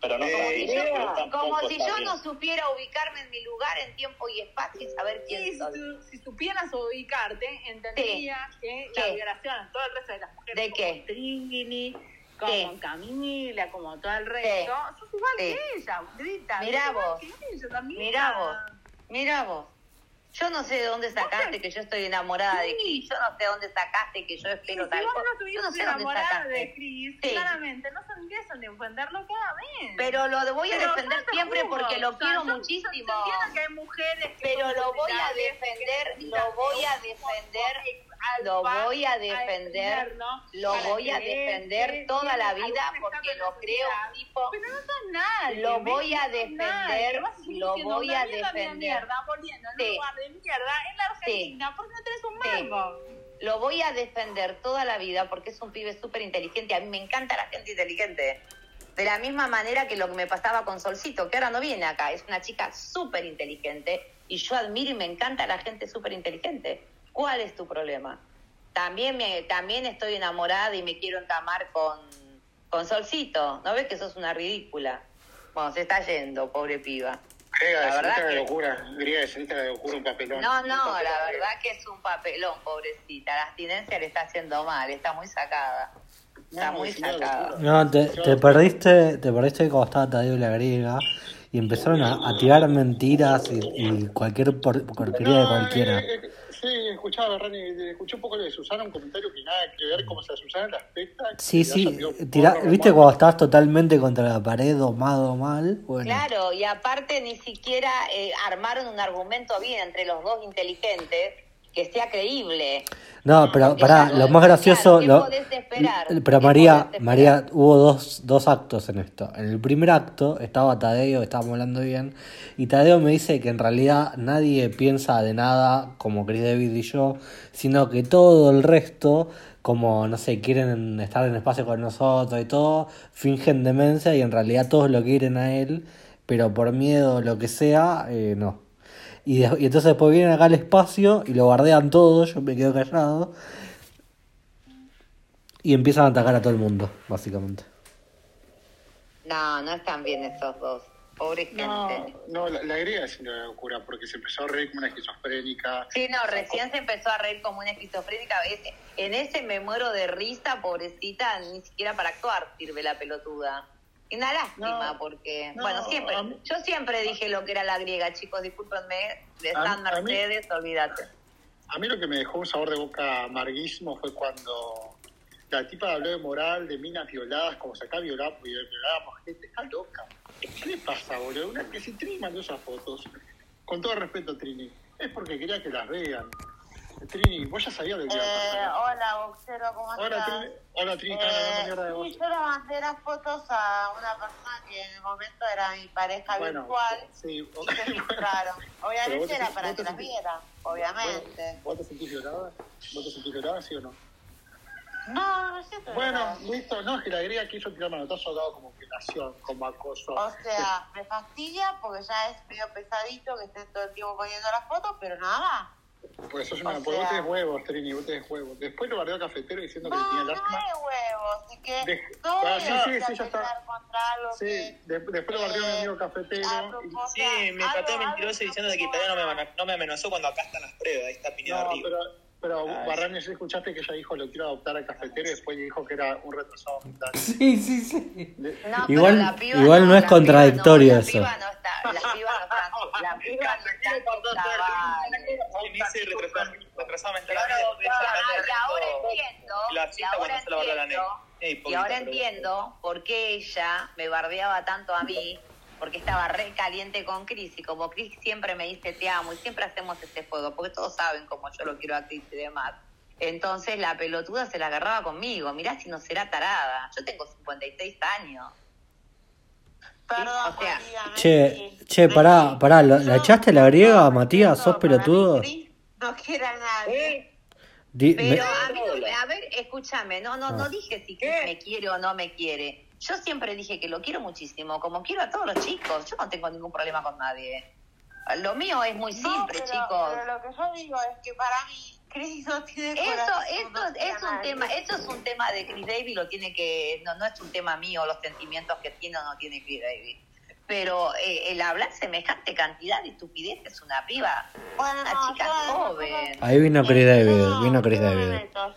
S4: Pero no
S18: Como
S4: estamos
S18: si
S4: bien, pero
S18: yo,
S4: tampoco
S18: como si
S4: está
S18: yo
S4: bien.
S18: no supiera ubicarme en mi lugar en tiempo y espacio y saber
S6: Y
S18: quién
S6: si,
S18: soy.
S6: tu- si supieras ubicarte, entenderías que la
S18: ¿Qué?
S6: violación a todo el resto de las mujeres
S18: ¿De
S6: como
S18: qué?
S6: Trini, como Camila, como todo el resto, sos igual
S18: Sí.
S6: que ella, grita.
S18: Mirá
S6: sos igual
S18: vos.
S6: que ella también.
S18: Mirá vos, mirá vos. Yo no sé de dónde sacaste que yo estoy enamorada de
S6: Sí.
S18: Cris. Yo no sé de dónde sacaste que yo
S6: Y si
S18: espero
S6: vos
S18: tal cosa.
S6: no
S18: Yo no
S6: estuvieses
S18: sé dónde
S6: enamorada
S18: sacaste.
S6: de Chris,
S18: Sí.
S6: claramente, no tendrías de defenderlo cada vez.
S18: Pero lo de- voy a
S6: Pero
S18: defender
S6: yo te
S18: siempre
S6: juro,
S18: porque lo
S6: o sea,
S18: quiero
S6: yo- yo
S18: muchísimo.
S6: entiendo que hay mujeres que
S18: pero
S6: son
S18: lo voy a
S6: vulnerables,
S18: defender,
S6: que
S18: lo voy a
S6: necesitan
S18: defender,
S6: al
S18: lo
S6: pan
S18: voy a
S6: a
S18: defender,
S6: defenderlo
S18: lo
S6: para
S18: voy a
S6: que él
S18: defender
S6: se
S18: toda la
S6: sienta
S18: vida
S6: alguna
S18: porque
S6: escape
S18: lo
S6: de
S18: creo
S6: sociedad.
S18: un tipo.
S6: Pero no sos nadie,
S18: Lo
S6: Messi,
S18: voy a
S6: no sos nadie,
S18: defender,
S6: vas a seguir
S18: lo
S6: siendo
S18: voy
S6: una
S18: a
S6: mierda, mierda,
S18: defender.
S6: mierda, poniendo en
S18: Sí.
S6: un lugar de mierda en la Argentina porque no tenés un
S18: Sí.
S6: mango.
S18: Eh, Lo voy a defender toda la vida porque es un pibe súper inteligente. A mí me encanta la gente inteligente. De la misma manera que lo que me pasaba con Solcito, que ahora no viene acá. Es una chica súper inteligente y yo admiro y me encanta la gente súper inteligente. ¿Cuál es tu problema? También, me, también estoy enamorada y me quiero encamar con, con Solcito. ¿No ves que sos una ridícula? Bueno, se está yendo, pobre piba.
S14: Griega,
S18: La verdad
S14: decidiste la
S18: que-
S14: locura. Griega, decidiste la locura, un papelón.
S18: No,
S14: Un
S18: no,
S14: papelón,
S18: la
S14: Griega.
S18: verdad que es un papelón, pobrecita. La abstinencia le está haciendo mal, está muy sacada. Está muy sacada.
S5: No, te, te perdiste, te perdiste cuando estaba Tadeo y la griega y empezaron a, a tirar mentiras y, y cualquier por- porquería de
S14: No,
S5: cualquiera.
S14: eh, eh, sí, escuchaba, Rani, eh, escuché un poco lo de Susana, un comentario que nada que ver, como si a Susana la afecta. que
S5: Sí,
S14: le
S5: sí,
S14: haya pedido
S5: tira-
S14: porno,
S5: viste
S14: Ramón.
S5: cuando estás totalmente contra la pared, domado mal, bueno.
S18: Claro, y aparte ni siquiera eh, armaron un argumento bien entre los dos inteligentes que sea creíble. Mm,
S5: No, pero pará, lo más gracioso,
S18: ¿qué
S5: lo-
S18: podés esperar?
S5: pero María, María, hubo dos, dos actos en esto. En el primer acto estaba Tadeo, estábamos hablando bien, y Tadeo me dice que en realidad nadie piensa de nada como Chris David y yo, sino que todo el resto, como no sé, quieren estar en espacio con nosotros y todo, fingen demencia y en realidad todos lo quieren a él, pero por miedo o lo que sea, eh, no. Y, de- y entonces después vienen acá al espacio y lo bardean todo, yo me quedo callado. Y empiezan a atacar a todo el mundo, básicamente.
S18: No, no están bien estos dos. Pobre gente.
S14: No, no, la, la griega es una locura porque se empezó a reír como una esquizofrénica.
S18: Sí, no, recién se empezó a reír como una esquizofrénica. Ese- En ese me muero de risa, pobrecita, ni siquiera para actuar sirve la pelotuda. Y Una lástima, porque,
S14: no,
S18: bueno, siempre,
S14: a mí-
S18: yo siempre dije lo que era la griega, chicos, discúlpenme, de
S14: A-
S18: San
S14: a mí-
S18: Mercedes, olvídate.
S14: A mí lo que me dejó un sabor de boca amarguísimo fue cuando la tipa habló de moral, de minas violadas, como si acá viola- violábamos gente. Está loca. ¿Qué le pasa, boludo? Una que si Trini mandó esas fotos, con todo respeto, Trini, es porque quería que las vean. Trini, vos ya sabías de qué iba a pasar.
S7: Eh, hola, Boxero, ¿cómo
S14: Hola,
S7: estás?
S14: Trini. Hola, Trini, estaba hablando mierda de
S7: Eh,
S14: vos.
S7: sí, yo le mandé las fotos a una persona que en el momento era mi pareja
S14: Bueno,
S7: virtual.
S14: Sí, ok,
S7: y se
S14: bueno.
S7: frustraron.
S14: Pero vos
S7: Obviamente
S14: te-
S7: era para
S14: vos te
S7: que las
S14: sentís-
S7: viera, obviamente.
S14: ¿Vos te sentís violada? ¿Vos te sentís violada, sí o no?
S7: No, no siento
S14: Ah, Bueno,
S7: nada.
S14: listo, no, es que la griega quiso tirar manotazo dado como violación, como acoso.
S7: O sea, me fastidia porque ya es medio pesadito que estén todo el tiempo poniendo las fotos, pero nada más.
S14: Porque sos una.
S7: o
S14: porque vos
S7: sea-
S14: tenés huevos, Trini, vos tenés huevos. Después lo bardeó a cafetero diciendo que
S7: No,
S14: tenía
S7: no
S14: lástima.
S7: hay huevos, así que
S14: De-
S7: no voy
S14: Ah,
S7: a
S14: sí, sí, sí, ya está.
S7: atentar contra algo
S14: Sí,
S7: que... Eh,
S14: de- después lo bardeó a mi amigo cafetero.
S19: Sí, me trató de mentiroso diciendo de que Tadeo no me, amena- no me amenazó cuando acá están las pruebas, ahí está Pineda
S14: No,
S19: arriba.
S14: pero, pero
S19: Ay.
S14: Barranes, ¿sí escuchaste que ella dijo lo quiero adoptar a cafetero y después dijo que era un retrasado mental.
S5: Sí, sí, sí.
S18: No, pero
S5: igual
S18: la piba
S5: igual no,
S18: la
S5: es
S18: piba
S5: contradictorio
S18: la
S5: eso.
S18: piba no está- la piba no está- la piba no está cabal.
S19: Y me dice retrasado, retrasado mental.
S18: Ahora
S19: a mí después ya
S18: adoptaba,
S19: me
S18: y ahora
S19: arregló
S18: entiendo,
S19: La
S18: y
S19: cita
S18: ahora
S19: cuando se la bardeó a la negra.
S18: entiendo,
S19: Eh,
S18: y
S19: hipócrita,
S18: ahora
S19: pero-
S18: entiendo por qué ella me bardeaba tanto a mí, porque estaba re caliente con Cris, y como Cris siempre me dice te amo, y siempre hacemos este juego, porque todos saben cómo yo lo quiero a Cris y demás. Entonces la pelotuda se la agarraba conmigo, mirá si no será tarada, yo tengo 56 años. Perdón, o sea,
S5: Che, che, pará, pará, ¿la, la echaste la griega, Matías? ¿Sos pelotudo?
S7: No quiera nadie.
S5: Di- me-
S18: Pero a mí no me- a ver, escúchame, no, no, no dije si Chris me quiere o no me quiere. Yo siempre dije que lo quiero muchísimo, como quiero a todos los chicos. Yo no tengo ningún problema con nadie. Lo mío es muy
S7: No,
S18: simple,
S7: pero-
S18: chicos.
S7: Pero lo que yo digo es que para mí, Cris no tiene
S18: Eso,
S7: corazón,
S18: eso
S7: no
S18: es
S7: quiere a
S18: un
S7: nadie.
S18: tema, eso es un tema de Chris Davis, lo tiene que, no, no es un tema mío los sentimientos que tiene o no tiene Chris Davis. Pero eh, el hablar semejante cantidad de estupidez es una piba, una chica joven.
S5: Ahí vino Chris David, vino Chris David.
S7: Yo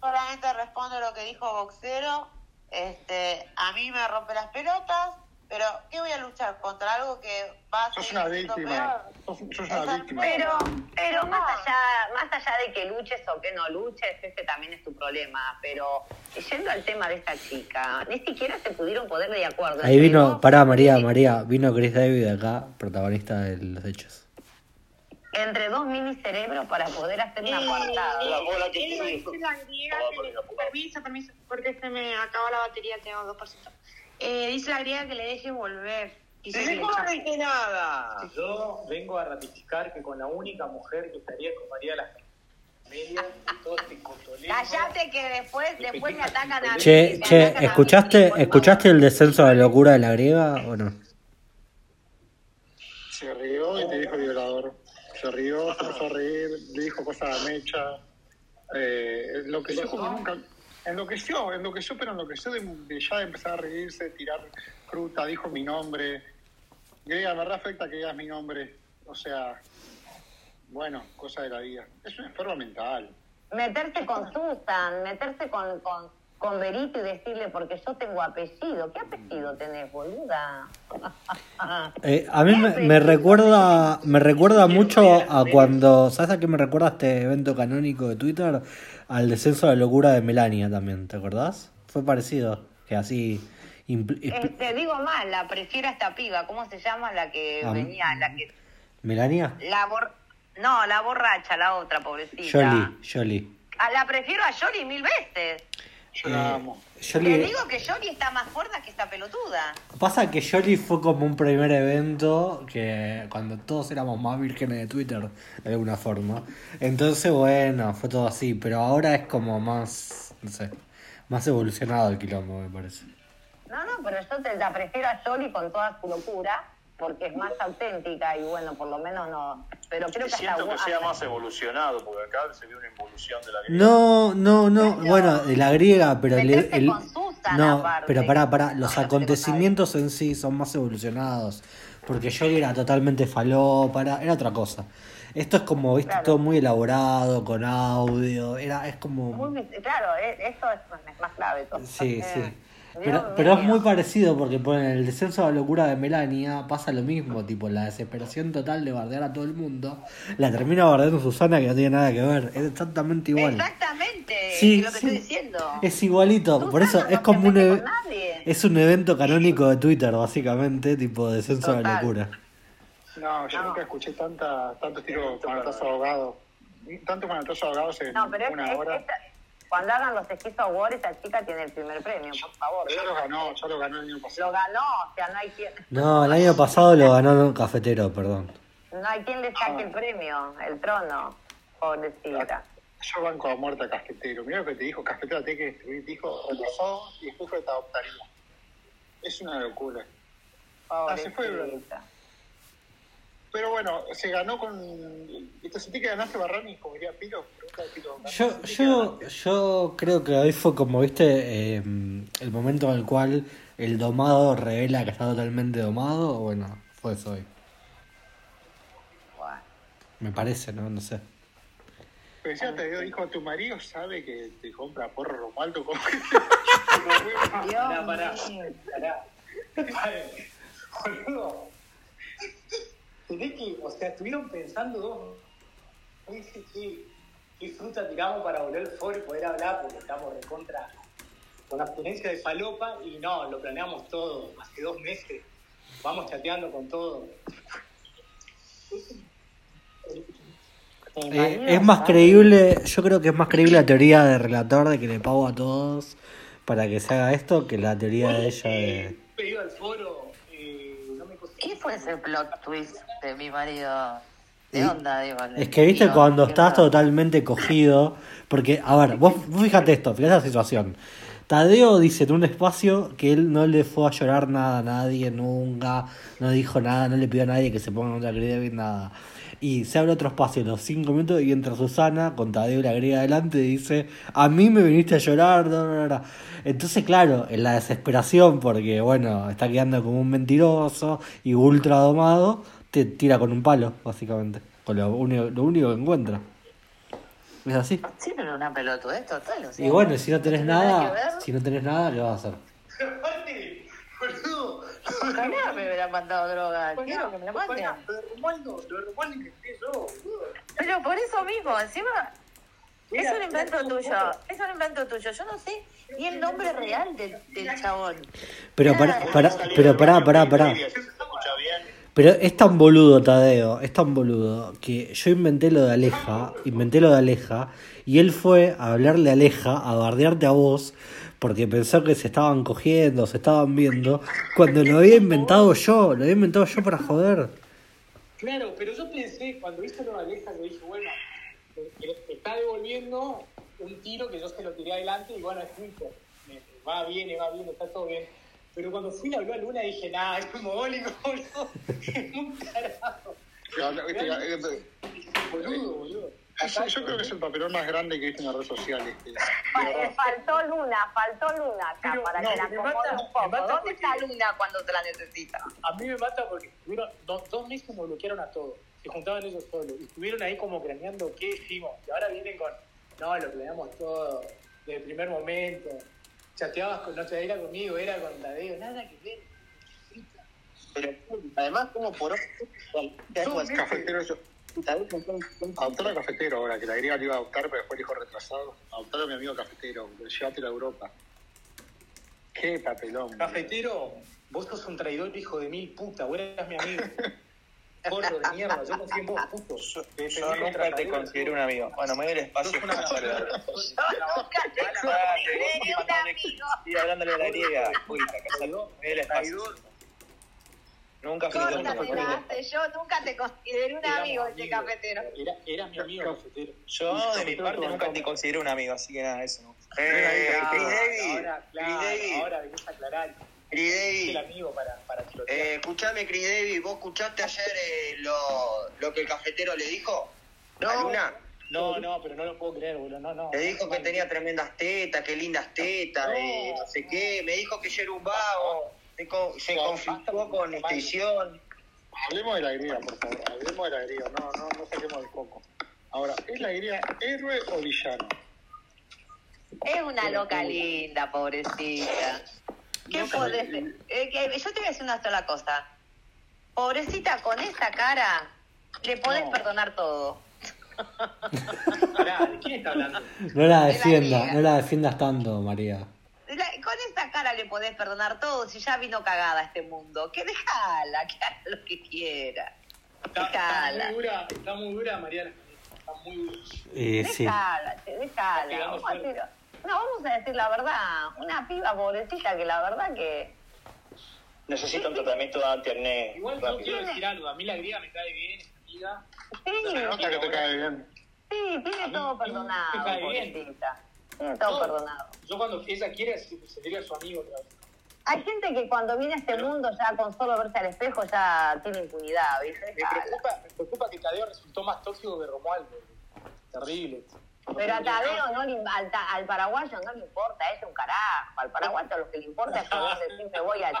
S7: solamente respondo lo que dijo Boxero.
S18: Este, a mí me rompe las pelotas, pero ¿qué voy a luchar? ¿Contra algo que va a
S14: Sos
S18: seguir
S14: una
S18: siendo
S14: víctima.
S18: peor?
S14: Sos, sos
S13: Ah,
S14: una víctima.
S18: Pero, pero más
S10: Ah.
S18: allá, más allá de que luches o que no luches, ese también es tu problema. Pero yendo al tema de esta chica, ni siquiera se pudieron poner de acuerdo.
S5: Ahí vino, pará María, María, vino Chris David acá, protagonista de los hechos.
S18: Entre dos mini cerebros para poder hacer una coartada.
S10: La bola que tiene. Permiso, permiso, porque se me acaba la batería, tengo 2%. Eh, dice la griega que le deje volver. Y se le echa.
S1: Ah.
S12: nada!
S13: Yo vengo a ratificar que con la única mujer que estaría con María las medias, todo este cotolismo.
S18: Cállate que después,
S10: Este
S18: después me atacan a mí.
S5: Che,
S18: me
S5: che,
S18: atacan a mí.
S5: ¿escuchaste, ¿escuchaste el descenso de locura de la griega o no?
S14: Se rió y te dijo violador. Se rió, se puso a reír, le dijo cosas a Mecha. Eh, enloqueció como nunca. Enloqueció, enloqueció, pero enloqueció de, de ya de empezar a reírse, tirar fruta, dijo mi nombre. Grega, me re afecta que digas mi nombre. O sea, bueno, cosa de la vida. Es una enferma mental.
S18: meterse con Susan, meterse con, con, con Berito y decirle, porque yo tengo apellido. ¿Qué apellido tenés, boluda?
S5: Eh, a mí me, me recuerda me recuerda mucho a cuando, ¿sabes a qué me recuerda este evento canónico de Twitter? Al descenso de locura de Melania también, ¿te acordás? Fue parecido, que así... impl- expl-
S18: Te Este, digo más, la prefiero a esta piba. ¿Cómo se llama la que
S5: Ah,
S18: venía? La que...
S5: ¿Melania?
S18: La bor- No, la borracha, la otra, pobrecita.
S5: Jolie, Jolie.
S18: Ah, la prefiero a Jolie mil veces.
S5: Eh,
S18: Te
S5: Jolie...
S18: digo que Jolie está más gorda que esta pelotuda.
S5: Pasa que Jolly fue como un primer evento que cuando todos éramos más vírgenes de Twitter, de alguna forma. Entonces, bueno, fue todo así, pero ahora es como más, no sé, más evolucionado el quilombo, me parece.
S18: No, no, pero yo te la prefiero a Jolie con toda su locura, porque es más auténtica y bueno, por lo menos no. Pero creo que
S4: Siento
S18: hasta-
S4: que sea más evolucionado, porque acá se vio una evolución de la
S5: No, no, no, bueno, de la griega, pero el,
S18: Meterse
S5: el-
S18: este con Susan,
S5: no,
S18: aparte.
S5: pero pará, pará, los acontecimientos en sí son más evolucionados, porque Jolly era totalmente falopa, era, era otra cosa. Esto es como, viste, todo muy elaborado, con audio, era, es como...
S18: Muy mis- claro, eh, eso es es más clave. todo. Eh,
S5: Sí, sí.
S18: Dios
S5: Pero, pero es muy parecido porque por el descenso a la locura de Melania pasa lo mismo, tipo la desesperación total de bardear a todo el mundo, la termina bardeando Susana que no tiene nada que ver, es exactamente igual.
S18: Exactamente,
S5: Sí,
S18: es lo que
S5: sí.
S18: estoy diciendo.
S5: Es igualito, por eso es como un e- es un evento canónico de Twitter básicamente, tipo descenso a la locura.
S14: No, yo nunca escuché tanta, tanto tiro manotazo ahogado. Tanto manotazo ahogados en
S18: No, pero es,
S14: una
S18: es-
S14: hora.
S18: es- cuando hagan los esquizo Awards, esa chica tiene el primer premio, por favor.
S14: Ya lo ganó, ya lo ganó el año pasado.
S18: Lo ganó, o sea, no hay quien,
S5: No, el año pasado lo ganó un cafetero, perdón.
S18: no hay quien le
S14: Ah.
S18: saque el premio, el trono, pobrecita.
S14: Yo banco a muerte a Casquetero. Mira lo que te dijo, Casquetero la tiene que destruir. Dijo, retrasó y después fue te adoptaría. Es una locura. Ah, se fue, bro. Pero bueno, se ganó con... ¿Y te sentí que ganaste Barrani? Como diría Piro. pregunta de Piro.
S5: Yo, yo, yo creo que hoy fue como, viste, eh, el momento en el cual el domado revela que está totalmente domado. Bueno, fue eso hoy. Me parece, ¿no? No sé.
S14: Pero ya te digo, dijo, tu marido sabe que te compra porro Romaldo. ¿Cómo que
S13: Pará, pará, pará. Boludo. Tenés que, o sea, estuvieron pensando dos. Dice que qué fruta tiramos para volver fuera y poder hablar, porque estamos de contra con la abstinencia de falopa y no, lo planeamos todo, hace dos meses. Vamos chateando con todo.
S5: Eh, es más creíble, yo creo que es más creíble la teoría de relator de que le pago a todos para que se haga esto que la teoría de ella de...
S13: Pedido al foro, eh, no me
S9: ¿Qué fue ese plot twist de mi marido? ¿De onda, digo?
S5: Es que viste
S9: Digo,
S5: cuando
S9: ¿qué
S5: estás
S9: onda?
S5: totalmente cogido, porque, a ver, vos vos fíjate esto, fíjate la situación. Tadeo dice en un espacio que él no le fue a llorar nada a nadie, nunca, no dijo nada, no le pidió a nadie que se ponga otra griega bien nada. Y se abre otro espacio en los cinco minutos y entra Susana con Tadeo y la griega adelante y dice, a mí me viniste a llorar, da, da, da, da". Entonces, claro, en la desesperación, porque bueno, está quedando como un mentiroso y ultra domado, te tira con un palo, básicamente. Con lo único, lo único que encuentra. Es así.
S18: Sí, pero una pelotudez total. O sea,
S5: Y bueno, si no tenés
S18: tiene nada que
S5: nada,
S18: ver.
S5: si no tenés nada, ¿qué vas a hacer?
S18: Aparte, boludo. Ojalá me hubieran mandado droga.
S9: Pues
S18: Quiero que me la manden. Pero por eso mismo, encima. Es un invento tuyo, es un invento tuyo. Yo no sé ni el nombre real del, del chabón.
S5: Pero
S18: Nada,
S5: pará, pará, pero pará, pará, pará. Pero es tan boludo, Tadeo, es tan boludo, que yo inventé lo de Aleja, inventé lo de Aleja, y él fue a hablarle a Aleja, a bardearte a vos, porque pensó que se estaban cogiendo, se estaban viendo, cuando lo había inventado yo, lo había inventado yo para joder.
S8: Claro, pero yo pensé, cuando hice lo de Aleja, yo dije, bueno,
S13: eh,
S8: te, te- te está devolviendo un tiro que yo se lo tiré adelante y bueno, es justo. Me- Va, viene, va, viene, está todo bien. Pero cuando fui a hablar a Luna dije, nada, es como bólico, boludo. Es un carajo.
S14: eh,
S8: Boludo, boludo.
S14: Yo, eh, yo creo que es el papelón más grande que he visto en las redes sociales. que-
S18: Faltó Luna, faltó Luna acá para
S14: no,
S18: que la
S14: me
S18: acomode
S14: mata-
S18: un poco.
S8: me mata
S18: ¿Dónde está Luna cuando te la necesita?
S8: A mí me mata porque estuvieron dos, dos meses me bloquearon a todos. Se juntaban ellos solos. Y estuvieron ahí como planeando qué hicimos. Y ahora vienen con, no, lo planeamos todo desde el primer momento. Chateabas con, no te era conmigo, era con Tadeo. Nada que ver.
S12: Pero además, como por
S14: Cafetero, Adoptar a cafetero ahora, que la griega lo iba a adoptar, pero después dijo retrasado. Adoptar a mi amigo cafetero, llévatelo a Europa. Qué papelón.
S8: Cafetero, vos sos un traidor, hijo de mil puta. Vos eras mi amigo. Porro de mierda, yo confío en vos, puto. Te defendí
S6: Yo
S8: contra
S6: nunca te
S8: Tadeo.
S6: considero un amigo. Bueno, me voy al espacio. para saludar. Estoy hablándole a la griega. Uy, la casa. Me voy al espacio. Nunca fui un amigo.
S18: yo nunca te consideré un amigo ese cafetero.
S8: Era, era mi amigo cafetero.
S6: Yo, de mi parte, nunca te considero un amigo, así que nada, eso no. Eh,
S8: Ahora, claro, ahora venís a aclarar.
S12: Chris Davis.
S8: El amigo para, para que lo
S12: Eh, escuchame, Chris Davis, ¿vos escuchaste ayer eh, lo, lo que el cafetero le dijo? ¿A Luna?
S8: No, no, pero no lo puedo creer, boludo. No, no.
S12: Le dijo que tenía tremendas tetas, que lindas tetas, eh, no sé qué. Me dijo que yo era un vago. Se, co- se conflictó con extinción.
S14: Hablemos de la griega, por favor. Hablemos de la griega. No, no, no saquemos el coco. Ahora, ¿es la griega héroe o villano?
S18: Es una loca linda, pobrecita. ¿Qué podés eh, que- Yo te voy a decir una sola cosa. Pobrecita, con esa cara, le podés perdonar todo.
S8: Pará, ¿de quién está hablando?
S5: No la
S18: De la
S5: defiendas,
S18: griega.
S5: no la defiendas tanto, María.
S18: La- con esa cara le podés perdonar todo si ya vino cagada a este mundo. Que dejala, que haga lo que quiera.
S8: Está
S18: Dejala.
S8: muy dura, está muy dura, Mariana. Está muy dura.
S5: Eh, sí.
S18: Dejala, che, dejala.
S8: Está
S18: Vamos
S8: pegando
S18: a
S8: fuerte.
S18: decir- no, vamos a decir la verdad. Una piba pobrecita que la verdad que...
S4: Necesito un tratamiento de antiacné.
S8: Igual yo
S4: rápido.
S8: quiero decir algo. A mí la griega me cae bien, es amiga.
S18: Sí,
S14: que te cae bien.
S18: sí, tiene todo perdonado,
S8: Me cae bien.
S18: pobrecita. Tiene Ah, todo perdonado.
S8: Yo cuando ella quiere, se se diría a su amigo. otra vez.
S18: Hay gente que cuando viene a este mundo ya con solo verse al espejo ya tiene impunidad, ¿viste?
S8: Me preocupa, me preocupa que Tadeo resultó más tóxico que Romualdo. Terrible.
S18: Pero a Tadeo, no le, al, ta- al paraguayo no le importa, es un carajo. Al paraguayo lo que le importa es que vos decís me voy allá.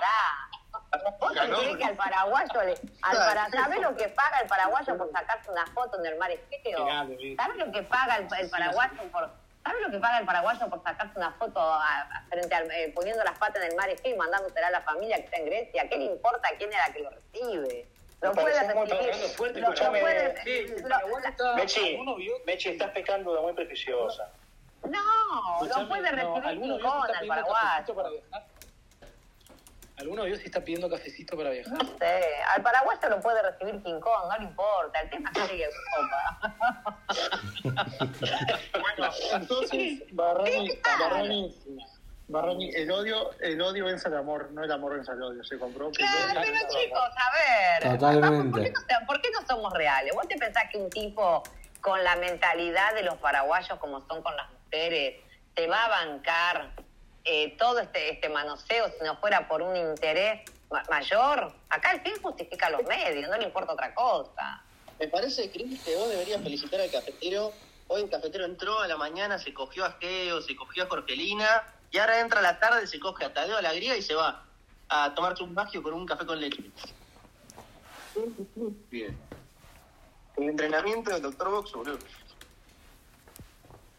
S18: Vos te crees que al paraguayo, le, al para, ¿sabés lo que paga el paraguayo por sacarse una foto en el mar Egeo?
S8: Grande, bien.
S18: ¿Sabés lo que paga el, el paraguayo por... ¿Sabés lo que paga el paraguayo por sacarse una foto a- a- frente al, eh, poniendo las patas en el mar Egeo y mandándosela a la familia que está en Grecia? ¿Qué le importa quién era que lo recibe? Lo
S4: Me
S18: puede
S4: pareció muy
S18: recibir.
S4: tocando fuerte,
S18: lo- lo
S4: escuchame.
S18: puede-
S4: Sí,
S18: lo-
S4: Mechi, Mechi, estás pecando de muy prejuiciosa.
S18: No, lo
S8: Escuchame,
S18: puede
S8: no,
S18: recibir
S8: ¿alguno de ellos
S18: con
S8: está
S18: el
S8: pidiendo
S18: paraguayo.
S8: cafecito para viajar? ¿Alguno de ellos está pidiendo cafecito para viajar?
S18: No sé, al paraguayo lo puede recibir King Kong, no le importa, el tema es que llegue a Europa.
S14: Entonces, Barrani, Barrani, Barrani, el odio, el odio vence al amor, no el amor vence al odio. Se compró que el odio
S18: Pero
S14: vence al amor.
S18: chicos, a ver, ¿por qué,
S5: Totalmente.
S18: no, se- por qué no somos reales? ¿Vos te pensás que un tipo con la mentalidad de los paraguayos como son con las mujeres, te va a bancar eh, todo este, este manoseo si no fuera por un interés ma- mayor? Acá el fin justifica los medios, no le importa otra cosa.
S21: Me parece, Cris, que vos deberías felicitar al cafetero. Hoy el cafetero entró a la mañana, se cogió a Geo, se cogió a Jorgelina, y ahora entra a la tarde, se coge a Tadeo a la griega y se va a tomarse un magio con un café con leche. Bien. El entrenamiento del doctor Box, boludo.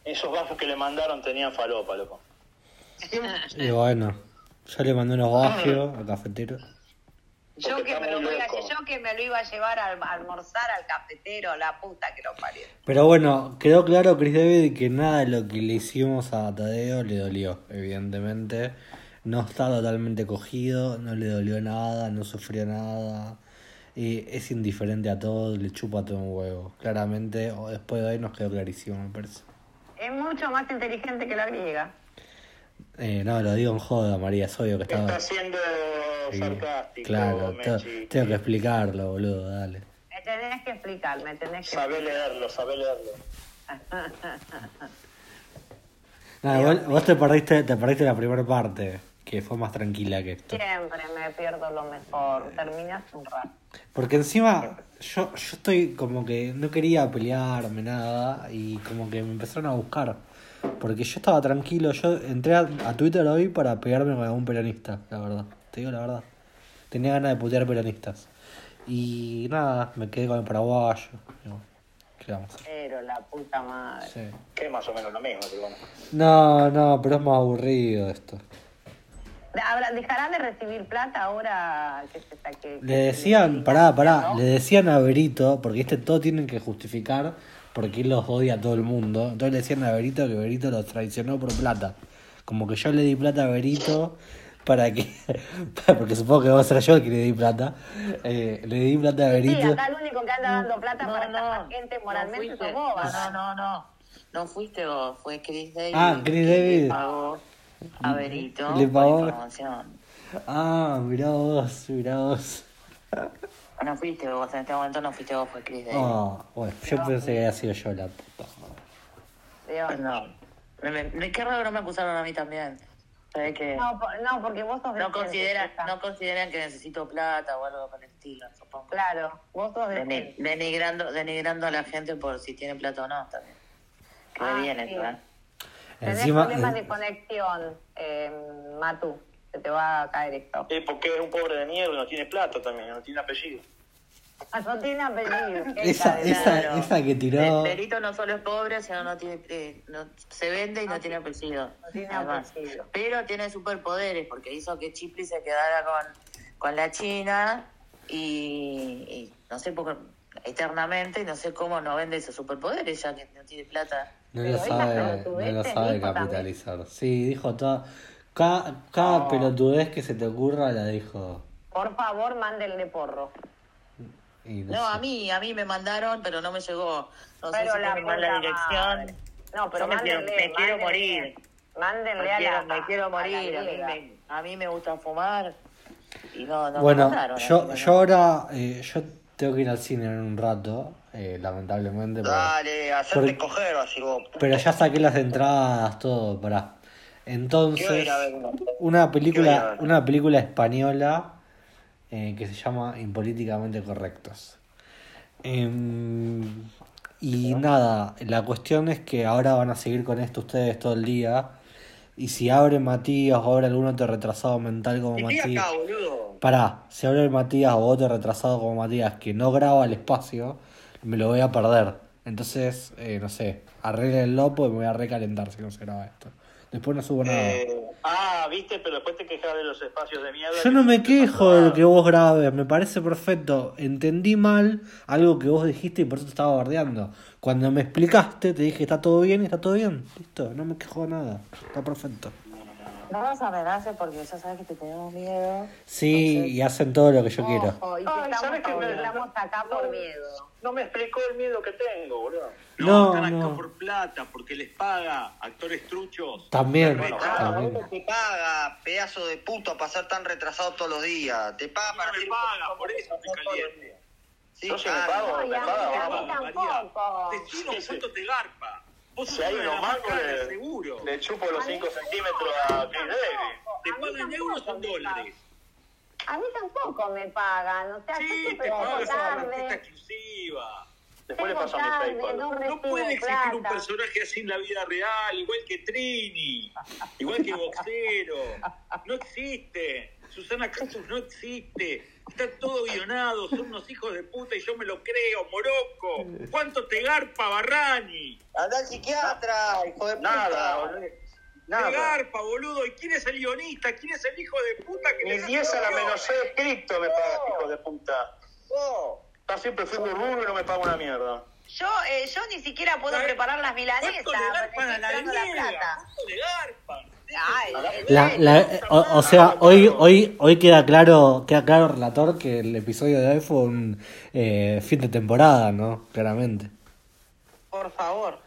S4: Esos gafos que le mandaron tenían falopa, loco.
S5: Y bueno, yo le mandé unos bajios al cafetero.
S18: Yo que, me lo voy a- yo que me lo iba a llevar a alm- a almorzar al cafetero, la puta que lo parió.
S5: Pero bueno, quedó claro, Chris David, que nada de lo que le hicimos a Tadeo le dolió, evidentemente. No está totalmente cogido, no le dolió nada, no sufrió nada. Y es indiferente a todo, le chupa todo un huevo. Claramente, o después de hoy nos quedó clarísimo, me parece.
S18: Es mucho más inteligente que la griega.
S5: Eh, no, lo digo en joda, María, es obvio que estaba.
S4: Está siendo
S5: Sí,
S4: sarcástico,
S5: Claro, te-
S4: Mechi.
S5: tengo que explicarlo, boludo, dale.
S18: Me tenés que explicar, me tenés que
S4: Sabé leerlo, sabé leerlo.
S5: Nada, igual vos te perdiste, te perdiste la primera parte, que fue más tranquila que esto.
S18: Siempre me pierdo lo mejor. Terminas un rato.
S5: Porque encima yo, yo estoy como que no quería pelearme nada y como que me empezaron a buscar. Porque yo estaba tranquilo, yo entré a, a Twitter hoy para pegarme con algún peronista, la verdad. Te digo la verdad. Tenía ganas de putear peronistas. Y nada, me quedé con el paraguayo. Y bueno, ¿qué vamos a hacer?
S18: Pero la puta madre.
S5: Sí.
S4: Que es más o menos lo mismo, pero bueno.
S5: No, no, pero es más aburrido esto.
S18: Habrá- ¿Dejará de recibir plata ahora que se saque?
S5: Le decían, pará, pará, le decían a Berito, porque este todo tienen que justificar, porque él los odia a todo el mundo. Entonces le decían a Berito que Berito los traicionó por plata. Como que yo le di plata a Berito para que. porque supongo que vos serás yo el que le di plata. Eh, le di plata a
S18: Sí,
S5: Berito.
S18: acá el único que anda dando plata para estafar gente moralmente
S9: fuiste.
S18: sos vos,
S9: No,
S18: ¿verdad?
S9: no, no. No fuiste vos, fue Chris Davis.
S5: Ah, Chris
S9: que
S5: David.
S9: Le pagó a Berito
S5: Le pagó.
S9: por información.
S5: Ah, mirá vos, mirá vos.
S9: No fuiste vos, en este momento no fuiste vos, fue Chris Davis.
S5: Ah, bueno, yo pensé que había sido yo la puta.
S9: Perdón. Me- me- Qué raro no me acusaron a mí también. ¿Sabés que
S18: No, por- no, porque vos sos
S9: no,
S18: decente,
S9: consideran,
S18: César.
S9: no consideran que necesito plata o algo por el estilo, supongo.
S18: Claro, vos sos
S9: Deni-
S18: decente.
S9: denigrando, denigrando a la gente por si tiene plata o no también. Que
S18: Ah,
S9: bien
S18: sí.
S9: eso, ¿eh?
S18: Tenés
S5: Encima- eh.
S18: problemas de conexión, eh, Matu. Se te va a caer esto.
S4: Es porque es un pobre de mierda, no tiene plata también, no tiene apellido.
S18: Ah, No tiene apellido.
S5: Esa, esa, esa que tiró.
S9: Perito no solo es pobre, sino no tiene, eh, no- se vende y
S18: Ah,
S9: no tiene apellido. Además. Pero tiene superpoderes porque hizo que Chipley se quedara con, con la China y, y no sé por eternamente y no sé cómo no vende esos superpoderes ya que no tiene plata.
S5: No lo
S9: Pero
S5: sabe,
S9: ella
S5: no
S9: pelotudez
S5: lo
S9: te
S5: sabe
S9: dijo también.
S5: capitalizar. Sí, dijo toda. Cada, cada pelotudez que se te ocurra la dijo.
S18: Por favor, mándenle porro.
S5: Y no
S9: No,
S5: sé.
S9: a mí, a mí me mandaron, pero no me llegó. No
S18: Pero
S9: sé si
S18: la
S9: fue mi mala
S18: puta
S9: dirección.
S18: No, pero
S9: Yo me quiero-
S18: mándenle,
S9: me quiero
S18: mándenle.
S9: morir.
S18: Mándenle
S9: Me
S18: a la.
S9: quiero, me quiero
S18: a la
S9: morir. A mí,
S18: griega.
S9: me, a mí me gusta fumar. Y no, no me
S5: bueno,
S9: mandaron, así
S5: yo,
S9: que
S5: yo ahora eh, yo tengo que ir al cine en un rato, eh, lamentablemente. porque-
S12: Dale, hacerte
S5: porque-
S12: coger, así vos.
S5: pero ya saqué las entradas, todo, pará.
S12: Quiero
S5: Entonces,
S12: ir a ver una.
S5: una
S12: Quiero ir a
S5: película,
S12: ver.
S5: una película española eh, que se llama Impolíticamente Correctos. Em, y nada, la cuestión es que ahora van a seguir con esto ustedes todo el día. Y si abre Matías o abre algún otro retrasado mental como
S12: Estoy
S5: Matías.
S12: acá, boludo.
S5: Pará, si abre el Matías o otro retrasado como Matías que no graba el espacio, me lo voy a perder. Entonces, eh, no sé, arregle el lopo y me voy a recalentar si no se graba esto. Después no subo nada.
S4: Eh, ah, viste, pero después te quejas de los espacios de mierda.
S5: Yo
S4: que-
S5: no me quejo de lo que vos grabes, me parece perfecto. Entendí mal algo que vos dijiste y por eso te estaba bardeando. Cuando me explicaste, te dije, está todo bien y está todo bien. Listo, no me quejo de nada. Está perfecto.
S9: No nos amenaces porque ya sabes que te tenemos miedo.
S5: Sí, y hacen todo lo que yo quiero.
S18: Ay, estamos, estamos acá por miedo.
S4: No me explicó el miedo que tengo, boludo.
S5: No,
S19: están acá
S5: no.
S19: por plata, porque les paga actores truchos.
S5: También,
S19: Bueno,
S5: también.
S12: Te paga, pedazo de puto, para ser tan retrasado todos los días. Te paga para ser.
S19: paga, por eso estoy caliente.
S12: Sí,
S19: Yo si
S12: claro.
S19: me pago,
S12: No, y
S19: me
S12: a mí
S19: paga.
S12: tampoco.
S19: vamos, María. Te tiro un punto, te garpa. Vos
S4: Si
S19: sos
S4: hay
S19: uno de
S4: unos
S19: la
S4: bancos,
S19: marca,
S4: le-
S19: seguro.
S4: Le chupo los 5 centímetros a Chris Davis.
S19: Te pagan euros o dólares.
S18: A mí tampoco me pagan, o sea, yo
S19: Sí,
S18: siempre
S19: te pagas
S18: llego
S19: a la revista
S18: tarde.
S19: exclusiva.
S18: Después le Tengo paso a mi tarde, PayPal. no
S19: No
S18: recibo
S19: puede existir un
S18: plata.
S19: personaje así en la vida real, igual que Trini, igual que Boxero. No existe.
S11: Susana Casus no existe. Está todo guionado, son unos hijos de puta y yo me lo creo, Morocco. ¿Cuánto te garpa, Barrani?
S12: Anda al psiquiatra, hijo de puta.
S11: Nada, boludo. Nada. Te garpa, boludo. ¿Y quién es el guionista? ¿Quién es el hijo de puta que
S12: Ni
S11: hace
S12: 10 a
S11: los
S12: la
S11: guiones?
S12: menos 6 cripto me pagas, hijo de puta. Está siempre fui burro y no me pago una mierda.
S18: Yo, eh, yo ni siquiera puedo preparar las milanesas. porque estoy esperando la plata. Ay,
S5: La- la- o, o sea, hoy, hoy, hoy queda claro, queda claro, relator, que el episodio de hoy fue un eh, fin de temporada, ¿no? Claramente.
S18: por favor.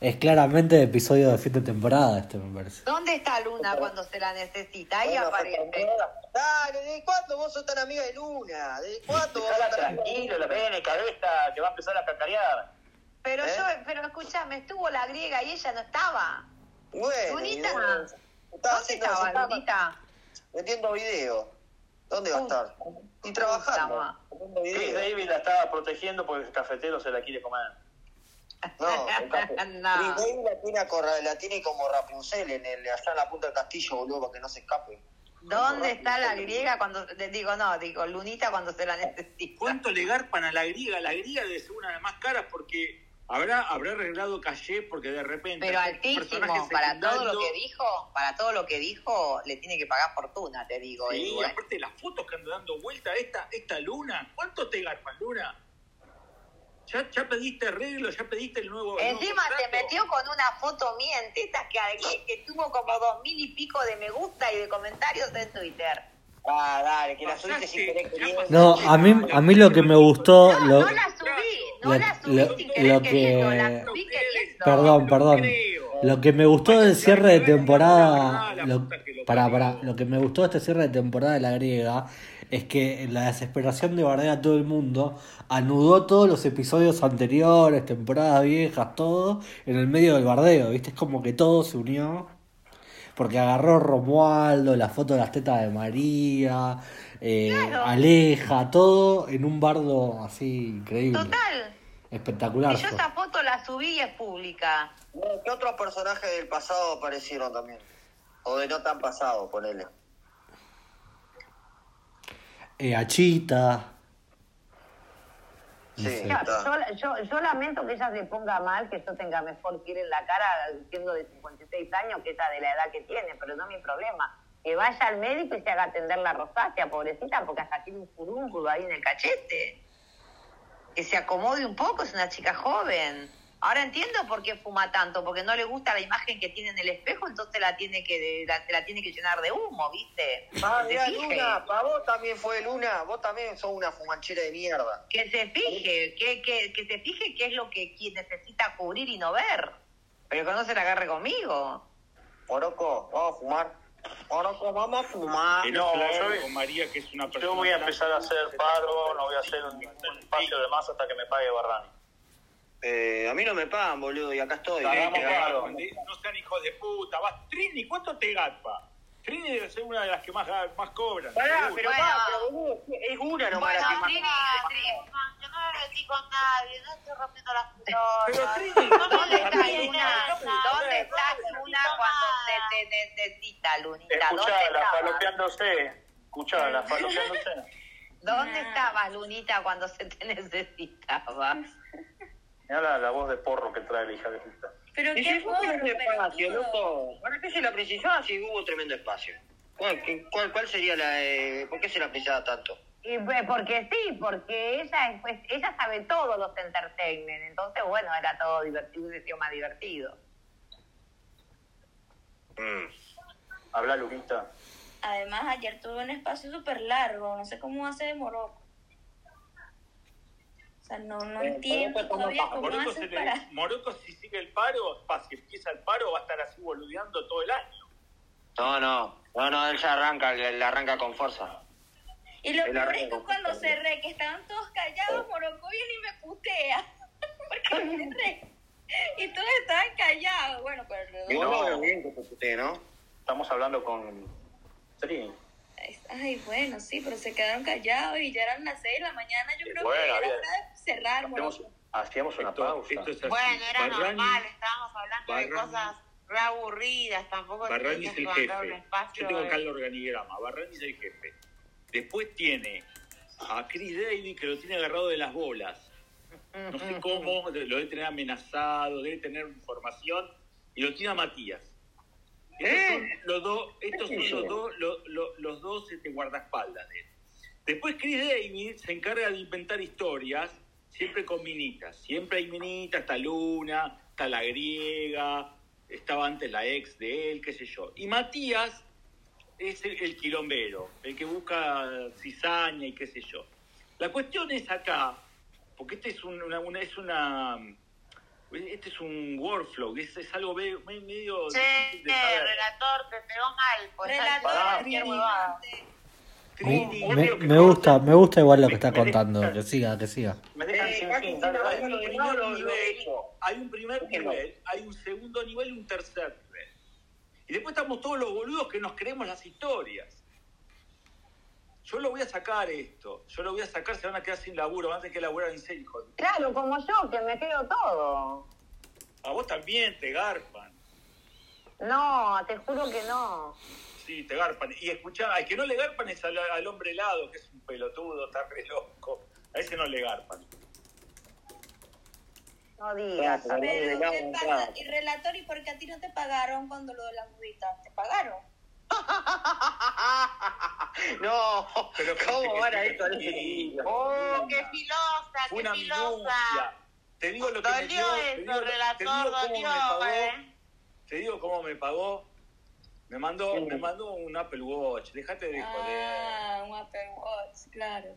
S5: Es claramente episodio de fin de temporada este, me parece.
S18: ¿Dónde está Luna cuando se la necesita? Ahí aparece.
S12: Dale, ¿desde cuándo vos sos tan amiga de Luna? ¿Desde cuándo vos sos tan
S4: Tranquilo, la pena, cabeza, que va a empezar a cacarear.
S18: Pero
S4: ¿Eh?
S18: yo, pero escúchame, estuvo la griega y ella no estaba.
S12: Bueno,
S18: Lunita,
S12: y bueno,
S18: ¿dónde estaba Lunita?
S12: Metiendo video. ¿Dónde va a estar? Y trabajando. Metiendo
S4: Chris
S12: video.
S4: Davis la estaba protegiendo porque el cafetero se la quiere comer.
S12: No, el capo.
S18: No.
S12: Chris Davis la tiene, acorra- la tiene como Rapunzel en el, allá en la punta del castillo, boludo, para que no se escape.
S18: ¿Dónde está la griega cuando le digo no, digo Lunita cuando se la necesita?
S11: ¿Cuánto le garpan a la griega? La griega debe ser una de las más caras porque habrá, habrá arreglado Calle porque de repente.
S18: Pero
S11: el personaje
S18: altísimo, para todo lo
S11: secundario-
S18: que dijo, para todo lo que dijo, le tiene que pagar fortuna, te digo.
S11: Sí,
S18: Edu, ¿eh?
S11: aparte las fotos que ando dando vuelta, esta, esta luna, ¿cuánto te garpan, luna? Ya, ya pediste arreglo, ya pediste el nuevo. el nuevo
S18: Encima se
S11: contrato.
S18: metió con una foto mía en tetas que, que, que tuvo como dos mil y pico de me gusta y de comentarios en Twitter.
S12: Ah, dale, que la subiste sin querer
S18: Pues
S12: queriendo.
S5: No, a mí, a mí lo que me gustó... lo-
S18: No la subí, no
S5: lo-
S18: la subí
S5: lo-
S18: sin querer
S5: lo
S18: queriendo,
S5: que...
S18: la subí queriendo.
S5: Perdón, perdón. Lo que me gustó del cierre de temporada. Lo, para, para, lo que me gustó de este cierre de temporada de la griega es que en la desesperación de bardear a todo el mundo anudó todos los episodios anteriores, temporadas viejas, todo, en el medio del bardeo, ¿viste? Es como que todo se unió. Porque agarró Romualdo, la foto de las tetas de María, eh, Aleja, todo en un bardo así increíble.
S18: Total,
S5: Espectacular.
S18: si yo
S5: fue.
S18: esa foto la subí y es pública.
S12: ¿Qué otros personajes del pasado aparecieron también? O de no tan pasado, ponele.
S5: Eh, Achita. No sé.
S18: Yo, yo- yo- yo lamento que ella se ponga mal, que yo tenga mejor piel en la cara, siendo de 56 años, que ella de la edad que tiene, pero no es mi problema. Que vaya al médico y se haga atender la rosácea, pobrecita, porque hasta tiene un furúnculo ahí en el cachete. Que se acomode un poco, es una chica joven. Ahora entiendo por qué fuma tanto, porque no le gusta la imagen que tiene en el espejo, entonces la tiene que la, se la tiene que llenar de humo, ¿viste?
S12: Ah,
S18: Que
S12: mirá,
S18: se fije.
S12: Luna, para vos también fue Luna, vos también sos una fumanchera de mierda.
S18: Que se fije, que, que, que se fije qué es lo que qui- necesita cubrir y no ver. Pero que no se la agarre conmigo.
S12: Oroco, vamos a fumar. Oroco, vamos a fumar.
S4: Que
S12: Ah, No,
S4: no,
S12: yo-
S4: yo, María, que es una yo voy a empezar a hacer paro, no voy a hacer ningún espacio de más hasta que me pague Barrani.
S12: Eh, a mí no me pagan, boludo, y acá estoy.
S11: Este,
S4: Hagamos
S12: Eh,
S4: paro. No sean hijos de puta. Vas, Trini, ¿cuánto te garpa? Trini debe ser una de las que más, más cobran.
S12: Pará,
S4: seguro.
S12: pero va, pero boludo, es una nomás la que
S10: Bueno, Trini,
S12: más-
S10: Trini, yo no me metí con nadie, no estoy rompiendo las pelotas.
S18: ¿Dónde está Luna? ¿Dónde está Luna cuando se te necesita, Lunita? ¿Dónde
S4: Escuchala,
S18: estabas?
S4: falopeándose. Escuchala, falopeándose.
S18: ¿Dónde estabas, Lunita, cuando se te necesitaba?
S4: Mirá la, la voz de porro que trae la hija de puta.
S12: Pero
S18: qué
S12: ¿Cuál
S18: gordo,
S12: es el espacio,
S18: pelotudo.
S12: loco? ¿Para qué se la precisaba si hubo tremendo espacio? ¿Cuál, qué- cuál, cuál sería la... eh, ¿Por qué se la precisaba tanto?
S18: Y pues, porque sí, porque ella es- pues, ella sabe todos los entertainment, entonces bueno, era todo divertido, hubiese sido más divertido.
S11: Mm.
S4: Habla, Luquita.
S22: Además, ayer tuve un espacio súper largo, no sé cómo hace de Morocco. O sea, no,
S11: Eh,
S4: Eh,
S22: no
S11: pues,
S22: entiendo todavía cómo
S4: Morocco, se
S22: haces
S4: le-
S22: para...
S4: Morocco, si sigue el paro, pa, si empieza el paro, va a estar así boludeando todo el año.
S12: No, no, no, no, él ya arranca, él arranca con fuerza.
S22: Y lo
S12: Él
S22: peor es
S12: arranca
S22: que
S12: con
S22: cuando
S12: fuerza.
S22: se re, que estaban todos callados, Morocco viene y me putea. Porque me re. Y todos estaban callados. Bueno, perdón.
S12: Y vos no ves bien que te putee, ¿no?
S4: Estamos hablando con Trini.
S22: Ay, bueno, sí, pero se quedaron callados y ya eran las 6 de la mañana. Yo creo
S4: bueno,
S22: que era
S4: bien.
S22: hora de cerrar, Morocco.
S4: Hacíamos una pausa.
S10: Bueno, era normal, estábamos hablando de
S4: Barran-
S10: cosas
S18: re aburridas, tampoco
S11: Barrani
S18: tenías
S11: es el
S18: que bancar un
S11: jefe.
S18: espacio
S11: Yo tengo acá el
S18: de-
S11: organigrama. Barrani es el jefe. Después tiene a Chris Davis que lo tiene agarrado de las bolas. No sé cómo, lo debe tener amenazado, debe tener información. Y lo tiene a Matías. Estos son los dos, estos son los dos, lo- lo- los dos este, guardaespaldas de él. Después Chris Davis se encarga de inventar historias, siempre con minitas. Siempre hay minitas, está Luna, está la griega, estaba antes la ex de él, qué sé yo. Y Matías es el, el quilombero, el que busca cizaña y qué sé yo. La cuestión es acá, porque este es un- una, una- es una este es un workflow, es, es algo medio, medio
S18: Che,
S11: difícil de saber.
S18: relator, te pegó mal. Por relator, cualquier huevada.
S5: Me, me- me gusta, me gusta igual lo que está contando. Que siga, que siga.
S11: Me dejan sin fin, dale, dale. Hay un primer nivel, Hay un primer nivel, hay un segundo nivel y un tercer nivel. Y después estamos todos los boludos que nos creemos las historias. Yo lo voy a sacar esto, yo lo voy a sacar, se van a quedar sin laburo, van a tener que laburar en serio. hijo de-
S18: Claro, como yo, que me quedo todo.
S11: A vos también te garpan,
S18: No, te juro que no.
S11: sí, te garpan. Y escuchá, al que no le garpan es al, al hombre helado, que es un pelotudo, está re loco. A ese no le garpan.
S18: No digas. no
S11: Claro, pero
S18: digas,
S11: ¿qué
S18: claro.
S6: Pasa, y relator, ¿y por qué a ti no te pagaron cuando lo de la mudita? ¿Te pagaron?
S18: No,
S11: ¿cómo
S18: van
S11: a
S18: esto? Oh, qué filosa,
S11: Fue una
S18: qué filosa.
S11: minucia. Te digo lo que me
S18: Dolió
S11: dio,
S18: eso,
S11: te digo, lo- te digo
S18: relator,
S11: cómo me
S18: dolió,
S11: pagó,
S18: eh.
S11: te digo cómo me pagó. Me mandó, me mandó un Apple Watch, dejate de joder.
S6: Ah, un Apple Watch, claro.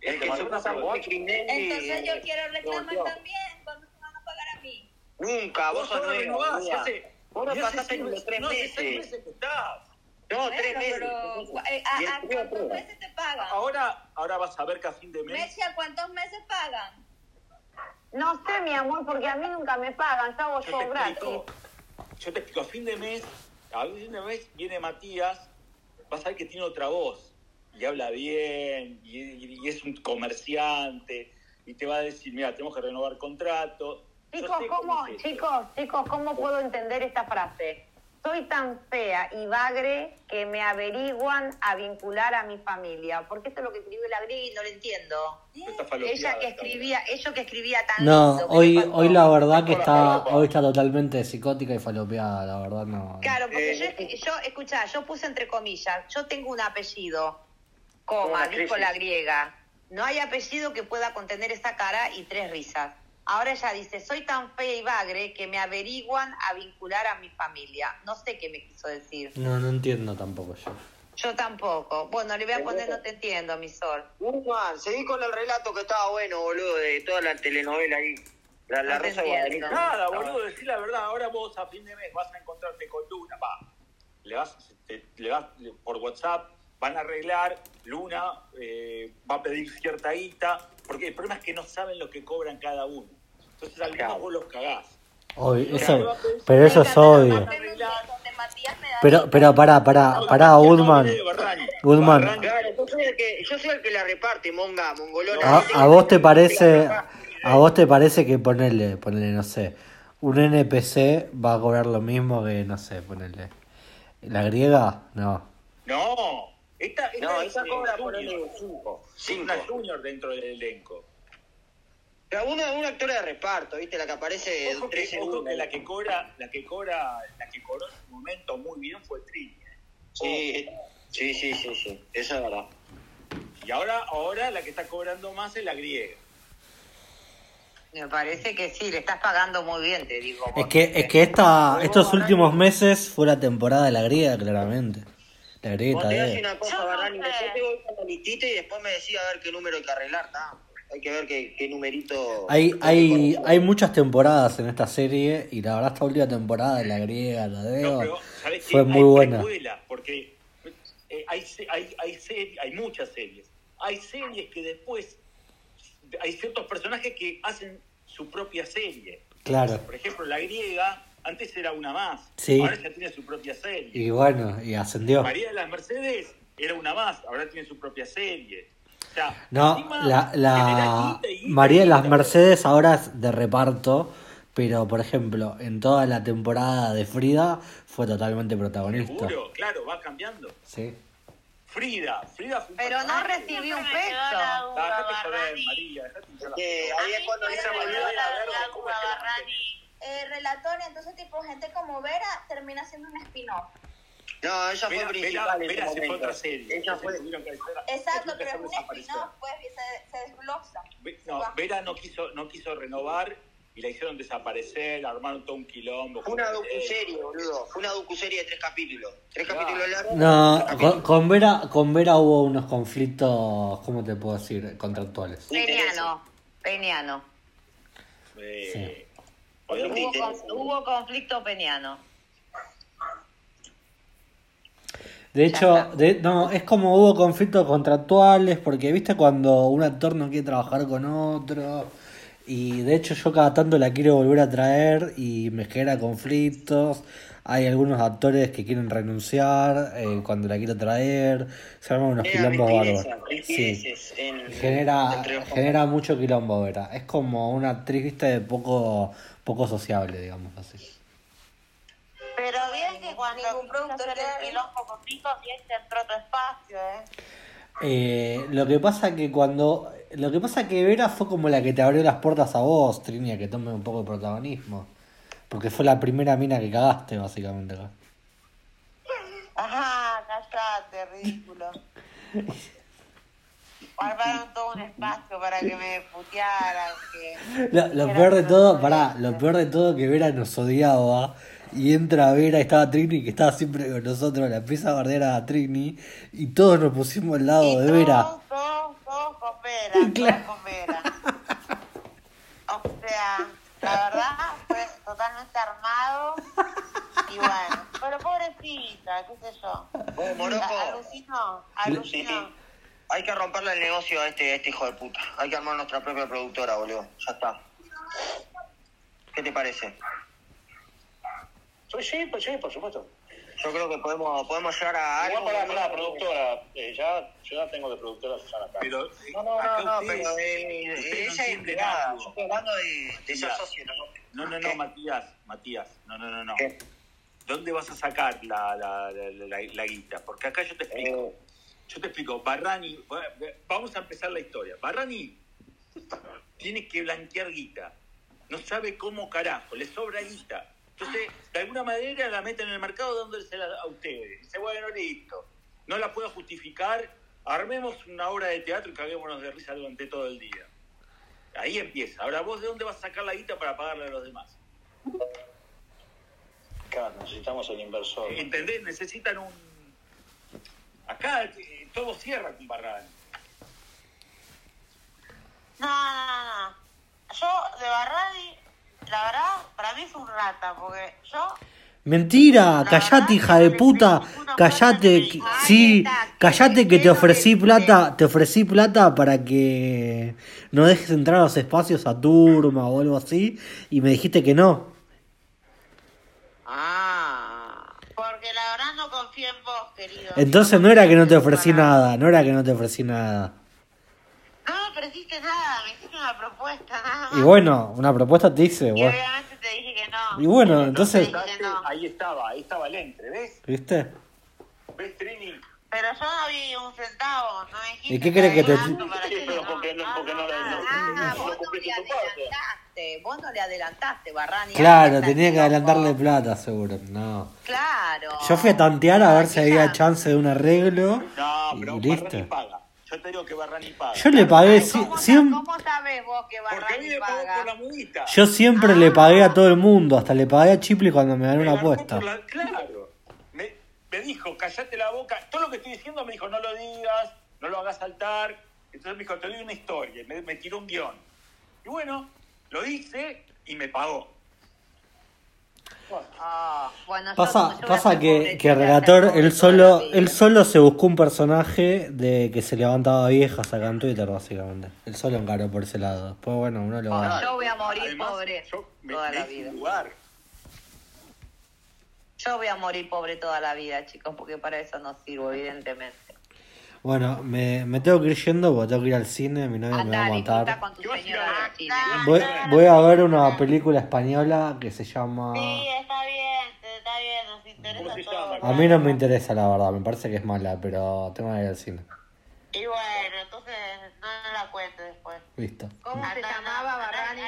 S11: Es
S18: que
S11: mandó
S18: yo
S11: un Apple Watch.
S6: Entonces yo quiero reclamar
S18: no.
S6: también cuando me van a pagar a mí.
S18: Nunca, vos sos
S11: solo
S18: nuevo,
S11: renovás,
S18: boluda.
S11: hace-
S18: Vos no
S11: y hace
S18: pasaste
S11: seis
S18: ni los
S11: meses-
S18: tres
S11: no, hace seis
S18: meses.
S11: meses que estás.
S18: No,
S6: tres Bueno, meses. pero, eh, a-
S11: Y
S6: a
S11: encima
S6: cuántos
S11: prueba. Ah,
S6: meses te pagan?
S11: Ahora, ahora vas a ver que a fin de mes
S6: Messi, ¿a cuántos meses pagan?
S18: No sé, mi amor, porque a mí nunca me pagan, yo hago
S11: Yo te
S18: yo gratis.
S11: explico. Yo te explico, a fin de mes, a fin de mes viene Matías, vas a ver que tiene otra voz, y habla bien, y, y- y es un comerciante, y te va a decir, mira, tenemos que renovar contrato. Yo
S18: Chicos,
S11: sé
S18: ¿cómo,
S11: es esto.
S18: chicos, chicos, ¿cómo puedo entender esta frase? Soy tan fea y bagre que me averiguan a vincular a mi familia. Porque esto es lo que escribió la griega y no lo entiendo. Ella que escribía, ellos que escribía tan
S5: No,
S18: lindo, ¿qué
S5: hoy,
S18: le pasó?
S5: hoy la verdad que está, hoy está totalmente psicótica y falopeada, la verdad no.
S18: Claro, porque yo, yo, escuchá, yo puse entre comillas, yo tengo un apellido, coma,
S7: Una
S18: dijo
S7: crisis.
S18: la griega. No hay apellido que pueda contener esa cara y tres risas. Ahora ella dice, soy tan fea y bagre que me averiguan a vincular a mi familia. No sé qué me quiso decir.
S5: No, no entiendo tampoco yo.
S18: Yo tampoco. Bueno, le voy a poner, no te entiendo, mi sol.
S12: Guzmán, seguí con el relato que estaba bueno, boludo, de toda la telenovela ahí. La, la
S18: No te
S12: Rosa de
S18: entiendo.
S12: Guadalupe.
S11: Nada, boludo, decir la verdad, ahora vos a fin de mes vas a encontrarte con Luna, va, le vas, te- le vas- le- por WhatsApp, van a arreglar, Luna eh, va a pedir cierta guita, porque el problema es que no saben lo que cobran cada uno. Entonces algunos vos los cagás.
S5: Obvio, eso, pero eso es obvio. Pero, pero pará, pará, pará, Goodman. Goodman,
S12: Claro, yo soy, el que, yo soy el que la reparte, monga, mongolona.
S5: a, a vos te parece, a vos te parece que ponerle, ponerle, no sé, un NPC va a cobrar lo mismo que, no sé, ponerle. La griega, no.
S11: No, esta, esta
S12: No,
S11: es
S12: esa
S11: eh,
S12: cobra
S11: junior.
S12: ponele cinco.
S11: Es una junior dentro del elenco.
S12: Pero una, una actora de reparto, ¿viste? La que aparece en
S11: Ojo
S12: tres
S11: que, ojo
S12: segundos.
S11: que la que cobra, la que cobra, la que cobró en su momento muy bien fue Trini. ¿eh?
S12: Sí, sí, sí, sí, sí. Esa es verdad.
S11: Y ahora, ahora la que está cobrando más es la griega.
S18: Me parece que sí, le estás pagando muy bien, te digo.
S5: Es que, es que esta, estos últimos meses fue la temporada de la griega, claramente. La griega
S12: Vos
S5: está
S12: te
S5: de-
S12: das una cosa, Barani, yo te voy con la listita y después me decís a ver qué número hay que arreglar, ¿tá? Hay que ver qué, qué numerito...
S5: Hay,
S11: Este
S5: hay, hay muchas temporadas en esta serie y la verdad esta última temporada de la griega, la de Eva,
S11: ¿Sabés qué?
S5: fue muy
S11: hay
S5: buena.
S11: precuelas, porque eh, hay, se- hay, hay, seri- hay muchas series. Hay series que después. Hay ciertos personajes que hacen su propia serie.
S5: Claro.
S11: Por ejemplo, la griega, antes era una más.
S5: Sí.
S11: Ahora ya tiene su propia serie.
S5: Y bueno, y ascendió.
S11: María de las Mercedes era una más. Ahora tiene su propia serie. O sea,
S5: No,
S11: encima
S5: la,
S11: general
S5: la María de las Mercedes ahora es de reparto, Pero, por ejemplo, en toda la temporada de Frida fue totalmente protagonista.
S11: Seguro, claro, va cambiando.
S5: Sí.
S11: Frida, Frida fue un
S18: Pero no
S11: personaje.
S18: recibí un peso.
S11: Ah, dejate joder, María, dejate joder.
S12: Eh, ahí es cuando empieza a volver a ver cómo es que la
S3: Eh, relatoria, entonces tipo gente como Vera termina siendo un spin-off.
S12: No, ella fue
S11: Vera-
S12: principal en
S11: Vera-
S12: ese
S11: Vera se fue a
S12: momento.
S11: otra serie.
S12: Ella
S11: Se
S12: fue...
S11: tuvieron que hacer-
S3: Exacto,
S11: tuvieron que
S3: pero es
S11: hacer
S3: un
S11: desaparecer.
S3: spin-off, pues, y se, se desglosa.
S11: Ve- No, Vera no quiso, no quiso renovar y la hicieron desaparecer, armaron todo un quilombo.
S12: Fue una docuserie, boludo. Fue una docuserie de tres capítulos. Tres capítulos largos.
S5: No,
S11: Ah,
S5: con, con Vera, con Vera hubo unos conflictos, ¿cómo te puedo decir? Contractuales.
S18: Peñano, Peñano.
S11: Eh,
S5: Sí.
S18: Hubo, con- hubo conflicto peñano.
S5: De hecho, de- no, es como hubo conflictos contractuales, porque viste cuando un actor no quiere trabajar con otro. Y de hecho yo cada tanto la quiero volver a traer y me genera conflictos. Hay algunos actores que quieren renunciar eh, cuando la quiero traer. Se arman unos quilombos bárbaros. Sí. Genera, genera mucho quilombo, Vera. Es como una actriz, viste, de poco, poco sociable, digamos así.
S18: Pero bien que cuando ningún productor el quilombo con picos y este entró otro espacio, ¿eh?
S5: Eh, lo que pasa que cuando. Lo que pasa que Vera fue como la que te abrió las puertas a vos, Trini, a que tome un poco de protagonismo. Porque fue la primera mina que cagaste, básicamente. acá.
S18: Ajá, callate, ridículo. Armaron todo un espacio para que me putearan. Que...
S5: Lo, lo peor de todo, pará, lo peor de todo que Vera nos odiaba. Y entra Vera, estaba Trini, que estaba siempre con nosotros, la empieza a bardear a Trini. Y todos nos pusimos al lado de Vera.
S18: Todos, todos con Vera, todos con Vera. O sea, la verdad fue totalmente armado. Y bueno, pero pobrecita, qué sé yo.
S12: Moroco.
S7: Ah,
S18: Alucino, alucino.
S12: eh, Hay que romperle el negocio a este, a este hijo de puta. Hay que armar nuestra propia productora, boludo. Ya está. ¿Qué te parece?
S8: Soy sí, pues sí, por supuesto.
S12: Yo creo que podemos, podemos llegar a
S11: Ah,
S12: algo.
S8: Igual para, para productora, eh, ya, yo ya tengo de productora a Susana acá.
S11: Pero,
S12: No, no, no, no,
S11: ustedes-
S12: pero eh, eh,
S11: ustedes
S12: ella
S11: no
S12: es
S11: entienden
S12: empleada.
S11: algo.
S12: Yo estoy hablando de, de ser
S11: Mira.
S12: socio, ¿no?
S11: No, no, no, Matías, Matías, no, no, no, no. ¿Dónde vas a sacar la, la, la, la- la guita? Porque acá yo te explico.
S12: Eh.
S11: Yo te explico, Barrani, va- vamos a empezar la historia. Barrani tiene que blanquear guita. No sabe cómo carajo, le sobra guita. Entonces, de alguna manera la meten en el mercado dándosela a ustedes. Dice, bueno, listo. No la puedo justificar. Armemos una obra de teatro y caguémonos de risa durante todo el día. Ahí empieza. Ahora, ¿vos de dónde vas a sacar la guita para pagarle a los demás?
S8: Acá necesitamos el inversor.
S11: ¿Entendés? Necesitan un. Acá eh, todo cierra con Barrani.
S18: No, no, no. Yo, de Barrani, la verdad, para mí es un rata, porque yo
S5: Mentira, callate hija de puta, callate, que- sí, callate que te ofrecí plata, te ofrecí plata para que no dejes entrar a los espacios a Turma o algo así y me dijiste que no.
S18: Ah, Porque la verdad no confío en vos, querido.
S5: Entonces no era que no te ofrecí nada, no era que no te ofrecí nada.
S18: No me ofreciste nada, me hiciste una propuesta, nada más.
S5: Y bueno, una propuesta te hice,
S18: Y
S5: bueno.
S18: obviamente te dije que no.
S5: Y bueno, entonces,
S11: Ahí estaba, ahí estaba el entre, ¿ves?
S5: ¿viste?
S11: ¿Ves, Trini?
S18: Pero yo no vi un centavo, no me dijiste
S5: ¿Y qué crees que te-
S18: Sí, pero porque no, porque no, Ah, vos no le
S12: pues.
S18: adelantaste, vos no le adelantaste, Barrani.
S5: Claro, tenía que adelantarle plata, seguro. No.
S18: Claro.
S5: Yo fui a tantear a ver si había chance de un arreglo
S11: No,
S5: y
S11: pero
S5: listo.
S11: Barrani paga. Yo te digo que Barrani paga.
S5: Yo le pagué cien- cien-
S18: ¿Cómo sabés vos que Ah.
S11: Porque a mí me pagó por la mudita.
S5: Yo siempre le pagué a todo el mundo, hasta le pagué a Chipley cuando me ganó una apuesta.
S11: Por la- Claro. Me, me dijo, callate la boca. Todo lo que estoy diciendo me dijo, no lo digas, no lo hagas saltar. Entonces me dijo, te doy una historia. y Me, me tiró un guión. Y bueno, lo hice y me pagó.
S18: Ah, bueno, yo-
S5: Pasa,
S18: yo voy a
S5: pasa
S18: ser
S5: que,
S18: pobre,
S5: que el
S18: voy a ser
S5: relator,
S18: pobre
S5: él
S18: toda la
S5: solo,
S18: vida.
S5: él solo se buscó un personaje de que se levantaba viejas acá en Twitter, básicamente. Él solo encaró por ese lado. Después, bueno, uno lo va.
S18: Yo voy a morir pobre toda la vida. Yo voy a morir pobre toda la vida, chicos, porque para eso no sirvo, evidentemente.
S5: Bueno, me, me tengo que ir yendo porque tengo que ir al cine, mi novia me va a matar.
S18: con tu señora al cine.
S5: Voy, voy a ver una película española que se llama... A mí no me interesa la verdad, me parece que es mala, pero tengo que ir al cine.
S22: Y bueno, entonces no la cuento después.
S5: Listo.
S22: ¿Cómo se llamaba Barrani?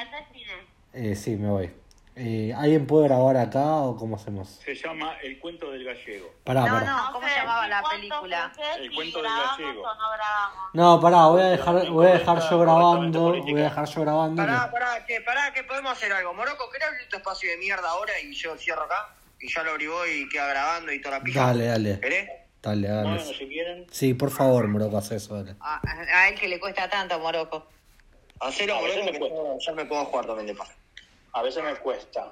S5: Eh, sí, me voy. Eh, ¿Alguien puede grabar acá o cómo hacemos?
S11: Se llama El cuento del gallego.
S5: Pará,
S18: No,
S5: pará.
S18: no, ¿cómo se llamaba la película?
S11: El cuento del gallego.
S5: No, pará, voy a dejar, voy a dejar yo grabando, voy a dejar yo grabando.
S12: Pará, pará, que, pará, que podemos hacer algo. Moroco, ¿querés abrir tu espacio de mierda ahora y yo cierro acá? Y ya lo abrió y queda grabando y toda la pija.
S5: Dale, dale.
S12: ¿Querés?
S5: Dale, dale.
S12: Bueno, si quieren.
S5: Sí, por favor, Moroco, haz eso, dale.
S18: A, a él que le cuesta tanto, Moroco.
S12: Hacelo, Moroco, que yo, yo me puedo jugar también de paso.
S4: A veces me cuesta.